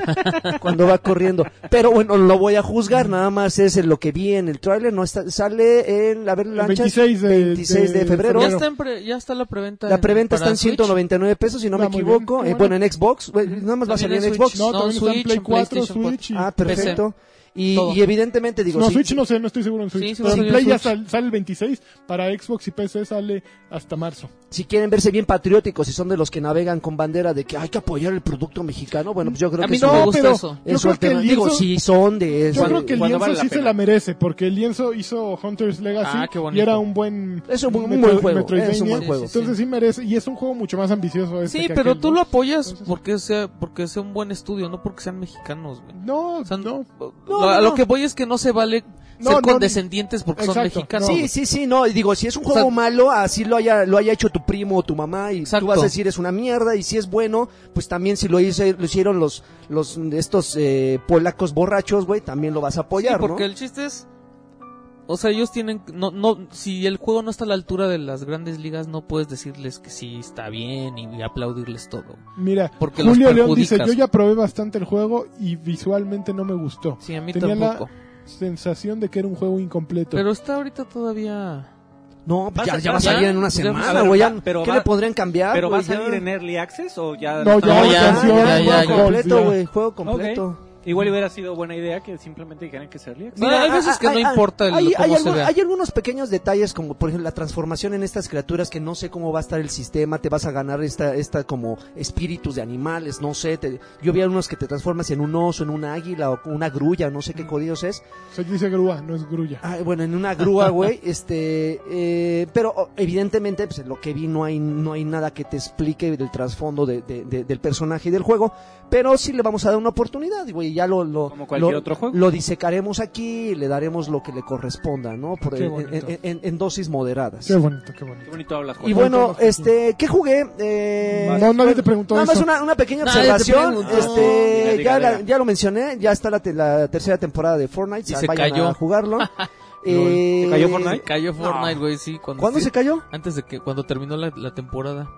cuando va corriendo. Pero bueno, lo voy a juzgar, nada más es en lo que vi en el tráiler. No está, sale en la ver
El
lanchas
26 de,
26 de febrero.
ya,
Pero-
está en pre- ya está la preventa.
La
en-
preventa está
para
en
Switch.
199 pesos, si no
Está
me
muy
equivoco.
bien.
Eh, bueno, en Xbox, güey, nada más va a salir en
También en
Xboch.
Switch,
No,
No,
también está en
Switch,
Play
en
4,
PlayStation
Switch. y-
Ah, perfecto. Y,
Todo.
y evidentemente, digo,
no,
sí,
Switch no sé, no estoy seguro en Switch.
Sí, sí,
pero
sí,
en
sí,
Play ya
Switch.
sal- sale el 26. Para Xbox y PC sale hasta marzo.
si quieren verse bien patrióticos y son de los que navegan con bandera de que hay que apoyar el producto mexicano, bueno, pues yo creo
A
que
mí
es
no
un-
me gusta
pero
eso.
Yo
es su
creo que el
alternativa. Digo,
lienzo,
si son de
yo
eso.
creo que el
cuando
lienzo
vale la
sí se
pena.
la merece, porque el lienzo hizo Hunter's Legacy
Ah, qué bonito.
y era un buen,
Es un buen- un
Metro-
buen juego,
Metroidvania.
es un buen
Sí,
juego.
sí,
Entonces sí merece, y es un juego mucho más ambicioso. Este
Sí,
que
pero
aquel,
tú
¿no?
lo apoyas
Entonces-
porque sea, porque sea un buen estudio, no porque sean mexicanos, güey.
No,
O sea,
no.
lo- a lo que voy es que no se vale
No, no,
ser condescendientes porque son
exacto,
mexicanos.
no. pues,
Sí, sí, sí, no, y digo, si es un juego
sea-
malo, así lo haya, lo haya hecho tu primo o tu mamá, y
Exacto.
tú vas a decir es una mierda, y si es bueno, pues también si lo, hizo, lo hicieron los, los, estos eh, polacos borrachos, güey, también lo vas a
Sí,
apoyar,
porque
¿no?
el chiste es o sea, ellos tienen no no si el juego no está a la altura de las grandes ligas no puedes decirles que sí está bien y aplaudirles todo.
Mira,
Porque los
Julio León
perjudicas.
dice, yo ya probé bastante el juego y visualmente no me gustó.
Sí, a mí
Tenía la
tampoco.
sensación de que era un juego incompleto.
Pero está ahorita todavía
No, pues
Va a
ya,
sacar
ya va a
ya.
salir en una
Ya va a
semana,
salir,
güey. ya-
va- pero
¿Qué
va-
le podrían cambiar?
¿Pero va a
güey?
salir
Ya.
en Early Access o ya...?
No,
está-
ya,
No, ya,
canción,
ya, ya,
juego
ya.
completo,
Volvió.
güey. Juego
Ok.
completo.
Igual hubiera sido buena idea que simplemente dijeran que es Early Access.
No, hay
ah,
veces que no importa el-
hay,
cómo
hay
se
algún-
vea.
hay algunos pequeños detalles como por ejemplo la transformación en estas criaturas que no sé cómo va a estar el sistema, te vas a ganar esta esta como espíritus de animales, no sé, te- yo vi algunos que te transformas en un oso, en un águila o una grulla, no sé qué codidos es.
Se dice grúa, no es grulla.
Ah, bueno, en una grúa, güey, este, eh, pero oh, evidentemente, pues lo que vi no hay, no hay nada que te explique del trasfondo de- de- de- del personaje y del juego, pero sí le vamos a dar una oportunidad, güey, y ya lo, lo,
Como cualquier
lo-
otro juego.
lo disecaremos aquí y le daremos lo que le corresponda, ¿no? Por-
Qué
en-
bonito.
en, en- en dosis moderadas.
Qué bonito, qué
Qué
bonito.
bonito hablas,
y
Jorge.
bueno, este, ¿qué jugué? Eh,
No, nadie te preguntó
Nada más
eso.
una, una pequeña
Nadie te
observación.
preguntó.
Este,
Diga,
ya,
diga,
la-
diga.
ya lo mencioné, ya está la, te- la tercera temporada de Fortnite.
Y
ya
se
vayan
cayó.
a jugarlo. Eh,
¿Se cayó Fortnite?
Cayó Fortnite, güey, sí. Cuando
¿Cuándo
sí-
se cayó?
Antes de que, cuando terminó la, la temporada.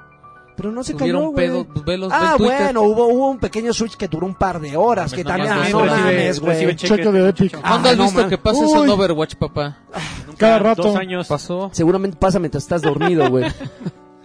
Pero no se cayó,
Tuvieron
güey.
pedos, pues, ve los- ve
Ah,
el Twitter.
bueno, hubo, hubo un pequeño switch que duró un par de horas,
Mames,
que
no
también,
mames,
ah, no
recibe-
mames, güey.
cheque de Epic.
Ah,
¿Cuándo has
no,
visto
man.
que pasa eso
Uy.
en Overwatch, papá?
Nunca,
cada rato.
Dos años.
Pasó.
Seguramente pasa mientras estás dormido, güey.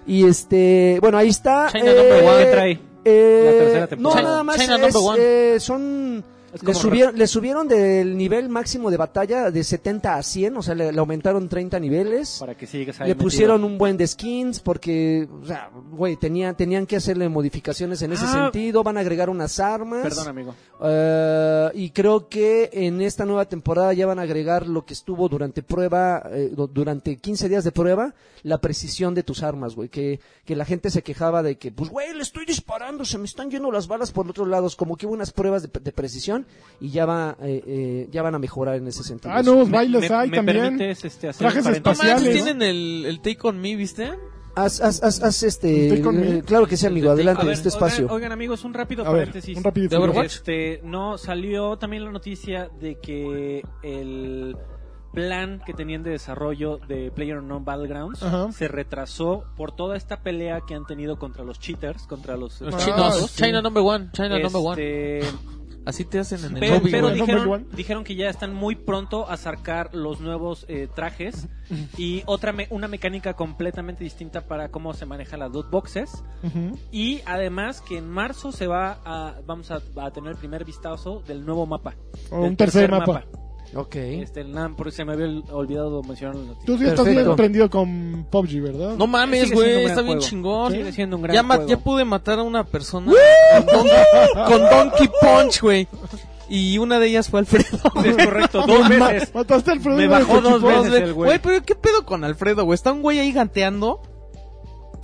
Y este, bueno, ahí está.
China number one.
¿Qué trae?
eh,
La tercera temporada.
No, nada más
China
es,
number one.
eh, son...
Es como
Le subieron, le subieron del nivel máximo de batalla de 70 a 100, o sea, le, le aumentaron 30 niveles.
Para que sigas ahí
Le
metido.
pusieron un buen de skins porque, o sea, güey, tenía, tenían que hacerle modificaciones en ese
Ah.
sentido. Van a agregar unas armas.
Perdón, amigo.
Eh, y creo que en esta nueva temporada ya van a agregar lo que estuvo durante prueba, eh, du- durante 15 días de prueba, la precisión de tus armas, güey. Que, que la gente se quejaba de que, pues, güey, le estoy disparando, se me están yendo las balas por otros lados. Como que hubo unas pruebas de, de precisión y ya, va, eh, eh, ya van a mejorar en ese sentido.
Ah, nuevos
Me-
bailes
me-
hay
me
también.
permites, este, hacer
Trajes
un
No
paréntesis?
espaciales.
manches,
Faciales.
tienen el, el Take On Me, ¿viste?
Haz, haz, haz, haz este.
Estoy con
eh,
miedo.
claro que sí, amigo. Adelante
A
en
ver,
este espacio.
Oigan, oigan, amigos, un rápido
A ver,
paréntesis.
un rápido.
De Overwatch.
Este, no, salió también la noticia de que el plan que tenían de desarrollo de Player Non Battlegrounds
Ajá.
se retrasó por toda esta pelea que han tenido contra los cheaters, contra los,
Los
Ah,
chinos.
sí.
China number one. China number one.
Este,
Así te hacen en el
Pero,
lobby,
pero
güey.
dije- Number
dijeron,
one.
dijeron que ya están muy pronto a sacar los nuevos eh, trajes y otra me- una mecánica completamente distinta para cómo se manejan las loot boxes.
Ujú.
Y además que en marzo se va a, vamos a, a tener el primer vistazo del nuevo mapa.
O
del
un tercer mapa.
Ok.
Este, el NAM, porque se me había olvidado mencionarlo. en la noticia.
Tú sí estás
Perfecto.
bien prendido con PUBG, ¿verdad?
No mames,
Sigue siendo un
güey.
gran
Está bien
juego.
chingón.
Oh, Sigue siendo un gran
Ya, ma-
juego.
ya pude matar a una persona con, Don- con Donkey Punch, güey. Y una de ellas fue Alfredo. Oh,
Es correcto, dos
Ah, Ma-
veces.
Mataste al Alfredo
Me
y
bajó
Nacho,
dos
chico.
veces.
Güey,
el güey.
Güey, pero ¿qué pedo con Alfredo, güey? Está un güey ahí gateando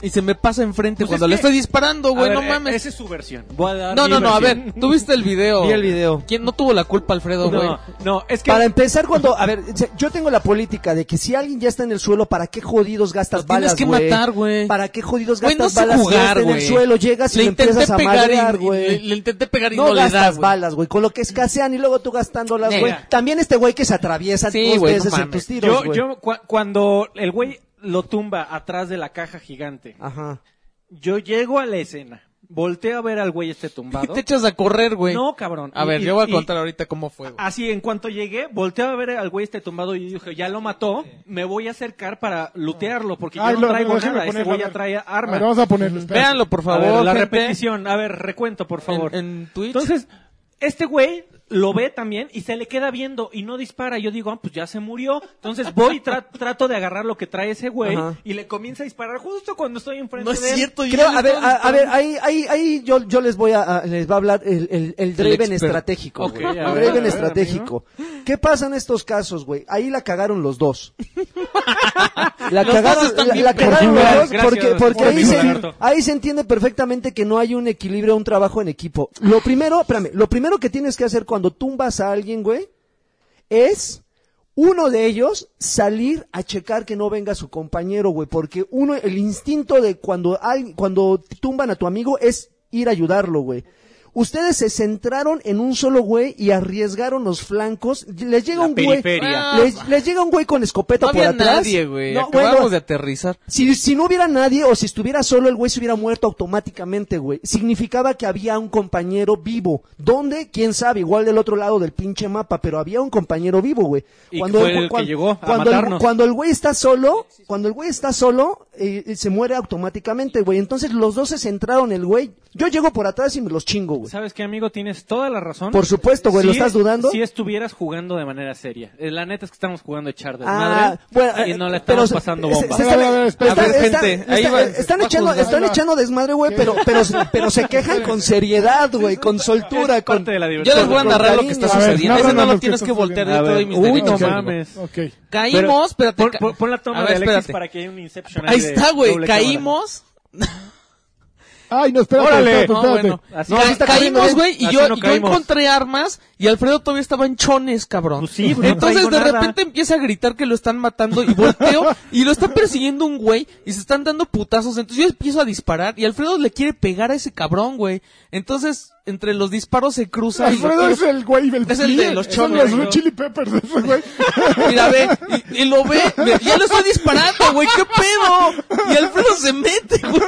y se me pasa enfrente
Pues
cuando
es
le
que-
estoy disparando,
A
güey.
ver,
No
eh,
mames.
Esa es su versión. Voy a dar
No,
mi
no, no. A
versión.
ver, tú viste el video.
Vi el video.
¿Quién no tuvo la culpa, Alfredo, güey?
No, no, es que
Para empezar, cuando. A ver, se- yo tengo la política de que si alguien ya está en el suelo, ¿para qué jodidos gastas
Lo
balas,
tienes que
güey?
matar, güey.
¿Para qué jodidos
Güey,
gastas
no sé
balas? si ya
jugar,
está en el
güey.
suelo llegas y
Le
le empiezas
intenté
a
pegar y-
madrear,
y le-
güey.
le intenté pegar y
No,
no le da,
gastas
güey.
balas, güey. Con lo que escasean y luego tú gastándolas,
Nega.
güey. También este güey que se atraviesa
Sí,
dos
güey, no
veces en
mames.
tus tiros,
yo,
güey.
yo cua- cuando el güey lo tumba atrás de la caja gigante,
Ajá.
yo llego a la escena, volteo a ver al güey este
Y
tumbado.
te echas a correr, güey.
No, cabrón.
A
Y-
ver,
y-
yo voy a
y- Ah,
contar ahorita cómo fue, güey.
Así, en cuanto llegué, volteo a ver al güey este tumbado y dije, ya lo mató, me voy a acercar para lutearlo, porque yo
Ay,
no
lo-
traigo
déjame
nada, ese
ponerlo,
güey
a
ya
ver.
trae
A
arma.
ver, vamos a ponerlo. espérate.
Véanlo, por
A
favor,
ver, la
gente.
repetición, a ver, recuento, por favor.
En, en Twitch.
Entonces, este güey lo ve también y se le queda viendo y no dispara. Yo digo, ah, pues ya se murió. Entonces voy y tra- trato de agarrar lo que trae ese güey
Ajá.
y le comienza a disparar justo cuando estoy enfrente
no es
de él.
cierto. yo
Creo-
ya
a
le
ver,
estaba
a, a ver, ahí, ahí, ahí yo, yo les voy a, a- les va a hablar el, el, el Draven
expert.
estratégico,
Ok,
güey.
a
El
ver, a
ver,
Draven estratégico. ¿Qué pasa en estos casos, güey? Ahí la cagaron los dos. La
Los dos
cagaron,
están
la,
bien
la cagaron los
perdidos.
dos
Gracias,
porque, porque
por
ahí,
amigo
se,
lagarto.
ahí se entiende perfectamente que no hay un equilibrio, un trabajo en equipo. Lo primero, espérame, lo primero que tienes que hacer cuando tumbas a alguien, güey, es uno de ellos salir a checar que no venga su compañero, güey, porque uno el instinto de cuando hay, cuando tumban a tu amigo es ir a ayudarlo, güey. Ustedes se centraron en un solo güey y arriesgaron los flancos. Les llega
La
un güey.
periferia.
Les, les llega un güey con escopeta
No
por
había
atrás.
nadie, güey.
No,
Acabamos
bueno,
de aterrizar.
si, si no hubiera nadie o si estuviera solo, el güey se hubiera muerto automáticamente, güey. Significaba que había un compañero vivo. ¿Dónde? ¿Quién sabe? Igual del otro lado del pinche mapa, pero había un compañero vivo, güey.
Y fue el que llegó a
cuando el,
matarnos.
cuando el güey está solo, cuando el güey está solo, eh, eh, se muere automáticamente, güey. Entonces los dos se centraron el güey. Yo llego por atrás y me los chingo, güey.
¿Sabes qué, amigo? Tienes toda la razón.
Por supuesto, güey. ¿Lo
Si-
estás dudando?
Si estuvieras jugando de manera seria. Eh, La neta es que estamos jugando a echar de
Ah,
madre
bueno,
y no
eh,
la estamos
pero se-
pasando
se-
bomba.
se están-
A ver, a ver, espera.
están-
A ver,
están-
gente, ahí
están-
va-
están
va
echando,
juzgando.
están
Ahí va.
echando desmadre, güey, pero, pero, pero se quejan con seriedad, güey, con soltura,
Es
con.
parte de la
Yo
diversión.
les voy a
con
narrar lo que
cariño.
está
A ver,
sucediendo.
narra,
Ese no
narra
lo
lo que
tienes
está
que voltear de
sucediendo.
todo
A
y mis
ver, uy,
derechos.
no
güey.
mames.
Ok.
Caímos, espérate.
Pon,
ca-
pon- pon la toma
A ver,
de Alexis
espérate.
para que haya un Inception.
Ahí
de
está, güey.
doble
Caímos.
Ay, no, espérate,
Órale.
espérate,
No,
espérate.
bueno.
Así
Ca-
no, sí está
caímos,
corriendo,
güey, y
así
yo,
no
y yo
caímos.
encontré armas y Alfredo todavía estaba en chones, cabrón.
Pues sí, güey, no
Entonces
traigo
de
nada.
repente empieza a gritar que lo están matando y volteo y lo está persiguiendo un güey y se están dando putazos. Entonces yo empiezo a disparar y Alfredo le quiere pegar a ese cabrón, güey. Entonces entre los disparos se cruza. y lo
Alfredo
tiro.
es el güey del
Es el de los
Son
chones,
los
¿no?
chili peppers, ese güey.
Mira, ve, y, y lo ve, ve, ya lo estoy disparando, güey, qué pedo. Y Alfredo se mete, güey.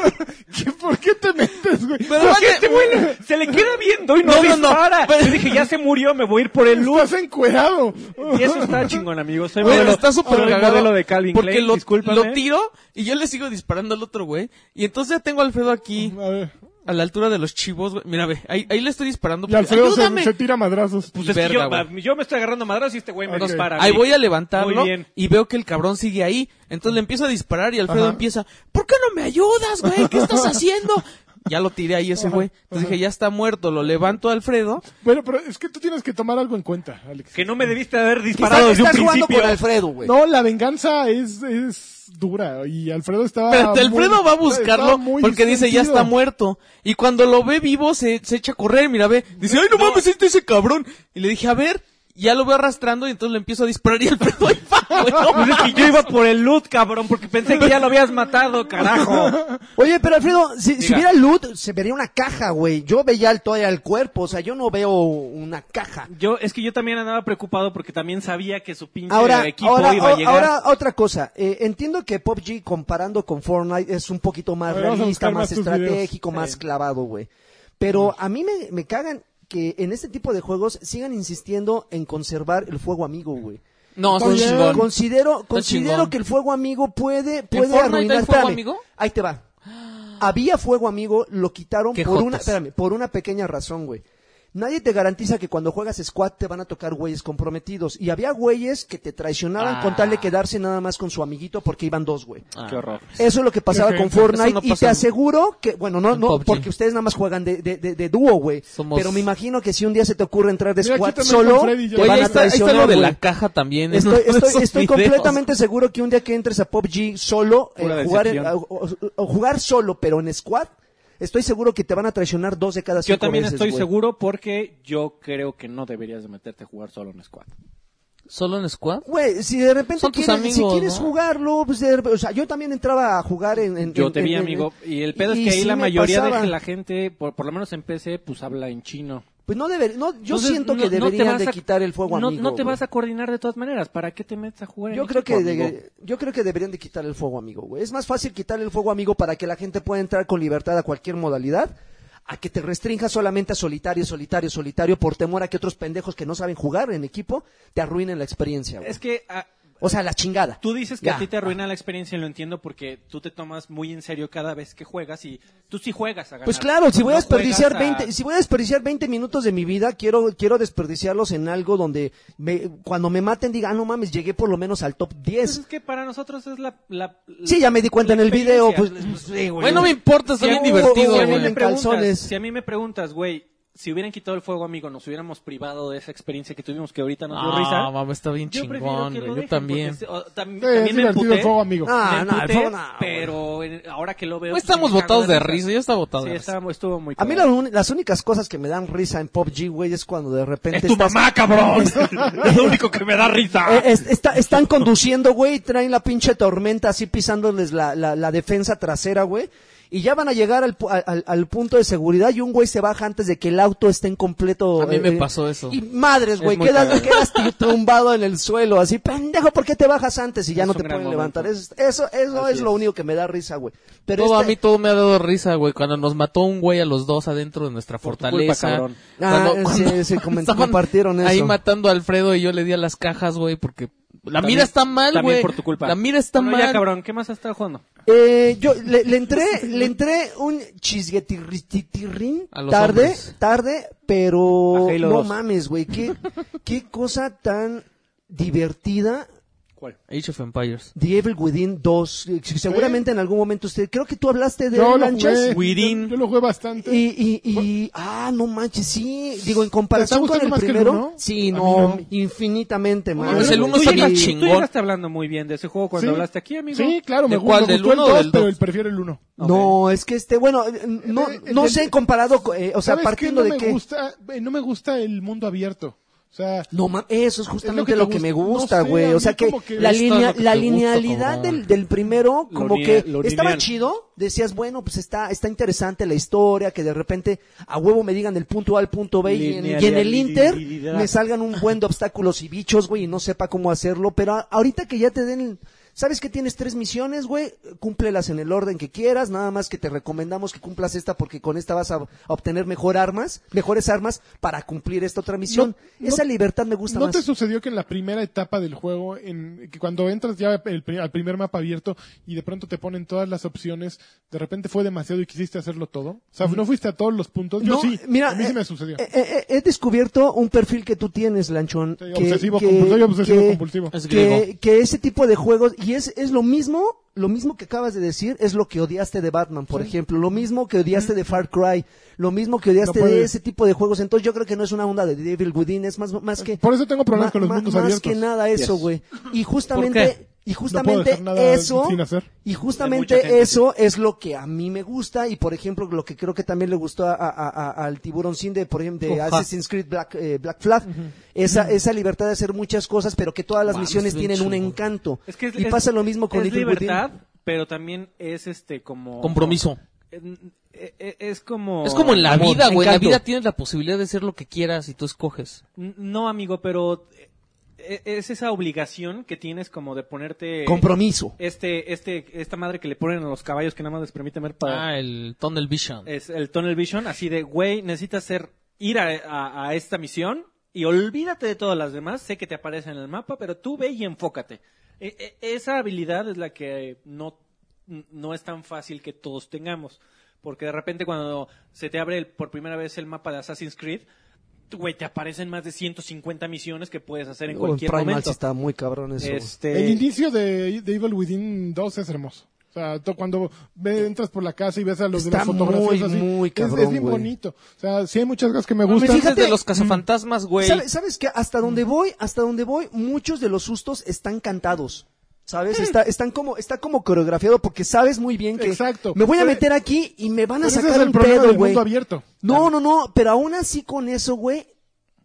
¿Qué- ¿Por qué te metes, este güey?
Pero vale,
cámara. Se le queda viendo y no, Pues-
No, no, no.
dispara.
Pero-
Yo dije, ya se murió, me voy a ir por el luz.
Estás encuerado.
Y eso está chingón, amigo. Soy
Güey,
modelo,
está súper
soy
cagado.
modelo de Calvin
porque
Klein,
lo,
discúlpame.
lo tiro y yo le sigo disparando al otro güey. Y entonces ya tengo a Alfredo aquí,
A ver.
a la altura de los chivos, güey. Mira, ve, ahí, ahí le estoy disparando.
Y Alfredo se,
¡Ayúdame!
se tira madrazos.
Pues es que
Verga,
yo, yo me estoy agarrando madras y este güey me
Ok.
dispara.
Ahí
mí.
voy a levantarlo
Muy bien.
y veo que el cabrón sigue ahí. Entonces le empiezo a disparar y Alfredo
Ajá.
empieza, ¿por qué no me ayudas, güey? ¿Qué estás haciendo? Ya lo tiré ahí ese güey. Entonces dije, ya está muerto, lo levanto a Alfredo.
Bueno, pero es que tú tienes que tomar algo en cuenta, Alex.
Que no me debiste haber
Estás,
disparado desde un
estás jugando
principio.
con Alfredo, güey.
No, la venganza es, es dura. Y Alfredo estaba.
Pero
muy-
Alfredo va a
estaba
buscarlo
muy
porque dice ya
sentido.
está muerto. Y cuando lo ve vivo se, se echa a correr, mira, ve. Dice, ay, no, mames, este ese cabrón. Y le dije, a ver, ya lo veo arrastrando y entonces le empiezo a disparar y Alfredo ahí va, güey. No
Pues es que yo iba por el loot, cabrón, porque pensé que ya lo habías matado, carajo.
Oye, pero Alfredo, si, si hubiera loot, se vería una caja, güey. Yo veía el, todavía el cuerpo, o sea, yo no veo una caja.
Yo, es que yo también andaba preocupado porque también sabía que su pinche
Ahora,
equipo
ahora,
iba a
ahora,
llegar.
ahora otra cosa. Eh, entiendo que PUBG comparando con Fortnite es un poquito más
A ver, vamos a
realista,
buscar
más
más tus
estratégico,
videos.
más clavado, güey. Pero a mí me, me cagan que en este tipo de juegos sigan insistiendo en conservar el fuego amigo, güey.
No, está
Oye,
chingón.
Considero, considero
chingón.
que el fuego amigo puede,
¿En
puede
Fortnite
arruinar.
hay fuego
espérame,
amigo?
Ahí te va. Había fuego amigo, lo quitaron
Qué
por una,
jotas.
espérame, por una pequeña razón, güey. Nadie te garantiza que cuando juegas squad te van a tocar güeyes comprometidos. Y había güeyes que te traicionaban
Ah.
con tal de quedarse nada más con su amiguito porque iban dos, güey.
Ah.
Qué horror.
Eso es lo que pasaba
Ok.
con Fortnite.
Eso no
y
pasa
te
en-
aseguro que, bueno, no,
en
no,
PUBG.
porque ustedes nada más juegan de, de, de- de dúo, güey.
Somos-
Pero me imagino que si un día se te ocurre entrar de
Mira,
squad
quítame
solo,
con Freddy,
te
ya.
Oye,
van
ahí
a
está, ahí está
traicionar,
lo de
güey.
la caja también. en
Estoy,
uno de esos
estoy, estoy
videos.
completamente seguro que un día que entres a PUBG solo, eh,
Pura
jugar,
decepción.
eh, o- o- o jugar solo, pero en squad, estoy seguro que te van a traicionar dos de cada cinco
Yo también
veces,
estoy
güey.
seguro porque yo creo que no deberías de meterte a jugar solo en squad.
¿Solo en squad?
Güey, si de repente
Son tus
quieres, si
amigos,
quieres
¿no?
jugarlo, pues de rep- o sea, yo también entraba a jugar en... en-
Yo
en-
te vi,
en-
amigo,
en-
y el pedo es que ahí
sí
la
me
mayoría
pasaba.
de la gente, por, por lo menos en PC, pues habla en chino.
Pues no deber, no, yo
Entonces,
siento que
no- no te
deberían
vas
de
a-
quitar el fuego
no,
amigo.
No te
güey.
vas a coordinar de todas maneras, ¿para qué te metes a jugar en
Yo creo,
equipo,
que
amigo?
de- yo creo que deberían de quitar el fuego amigo, güey. Es más fácil quitar el fuego amigo para que la gente pueda entrar con libertad a cualquier modalidad, a que te restrinja solamente a solitario, solitario, solitario, por temor a que otros pendejos que no saben jugar en equipo te arruinen la experiencia, güey.
Es que... ah,
O sea, la chingada.
Tú dices que
Ya.
a ti te arruina la experiencia y lo entiendo porque tú te tomas muy en serio cada vez que juegas y tú sí juegas a ganar.
Pues claro, si voy a
No juegas
desperdiciar
a-
20, si voy a desperdiciar 20 minutos de mi vida, quiero quiero desperdiciarlos en algo donde me- cuando me maten diga, "Ah, no mames, llegué por lo menos al top 10."
Pues es que para nosotros es la... la-
Sí, ya me di cuenta en
Pues, la
el video, pues,
experiencia.
sí, güey.
Bueno, no me importa, está
Si a-
bien
oh,
divertido,
si a
güey.
mí me
En
güey.
preguntas-
calzones.
Si a mí me preguntas, güey, si hubieran quitado el fuego, amigo, nos hubiéramos privado de esa experiencia que tuvimos que ahorita nos dio
Ah,
risa.
mamá, está bien
Yo prefiero
chingón,
que lo
güey. Yo
dejen,
también.
porque se- o- tam-
Sí, es
también me
divertido
emputé,
el fuego, amigo.
Ah,
me
no, el
emputé,
fuego no,
pero en- ahora que lo veo...
Pues estamos
sí me cago
botados de
la
risa, yo estaba botado
Sí,
de risa.
estaba- estuvo muy
A mí
cagado.
la un- las únicas cosas que me dan risa en PUBG, güey, es cuando de repente... estás-
cabrón! es lo único que me da risa.
Eh, es- está- están conduciendo, güey, y traen la pinche tormenta así pisándoles la, la, la defensa trasera, güey. y ya van a llegar al, pu- al, al punto de seguridad y un güey se baja antes de que el auto esté en completo.
A mí me
eh,
pasó eso.
Y madres, güey,
Es muy
quedas,
cagado.
quedas tumbado en el suelo, así, pendejo, ¿por qué te bajas antes y ya
Es
no
un
te
gran
pueden
momento.
levantar? Es- eso eso
Así
es, lo
es.
único que me da risa, güey. Pero
Todo
este-
a mí todo me ha dado risa, güey. Cuando nos mató un güey a los dos adentro de nuestra
Por tu
fortaleza.
culpa, cabrón.
Ah, sí, sí, comen-
estaban
compartieron
Ahí
eso.
matando a Alfredo y yo le di a las cajas, güey, porque la
También-
mira está mal,
también
güey.
por tu culpa.
La mira está
Bueno,
mal.
ya, cabrón, ¿qué más has estado jugando?
Eh, yo le, le entré, le entré un chisguetirrin
A los
tarde,
hombres.
tarde, pero
A Halo
no
2.
mames, güey, qué, qué cosa tan divertida.
¿Cuál?
Age of Empires.
The Evil Within 2, eh, seguramente en algún momento usted, creo que tú hablaste de
Yo
él,
lo
Lanchas.
jugué.
Within.
Yo, yo lo jugué bastante.
Y, y, y, ah, no manches, sí, digo, en
¿Te está
comparación con
gustando
el
más que el
primero,
uno?
sí,
A mí
no,
no.
infinitamente más.
mames, Pues el
güey.
uno
Tú
está bien
llegaste-
chingón.
Tú llegaste hablando muy bien de ese juego cuando
Sí.
hablaste aquí, amigo.
Sí, claro, me,
¿De
gu-
cuál?
me
¿Del
gustó el
uno o
2,
del
pero
dos?
el prefiero el 1.
No, es que este, bueno, eh, no,
Eh, eh,
no
del-
sé en comparado, co- eh, o sea,
¿Sabes qué?
partiendo
no
de
me
qué.
Gusta, eh, no me gusta el mundo abierto. O sea,
No ma- eso es justamente
te
lo que,
gusta.
me
No
gusta,
sé,
güey.
a
o sea
mí
que,
como que
la
esto es
línea,
lo que
la
te gusta,
linealidad
cabrón.
del, del primero,
Lo
como
line-
que
lo
estaba
lineal.
chido. Decías, bueno, pues está, está interesante la historia, que de repente a huevo me digan del punto A al punto B y en, y en el Inter
Linealidad.
me salgan un buen de obstáculos y bichos, güey, y no sepa cómo hacerlo. Pero a- ahorita que ya te den, sabes que tienes tres misiones, güey, cúmplelas en el orden que quieras. Nada más que te recomendamos que cumplas esta porque con esta vas a, a obtener mejor armas, mejores armas para cumplir esta otra misión.
no-
Esa libertad me gusta
¿no
más.
te sucedió que en la primera etapa del juego, en, que cuando entras ya el pri- al primer mapa abierto y de pronto te ponen todas las opciones, de repente fue demasiado y quisiste hacerlo todo? O sea, ¿no fuiste a todos los puntos?
Mm.
Yo
No,
sí,
mira,
a mí sí
eh,
me sucedió.
eh, eh, he descubierto un perfil que tú tienes, Lanchón.
Soy
que-
obsesivo
que-
compulsivo, soy obsesivo
que-
compulsivo.
Es griego.
que, que ese tipo de juegos, y es, es lo mismo, lo mismo que acabas de decir, es lo que odiaste de Batman, por ejemplo, lo mismo que odiaste de Far Cry, lo mismo que odiaste
No puede.
de ese tipo de juegos, entonces yo creo que no es una onda de Devil Within, es más, más que...
Por eso tengo problemas
eh, ma-
con los
ma-
mundos
más
abiertos.
que nada eso,
Yes.
güey. Y justamente... Y justamente
dejar nada
eso,
sin hacer.
y
mucha
justamente
gente,
eso es lo que a mí me gusta, y por ejemplo, lo que creo que también le gustó a, a- a- al tiburón sin de, por ejemplo, de
Ojalá.
Assassin's Creed Black, eh, Black Flag, esa, esa libertad de hacer muchas cosas, pero que todas las
Mames,
misiones
bien
tienen un
chingón.
encanto.
Es que es-
y
es-
pasa lo mismo con
es
Little Within.
libertad, pero también es este como...
Compromiso.
Eh, eh, Es como...
Es como en la
amor,
vida, güey. En la
encanto.
vida tienes la posibilidad de hacer lo que quieras y tú escoges.
No, amigo, pero eh, es esa obligación que tienes como de ponerte...
Compromiso.
Este, este, esta madre que le ponen a los caballos que nada más les permite ver para...
Ah, el Tunnel Vision.
Es el Tunnel Vision, así de, güey, necesitas ser, ir a, a- a esta misión y olvídate de todas las demás. Sé que te aparecen en el mapa, pero tú ve y enfócate. E- e- esa habilidad es la que no, no es tan fácil que todos tengamos. Porque de repente cuando se te abre el- por primera vez el mapa de Assassin's Creed, güey, te aparecen más de 150 misiones que puedes hacer en
Oh,
cualquier
Primal
momento.
sí está muy cabrón eso. güey.
Este,
El inicio de, de Evil Within 2 es hermoso. O sea, tú cuando ve- entras por la casa y ves a los
eh,
de
Está
las fotografías
muy,
así,
muy
es-
cabrón,
es, bien
güey.
bonito. O sea, sí hay muchas cosas que me
Me
gustan.
dices
fíjate-
de los cazafantasmas, güey.
¿Sabes, sabes que hasta donde voy, hasta donde voy, muchos de los sustos están cantados. ¿Sabes? Está, están como, está como coreografiado porque sabes muy bien que
Exacto.
me voy a
Pero-
meter aquí y me van a
Pero ese
sacar
es el
un
problema
pedo,
del
güey.
mundo abierto.
No, no, no, pero aún así con eso, güey,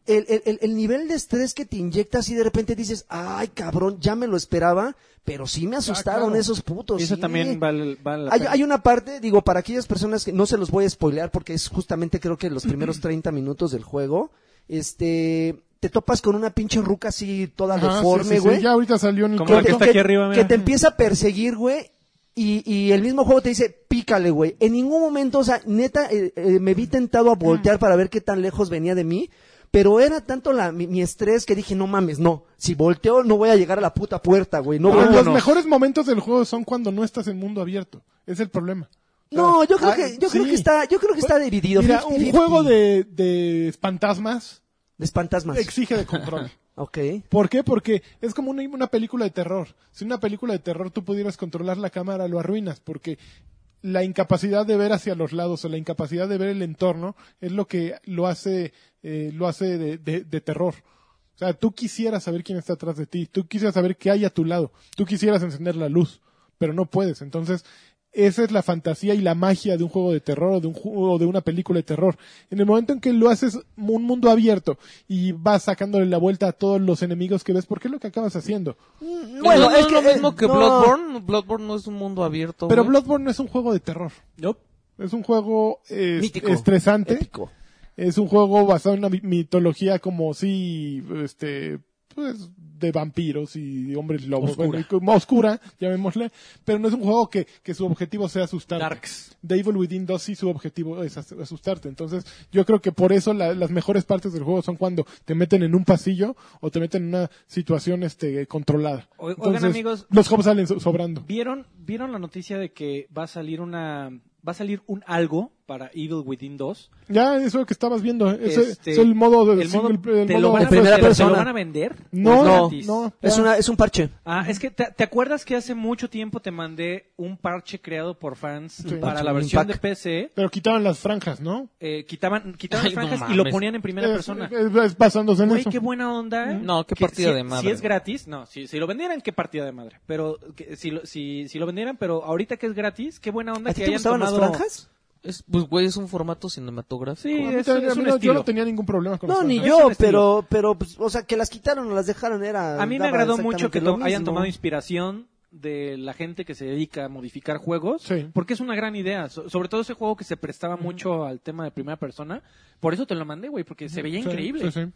el, el- el- el nivel de estrés que te inyectas y de repente dices, ay, cabrón, ya me lo esperaba, pero sí me asustaron
Ah, claro.
esos putos.
eso
sí".
también vale, vale la
Hay,
pena.
hay una parte, digo, para aquellas personas que no se los voy a spoilear porque es justamente creo que los primeros 30 minutos del juego, este, te topas con una pinche ruca así toda
Ajá, sí, sí,
deforme,
sí,
güey
Ya ahorita salió en el
Como la
corto.
que está aquí arriba, mira.
que te empieza a perseguir, güey. Y, y el mismo juego te dice, pícale, güey. En ningún momento, o sea, neta, eh, eh, me vi tentado a
Mm.
voltear para ver qué tan lejos venía de mí. Pero era tanto la, mi, mi estrés que dije, no mames, no. Si volteo, no voy a llegar a la puta puerta, güey. No,
Pero
voy a-
los
no.
mejores momentos del juego son cuando no estás en mundo abierto. Es el problema. O sea,
No, yo creo
ah,
que, yo
sí.
creo que está, yo creo que
Pues,
está dividido.
Mira, un
50-50.
juego de, de fantasmas
De espantasmas.
exige de control.
Ok.
¿Por qué? Porque es como una, una película de terror. Si una película de terror tú pudieras controlar la cámara, lo arruinas, porque la incapacidad de ver hacia los lados o la incapacidad de ver el entorno es lo que lo hace, eh, lo hace de, de- de terror. O sea, tú quisieras saber quién está atrás de ti, tú quisieras saber qué hay a tu lado, tú quisieras encender la luz, pero no puedes. Entonces, esa es la fantasía y la magia de un juego de terror o de un juego de una película de terror. En el momento en que lo haces un mundo abierto y vas sacándole la vuelta a todos los enemigos que ves, porque es lo que acabas haciendo.
no, no es lo mismo que
no.
Bloodborne. Bloodborne no es un mundo abierto.
Pero
güey.
Bloodborne no es un juego de terror.
No.
Es un juego eh,
Mítico.
estresante.
Épico.
Es un juego basado en una mi- mitología como si, este, pues, de vampiros y hombres lobos.
Oscura.
Bueno, y como oscura, llamémosle. Pero no es un juego que, que su objetivo sea asustarte.
Darks.
The Evil Within 2 sí su objetivo es as- asustarte. Entonces, yo creo que por eso la- las mejores partes del juego son cuando te meten en un pasillo o te meten en una situación, este, controlada.
O- oigan,
Entonces,
amigos.
Los juegos salen so- sobrando.
¿Vieron, ¿Vieron la noticia de que va a salir una va a salir un algo para Evil Within 2?
Ya, eso que estabas viendo, ¿eh? ese
Este,
es el modo de
el modo-
single- el
te
modo-
lo van a
en primera
te lo- te lo
persona.
van a vender?
No,
¿O
No,
es gratis?
no.
Es, una, es un parche.
Ah, es que te, te acuerdas que hace mucho tiempo te mandé un parche creado por fans para
parche,
la
un
versión
pack.
de PC.
Pero quitaban las franjas, ¿no?
eh, quitaban quitaban
Ay, no
franjas y
mames.
lo ponían en primera
Es-
persona.
Es, es basándose en
Güey,
eso.
qué buena onda.
No, qué
Que
partida
si-
de madre.
Si es gratis, no, si, si lo vendieran, qué partida de madre. Pero que- si, lo- si, si lo vendieran, pero ahorita que es gratis, qué buena onda
¿A ti
que
te
hayan
gustaban las
tomado-
franjas?
Es, pues, güey, es un formato cinematográfico.
Sí,
A mí
es,
también-
es
a mí
un
no- yo
estilo.
no tenía ningún problema con
No,
las
ni
franjas.
Es
yo,
un estilo.
pero, pero, pues, o sea, que las quitaron o las dejaron era.
A mí me
daba
agradó mucho que
exactamente lo
to- hayan
mismo.
tomado inspiración de la gente que se dedica a modificar juegos,
Sí.
porque es una gran idea, So- sobre todo ese juego que se prestaba mucho al tema de primera persona, por eso te lo mandé, güey, porque se veía
Sí, Sí,
increíble.
sí.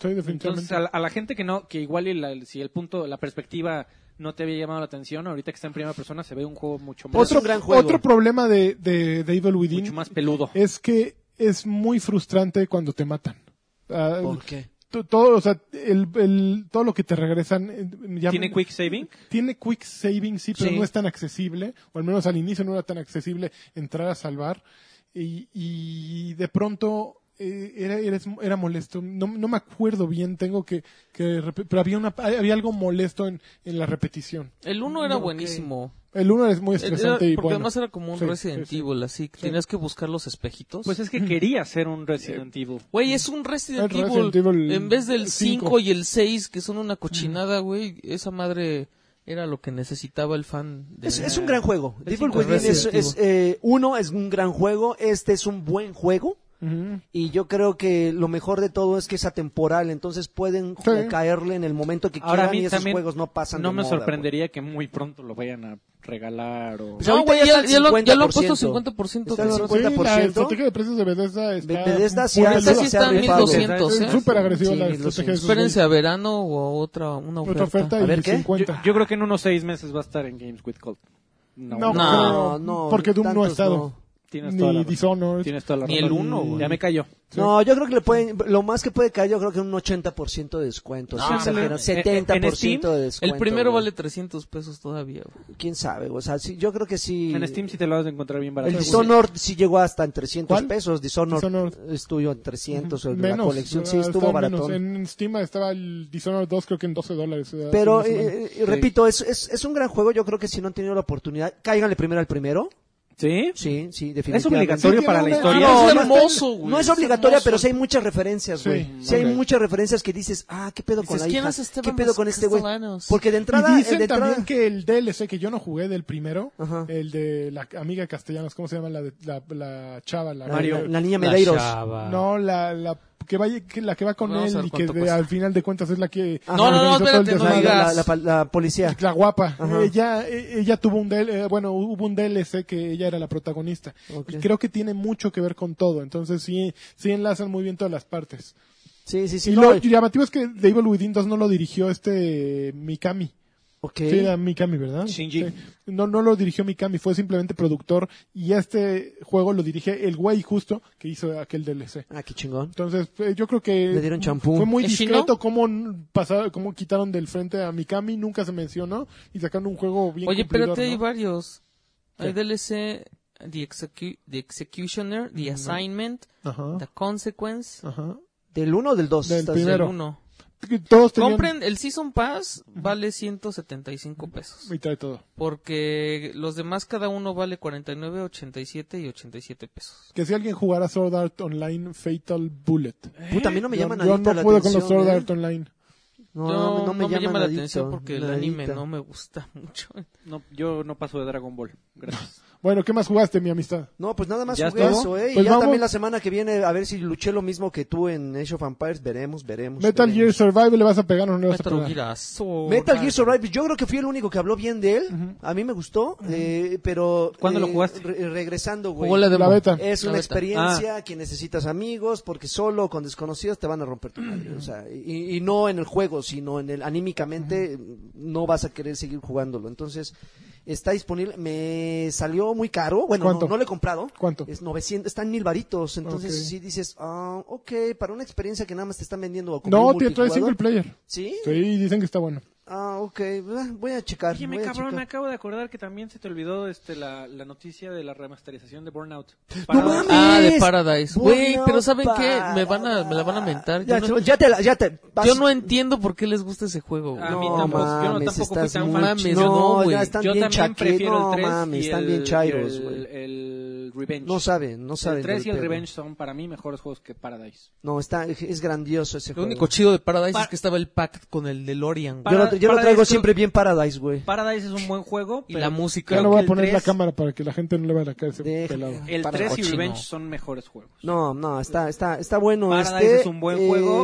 Sí, definitivamente.
Entonces, a la, a la gente que no, que igual y la- si el punto, la perspectiva no te había llamado la atención, ahorita que está en primera persona se ve un juego mucho más,
Otro- gran juego.
Otro problema de, de, de Evil
mucho
Within
más peludo.
es que es muy frustrante cuando te matan. Ah,
¿Por qué?
to- todo, o sea, el, el- todo lo que te regresan. eh, ya-
¿Tiene quick saving?
Tiene quick saving, sí, pero
Sí.
no es tan accesible, o al menos al inicio no era tan accesible entrar a salvar. Y, y de pronto eh, era, era, era molesto. No, no me acuerdo bien, tengo que. que rep- pero había, una, había algo molesto en, en la repetición.
El uno era buenísimo.
El uno es muy
Era-
estresante y
Eh, porque
bueno.
además era como un
Sí,
Resident
sí, sí.
Evil, así que tenías que buscar los espejitos.
Pues es que quería ser un Resident Evil.
Güey, es un Resident,
El
Evil,
Resident Evil
En vez del
cinco.
5 y el 6, que son una cochinada, güey. Esa madre era lo que necesitaba el fan. De
Es, es un gran juego.
Es
Devil
un gran
Within es,
juego.
es, eh, uno es un gran juego, este es un buen juego
Ujú.
y yo creo que lo mejor de todo es que es atemporal, entonces pueden
Sí.
caerle en el momento que
Ahora a
quieran
mí
y esos
también
juegos no pasan.
no
de
me
moda,
sorprendería que muy pronto lo vayan a regalar o...
Pues
No,
ahorita
güey,
ya
ya,
está
ya
el
lo, ya lo han puesto
50%.
50%.
Está en
güey. Sí,
Sí, la
50%.
estrategia de precios de Bethesda está,
Bethesda sí
muy
ha-
Esta sí
agresiva.
se ha
está en
rifado.
1200, ¿eh?
Es
súper agresiva
Sí,
la
1200.
estrategia de esos
Espérense a verano o a otra una
güey. Otra
oferta.
oferta y
A ver, ¿qué?
50.
Yo, yo creo que en unos seis meses va a estar en Games with Gold. No,
No,
No.
creo,
no,
porque Doom no ha
tantos
estado.
no.
Tienes toda la
Ni
razón.
Dishonored.
Tienes toda la
Ni
razón.
el uno, güey.
Ya me cayó.
No, yo creo que le pueden, lo más que puede caer, yo creo que un 80% de descuento.
No,
sin exagerar,
mames.
70% de descuento.
El primero
güey.
vale 300 pesos todavía. güey.
Quién sabe, o sea, sí, yo creo que sí.
En Steam sí te lo vas a encontrar bien barato.
El Dishonored sí llegó hasta en 300
¿Cuál?
pesos. Dishonored,
Dishonored.
estuvo en 300. o la
Menos,
colección sí
eh,
estuvo
estaba
baratón.
menos. En Steam estaba el Dishonored 2 creo que en 12 dólares. eh, hace
Pero,
una semana.
eh, eh, repito, es, es, es un gran juego. Yo creo que si no han tenido la oportunidad, cáiganle primero al primero.
¿Sí?
Sí, sí, definitivamente.
¿Es obligatorio
Sí,
para la
tiene una-
historia?
Ah,
no,
es
no,
hermoso, güey.
No es obligatoria, pero sí hay muchas referencias,
Sí,
güey. Sí, hay
ok.
muchas referencias que dices, ah, ¿qué pedo con
Dices,
la
¿quién
hija?
es Esteban
¿Qué pedo con este güey?
Castellanos?
Porque de entrada...
y
eh,
dicen
de entrada-
también que el DLC que yo no jugué del primero,
Ajá.
el de la amiga castellanos, ¿cómo se llama la, de- la, la chava? La,
La, la- la niña
La
Medeiros.
chava. No,
No, la, la que vaya, que la que va con
Vamos a
él
ver
y que
cuánto
de-
cuesta.
al final de cuentas es la que
Ah,
no, no,
organizó todo el
espérate, no
desmadre.
digas.
La, la- la- la policía.
La guapa.
Ajá.
Ella, e- ella tuvo un DL, eh, bueno, hubo un DLC que ella era la protagonista.
Ok.
Y creo que tiene mucho que ver con todo. Entonces sí, sí enlazan muy bien todas las partes.
Sí, sí, sí.
y
no,
lo
eh,
llamativo es que The Evil Within 2 no lo dirigió este Mikami.
ok.
Sí, era Mikami, ¿verdad?
Shinji.
Sí. No, no lo dirigió Mikami, fue simplemente productor. Y este juego lo dirige el güey justo que hizo aquel DLC.
Ah, qué chingón.
Entonces, eh, yo creo que
Le dieron champú.
fue muy
¿Es chino?
discreto cómo, n- pasaron- cómo quitaron del frente a Mikami, nunca se mencionó y sacaron un juego bien
Oye,
cumplidor,
espérate,
¿no?
hay varios. Hay
¿Qué?
DLC, The, Execu- The Executioner, The Assignment,
Ajá.
The Consequence,
Ajá.
¿Del 1 o del 2?
Del primero.
el uno.
Que Todos tenían
Compren el Season Pass, vale 175 pesos.
mitad de todo.
Porque los demás cada uno vale 49, 87 y 87 pesos.
Que si alguien jugara Sword Art Online Fatal Bullet.
Puta, a mí no me
yo,
llaman
yo
adicto a
no
la
puedo con
atención.
los Sword
¿eh?
Art Online.
No,
Yo
no, me, llaman
llama la
adicto,
atención porque el
nadita.
anime no me gusta mucho.
No, yo no paso de Dragon Ball. Gracias.
Bueno, ¿qué más jugaste, mi amistad?
No, pues nada más
¿Ya
jugué
estuvo?
eso, ¿eh? y
Pues
ya
vamos.
también la semana que viene, a ver si luché lo mismo que tú en Age of Empires. Veremos, veremos.
Metal Gear
veremos.
Survival, ¿le vas a pegar o no le vas a
Metal
pegar?
Gear Solid.
Metal Gear Survive, yo creo que fui el único que habló bien de él. A mí me gustó, eh, pero.
¿Cuándo
eh,
lo jugaste?
re- regresando, güey.
Jugó la demo.
La beta.
Es
La
una
Ah.
beta.
experiencia que necesitas amigos, porque solo con desconocidos te van a romper tu madre. O sea, y, y no en el juego, sino en el anímicamente no vas a querer seguir jugándolo. Entonces, está disponible. Me salió muy caro. Bueno,
¿Cuánto?
no, no lo he comprado.
¿Cuánto?
Es 900, está en mil varitos. Entonces,
Ok.
si dices, ah, ok, para una experiencia que nada más te están vendiendo. como
No,
un
te trae single
multijugador.
player.
¿Sí?
Sí, dicen que está bueno.
Ah, ok. Ah, Voy a checar.
Oye, me
voy a
cabrón, me
checar.
acabo de acordar que también se te olvidó este, la, la noticia de la remasterización de Burnout.
¡No
Para-
mames!
Ah, de Paradise. Güey,
Burnout
pero ¿saben qué?
Paradise.
Me van a, me la van a mentar.
Ya,
Yo no,
te- ya te la- ya te- vas-
yo no entiendo por qué les gusta ese juego. güey.
A mí tampoco, yo no tampoco fui
estás
tan
muy-
fan.
Mames,
no,
no, güey.
ya están
Yo
bien
también
chaquetos,
prefiero
no
el 3
mames,
y
están
el-
bien chairos,
y el,
güey.
el Revenge.
No saben, no saben.
el 3 y
del
el
pedo.
Revenge son para mí mejores juegos que Paradise.
No, está, es grandioso ese
Lo
juego.
único chido de Paradise
Pa-
es que estaba el pack con el DeLorean, güey.
yo lo,
Para-
yo lo
para
traigo
esto-
siempre bien Paradise, güey.
Paradise es un buen juego,
Y
pero
la
Ya
música.
Creo
no voy a
que el
poner la
tres-
cámara para que la gente no le vaya a caer ese
Deja-
pelado.
el
para
3 y
cochino.
Revenge son mejores juegos.
No, no, está, está, está bueno.
Paradise
este,
es un buen
eh,
juego.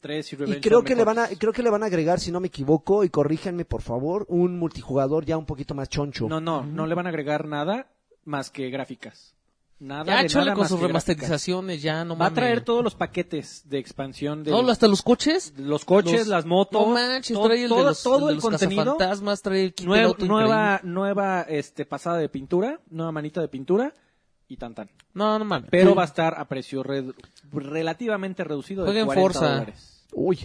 3 y Revenge
Y creo
son
que le van a,
mejores.
creo que le van a agregar, si no me equivoco, y corríjanme por favor, un multijugador ya un poquito más choncho.
No, no, no le van a agregar nada más que gráficas. Nada
Ya,
de
chale
nada
con
más
sus
que gráficas.
remasterizaciones, ya, no
Va
mames.
a traer todos los paquetes de expansión de
No, hasta los coches.
los coches,
Los-
las motos,
No manches,
todo,
trae el de
todo-
los,
todo
el, de los
contenido,
cazafantasmas, trae el kit del
nueva,
auto increíble.
nueva, nueva, este, pasada de pintura, nueva manita de pintura y tan tan.
No, no mames.
Pero va a estar a precio red- relativamente reducido de
Jueguen
40
Forza.
dólares.
Uy.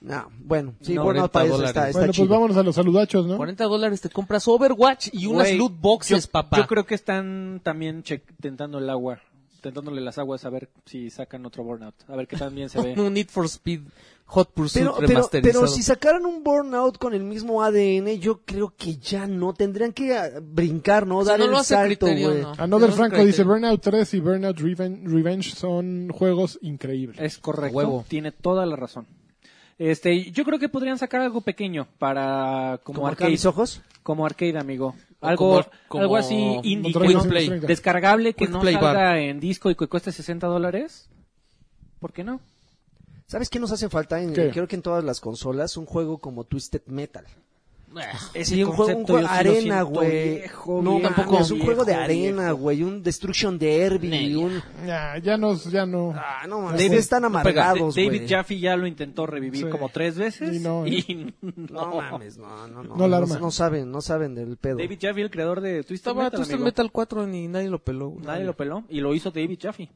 No, bueno, sí,
90
bueno, para eso
dólares.
está, está
Bueno, pues
chido.
vámonos a los saludachos, ¿no?
40 dólares te compras Overwatch y unas
¿Mm? Güey,
loot boxes,
yo,
papá.
Yo creo que están también che- tentando el agua, tentándole las aguas a ver si sacan otro burnout, a ver qué tan bien se ve.
Un Need for Speed Hot Pursuit
Pero, pero,
remasterizado.
pero si sacaran un Burnout con el mismo ADN, yo creo que ya no. Tendrían que ah, brincar, ¿no?
Si
Dar
no
el
lo hace
salto,
criterio,
güey.
no.
Another
Tenemos
Franco
que-
dice Burnout 3 y Burnout Reven- Revenge son juegos increíbles.
Es correcto,
Huevo.
tiene toda la razón. Este, y yo creo que podrían sacar algo pequeño para como,
Como acá
arcade,
mis ojos.
como arcade, amigo.
O
Algo,
como-
algo
como
así indie,
Monterrey
que no-
230.
Play.
descargable que
Quick
no
Play
salga
Bar.
en disco y que cueste 60 dólares. ¿Por qué no?
¿Sabes qué nos hace falta? En,
¿Qué?
Creo que en todas las consolas, un juego como Twisted Metal.
Es
Sí, un juego, un juego- arena, güey. No, tampoco. Es un juego de arena, güey. Un Destruction Derby. Un...
Ya, ya no, ya no.
Ah, no, mames,
David-
están amargados, güey.
David Jaffe ya lo intentó revivir
Sí.
como tres veces.
Y no,
y
No
no.
mames, no, no, no.
No la
No,
arma.
no saben, no saben del pedo.
David Jaffe, el creador de Twisted
Estaba
Metal,
Twisted
amigo.
Metal 4 ni nadie lo peló. güey.
Nadie lo peló y lo hizo David Jaffe.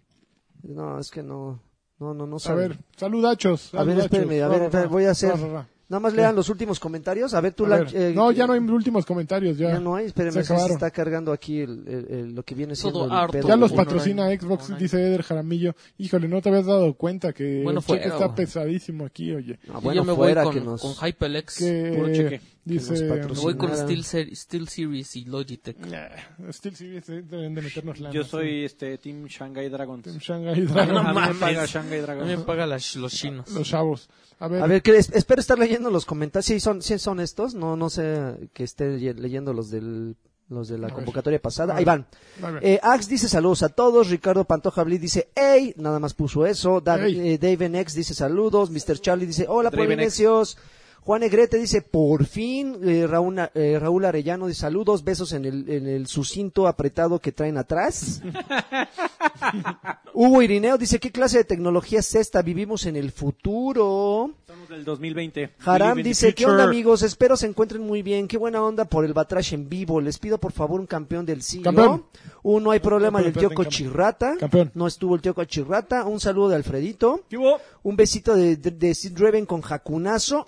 No, es que no. No, no, no
A
saben.
ver, saludachos.
A ver,
saludachos.
espérame, a
Ra,
ver,
ra,
espérame,
ra,
voy a hacer.
ra, ra, ra.
Nada más
¿Qué?
lean los últimos comentarios. A ver, tú
A
la.
ver,
eh,
no, ya
eh,
no hay últimos comentarios. Ya,
Ya no hay, espérenme,
se
se,
acabaron.
está cargando aquí el, el- el- lo que viene siendo.
Todo
el
harto.
pedo,
Ya los
güey.
patrocina
Online.
Xbox,
Online.
dice Eder Jaramillo. Híjole, no te habías dado cuenta que
Bueno,
el cheque
fuera,
está
güey.
pesadísimo aquí, oye.
Ah,
Y
bueno,
yo me voy
fuera
con,
que nos.
con HyperX.
Que,
Puro cheque.
Dice, um,
Que nos
Me
patrocina.
voy con
Pues Nada.
Steel, Ser- Steel Series y Logitech.
Nah, Steel Series eh, deben de meternos
Ah,
lana.
Yo soy este Team Shanghai Dragons.
sí. Shanghai
A mí-
Dragon,
a mí me paga Shanghai
A mí me
Dragons.
pagan las- los chinos.
los chavos. A ver,
A ver, que es- espero estar leyendo los comentarios. Sí, son, sí son estos. No, no sé que esté ye- leyendo los del los de la
ver.
convocatoria
A
pasada.
ver.
Ahí van.
a ver.
Eh, Ax dice saludos a todos. Ricardo Pantoja Blit dice hey. Nada más puso eso. Da-
Ey.
eh, Dave NX dice saludos. Mr. Charlie dice hola
Draven
polinesios. Juan Egrete dice por fin. Eh, Raúl, eh, Raúl Arellano dice saludos. Besos en el, en el sucinto apretado que traen atrás. Hugo Irineo dice qué clase de tecnología es esta. Vivimos en el futuro.
Somos del 2020.
Haram
Believe in the
dice, ¿qué
future".
onda amigos? Espero se encuentren muy bien. Qué buena onda por el Batrash en vivo. Les pido por favor un campeón del siglo.
Campeón.
Un no hay problema del tío
Campeón.
Cochirrata.
Campeón.
No estuvo el tío Cochirrata. Un saludo de Alfredito.
¿Qué hubo?
Un besito de, de, de Sid Draven con jacunazo.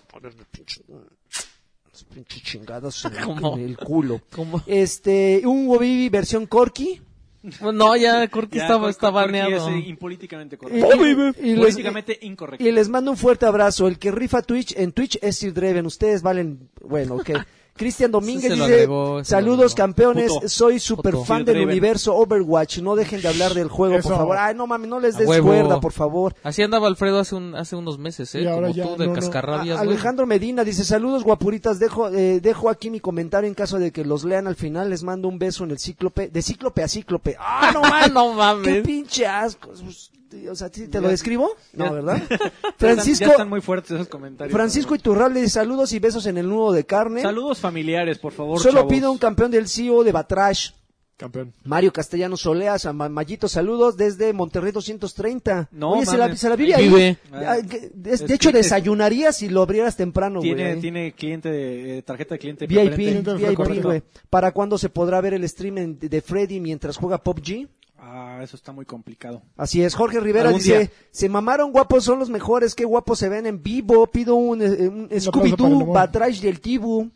Pinche chingadas en el-
¿Cómo?
en el culo.
¿Cómo?
Este, un Wobibi versión Corky.
No, ya Corky
Ya,
estaba,
Corky-
está
Corky
baneado.
es, eh, impolíticamente
Y-
correcto.
y- y les-
Políticamente incorrecto.
Y les mando un fuerte abrazo. El que rifa Twitch en Twitch es Sir Draven. Ustedes valen, bueno, ok. Cristian
Ese
Domínguez
se lo
dice,
agregó, ese lo
saludos
agregó.
campeones,
Puto.
soy super
Puto.
fan
Sí,
del
Draven.
universo Overwatch, no dejen de hablar del juego,
Eso.
por favor. Ay, no mames, no les
A
des
huevo.
cuerda, por favor.
Así andaba Alfredo hace, un, hace unos meses, ¿eh?
Y ahora
Como
ya,
tú, de
no, no.
cascarrabias,
A-
güey.
Alejandro Medina dice, saludos guapuritas, dejo, eh, dejo aquí mi comentario en caso de que los lean al final, les mando un beso en el cíclope, de cíclope a cíclope. Ah, no mames,
no
qué
mames.
pinche asco. Pues, O sea, ¿sí ¿te lo describo? No,
Ya-
¿verdad?
Ya están-
Francisco,
ya están muy fuertes esos comentarios.
Francisco Iturralde, saludos y besos en el nudo de carne.
Saludos familiares, por favor.
Solo
chavos.
pido un campeón del CEO de Batrash.
Campeón.
Mario Castellano Solea, San Ma- Mayito, saludos desde Monterrey 230.
No,
Oye, se la,
mames.
se la vive ahí.
Ahí vive.
Ah, que- es-
Es
de hecho,
que-
desayunaría si lo abrieras temprano, güey.
Tiene,
ahí.
tiene cliente de eh, tarjeta de cliente
VIP,
preferente.
Cliente
VIP,
frecuente.
güey. ¿Para cuándo se podrá ver el stream en- de Freddy mientras juega PUBG?
Ah, eso está muy complicado.
Así es, Jorge Rivera
Algún
dice,
día.
se mamaron guapos, son los mejores, qué guapos se ven en vivo, pido un, eh, un
aplauso para el
Scooby-Doo
amor.
Batrash del Tibu.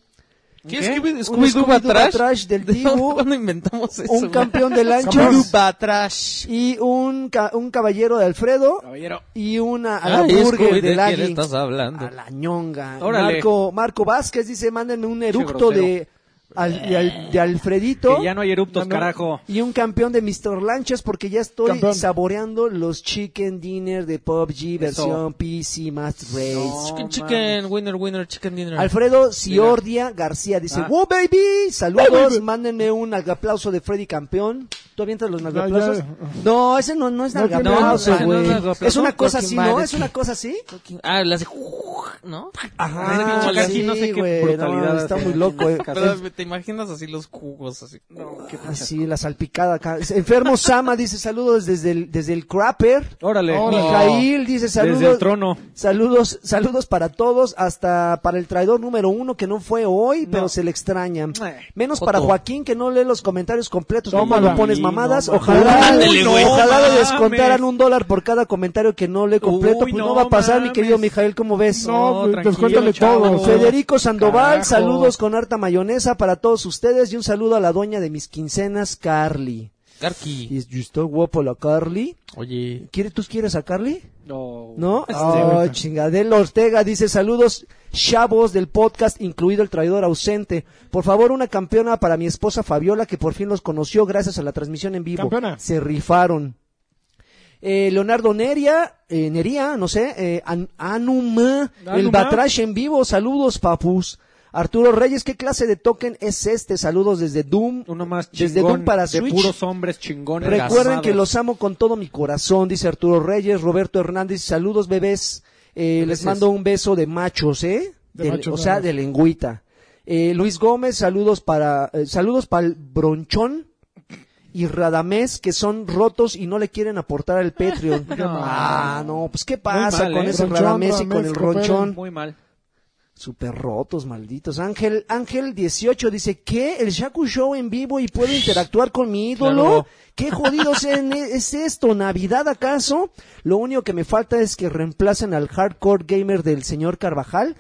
¿Qué
¿Qué?
es Scooby-
¿eh? Un
Scooby-Doo
Scooby-Doo
Batrash?
Batrash del
¿De dónde-
Dibu.
¿Cuándo inventamos eso?
un campeón de
Scooby-Doo
lanchas
Batrash.
y un, ca- un caballero de Alfredo
Caballero.
y una a la
Ay,
burger Ah, de
Scooby, ¿de quién
Lagi.
estás hablando?
A la ñonga.
Órale.
Marco, Marco Vázquez dice, mándenme un eructo
grosero.
de, al- de al- de Alfredito.
Que ya no hay eruptos,
No, no.
carajo.
Y un campeón de Mr. Lanchas porque ya estoy
Campeón.
saboreando los chicken dinner de PUBG versión
Eso.
PC Master Race.
No.
Chicken,
Oh,
chicken, winner, winner, chicken dinner.
Alfredo Ciordia García dice,
Ah.
wow baby, saludos, mándenme un nalgaplauso de Freddy Campeón. ¿Tú avientas los nalgaplausos?
ya.
No, ese no, no es
No, que no,
nalgaplauso,
ese no
güey.
es nalgaplauso.
es una cosa así, ¿no?
Porque
Es una cosa así.
Ah, las de... ¿No?
Ajá,
pinche casi no sé qué
güey,
brutalidad
no, está
hace.
muy loco, eh.
Pero te imaginas así los jugos, así.
Así, la salpicada acá. Enfermo Sama dice saludos desde el, desde el crapper.
Órale.
Órale.
Mijail dice saludos.
Desde el trono.
Saludos, saludos para todos, hasta para el traidor número uno que no fue hoy, pero se le extraña.
Eh,
Menos
Joto.
para Joaquín que no lee los comentarios completos, no
Tómala.
pones
Sí,
mamadas.
no mames.
ojalá,
Ándale,
Uy,
güey.
ojalá le
No
descontaran
mames.
un dólar por cada comentario que no lee completo.
Uy,
pues no,
no
va a pasar, mi
mames.
querido Mijael, ¿cómo ves?
No,
No, pues,
tranquilo,
descuéntale
chavo.
todo.
Federico Sandoval,
Carajo.
saludos con harta mayonesa para todos ustedes y un saludo a la doña de mis quincenas, Carly.
Garki.
¿Y y está guapo la Carly?
Oye.
¿Quiere, ¿Tú quieres a Carly?
No.
¿No?
Este,
Oh, chingadel Ortega dice saludos chavos del podcast, incluido el traidor ausente. Por favor, una campeona para mi esposa Fabiola, que por fin los conoció gracias a la transmisión en vivo.
Campeona.
Se rifaron. Eh, Leonardo Neria, eh, Nería, no sé, eh, An- Anuma, el
Anuma.
Batrash en vivo, saludos papus. Arturo Reyes, ¿qué clase de token es este? Saludos desde Doom.
Uno más chingón.
Desde Doom para
de
Switch.
puros hombres chingones.
Recuerden
gasados.
que los amo con todo mi corazón, dice Arturo Reyes, Roberto Hernández, saludos bebés, Eh, les
Beses.
mando un beso de machos, ¿eh?
De
Del-
machos
o
nada
sea,
más.
de lengüita. Eh, Luis Gómez, saludos para, eh, saludos para el Bronchón y Radamés, que son rotos y no le quieren aportar al Patreon. Ah, no, pues ¿qué pasa
mal,
con
¿eh?
ese
Bronchón,
Radamés y con
Radamés,
el
cooperen.
Ronchón?
Muy mal.
Super rotos, malditos. Ángel, Ángel 18 dice, ¿qué? ¿El Shaku Show en vivo y puedo interactuar con mi ídolo?
Claro.
¿Qué jodidos en- e-, es esto? ¿Navidad acaso? Lo único que me falta es que reemplacen al hardcore gamer del señor Carvajal,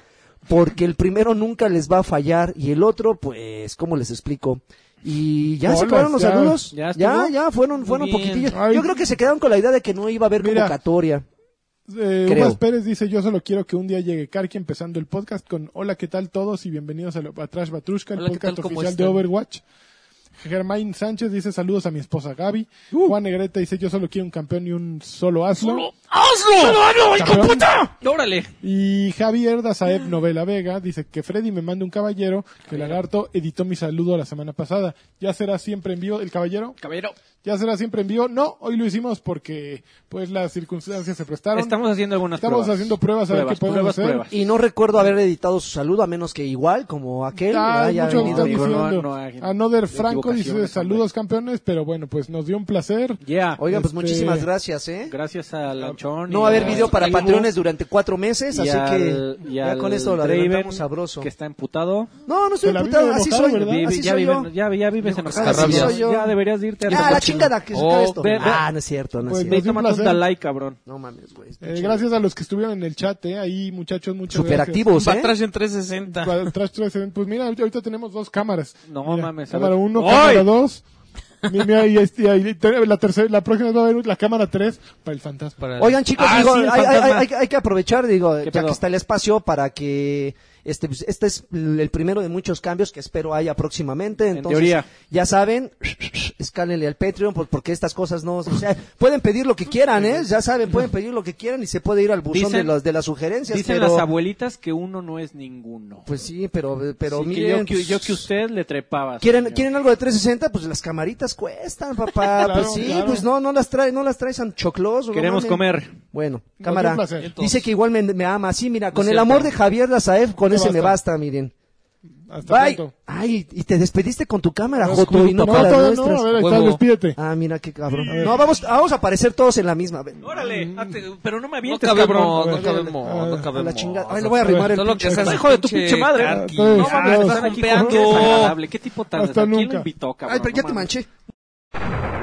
porque el primero nunca les va a fallar y el otro, pues, ¿cómo les explico? Y ya se
Bolas,
acabaron los
ya,
saludos. Ya,
ya
ya,
estuvo.
fueron, fueron
bien.
poquitillos.
Ay.
Yo creo que se quedaron con la idea de que no iba a haber
Mira.
convocatoria.
Eh,
Creo.
Uvas Pérez dice, yo solo quiero que un día llegue Karki empezando el podcast con Hola, ¿qué tal todos? Y bienvenidos a, lo- a Trash Batrushka, el
Hola, ¿qué
podcast
tal? ¿Cómo
oficial de
están?
Overwatch. Germain Sánchez dice, saludos a mi esposa Gaby. Juan Negreta dice, yo solo quiero un campeón y un solo asno.
¡Hazlo!
hijo de puta!
¡Órale!
Y Javier Dazaev Novela Vega dice que Freddy me manda un Ah. caballero, que el lagarto editó mi saludo la semana pasada. ¿Ya será siempre en vivo el caballero?
Caballero.
¿Ya será siempre en vivo? No, hoy lo hicimos porque pues las circunstancias se prestaron.
Estamos haciendo algunas
Estamos
pruebas.
haciendo pruebas a ver qué podemos hacer.
Y no recuerdo haber editado su saludo, a menos que igual, como aquel,
Ah,
haya
muchos
venido
están
con-
digo, no,
diciendo.
no hay-
Another Franco
equivocaciones,
dice
hombre.
saludos campeones, pero bueno, pues nos dio un placer.
Yeah.
Oigan, pues
Este-
muchísimas gracias, ¿eh?
Gracias a Lanchón.
No va a haber video para patrones
patrones
durante cuatro meses, así que ya con esto lo adelantamos sabroso.
Que está emputado.
No, no estoy
Se la
imputado,
vive
así
enojado,
soy,
¿verdad?
Vive-
así
ya,
soy
viven-
yo.
ya, ya vives
Así
Cascarrabias.
enojado.
soy yo.
Ya deberías irte a
Ya, la chingada, que se acabe
Oh,
esto.
ve- ve-
Ah, no es cierto, no es
Pues,
cierto.
Ve
Nos dio un
tomando un
placer.
Dalai, cabrón.
No mames, güey. es
Eh,
pinche-
gracias a los que estuvieron en el chat, eh, ahí muchachos, muchas
Superactivos, ¿eh?
Batrash en 360.
gracias. Trash 360. Pues mira, ahorita tenemos dos cámaras.
No
Mira,
mames. a
Cámara
ver.
1,
¡Ay!
cámara 2. Mira, y este, ahí, te- la, tercera, la próxima va a haber la cámara 3 para el fantasma.
Para-
Oigan, chicos,
Ah,
digo,
sí, el
hay, hay-
fantasma.
hay- hay que aprovechar, digo, ya
pedo?
que está el espacio para que este, pues, este es el primero de muchos cambios que espero haya próximamente. Entonces,
teoría.
Ya saben, escálenle al Patreon por- porque estas cosas no, o sea, pueden pedir lo que quieran, ¿eh? Ya saben, pueden pedir lo que quieran y se puede ir al buzón
Dicen-
de las de las sugerencias.
Dicen
pero,
las abuelitas que uno no es ninguno.
Pues sí, pero, pero
Sí, que
miren, pues,
yo, que, yo que usted le trepaba.
¿Quieren,
señor.
¿Quieren algo de 360? Pues las camaritas cuestan, papá.
Claro,
pues sí,
claro.
pues no, no las trae, no las traes a choclos. no
Queremos
mamen.
comer.
Bueno,
dio
cámara.
un placer.
Dice que igual me, me ama. Sí, mira, con el
cierto.
amor de Javier Lazaev, con
Me
ese me
basta.
basta, miren.
Hasta
Bye.
pronto.
Ay, y te despediste con tu cámara,
No,
Joto,
como
y no
tu
con
No,
las
todavía no,
nuestras.
a ver, ahí está,
Huevo.
despídete.
Ah, mira qué cabrón. No, vamos, vamos a aparecer todos en la misma. ve.
Órale, hazte- pero no me
No
avientes,
cabemos,
cabrón.
no cabemos, no
A
cabemos.
la chingada. Ay, le voy a arrimar el
Todo lo que
pinche.
seas
Hijo de tu pinche madre.
carqui.
No,
No,
Ah,
mames,
nos
están
están
aquí con
golpeando.
gente desagradable. ¿Qué tipo tan
Hasta
desagradable? ¿Quién lo
nunca.
invitó, cabrón?
Ay, pero ya
No
te
mames.
manché.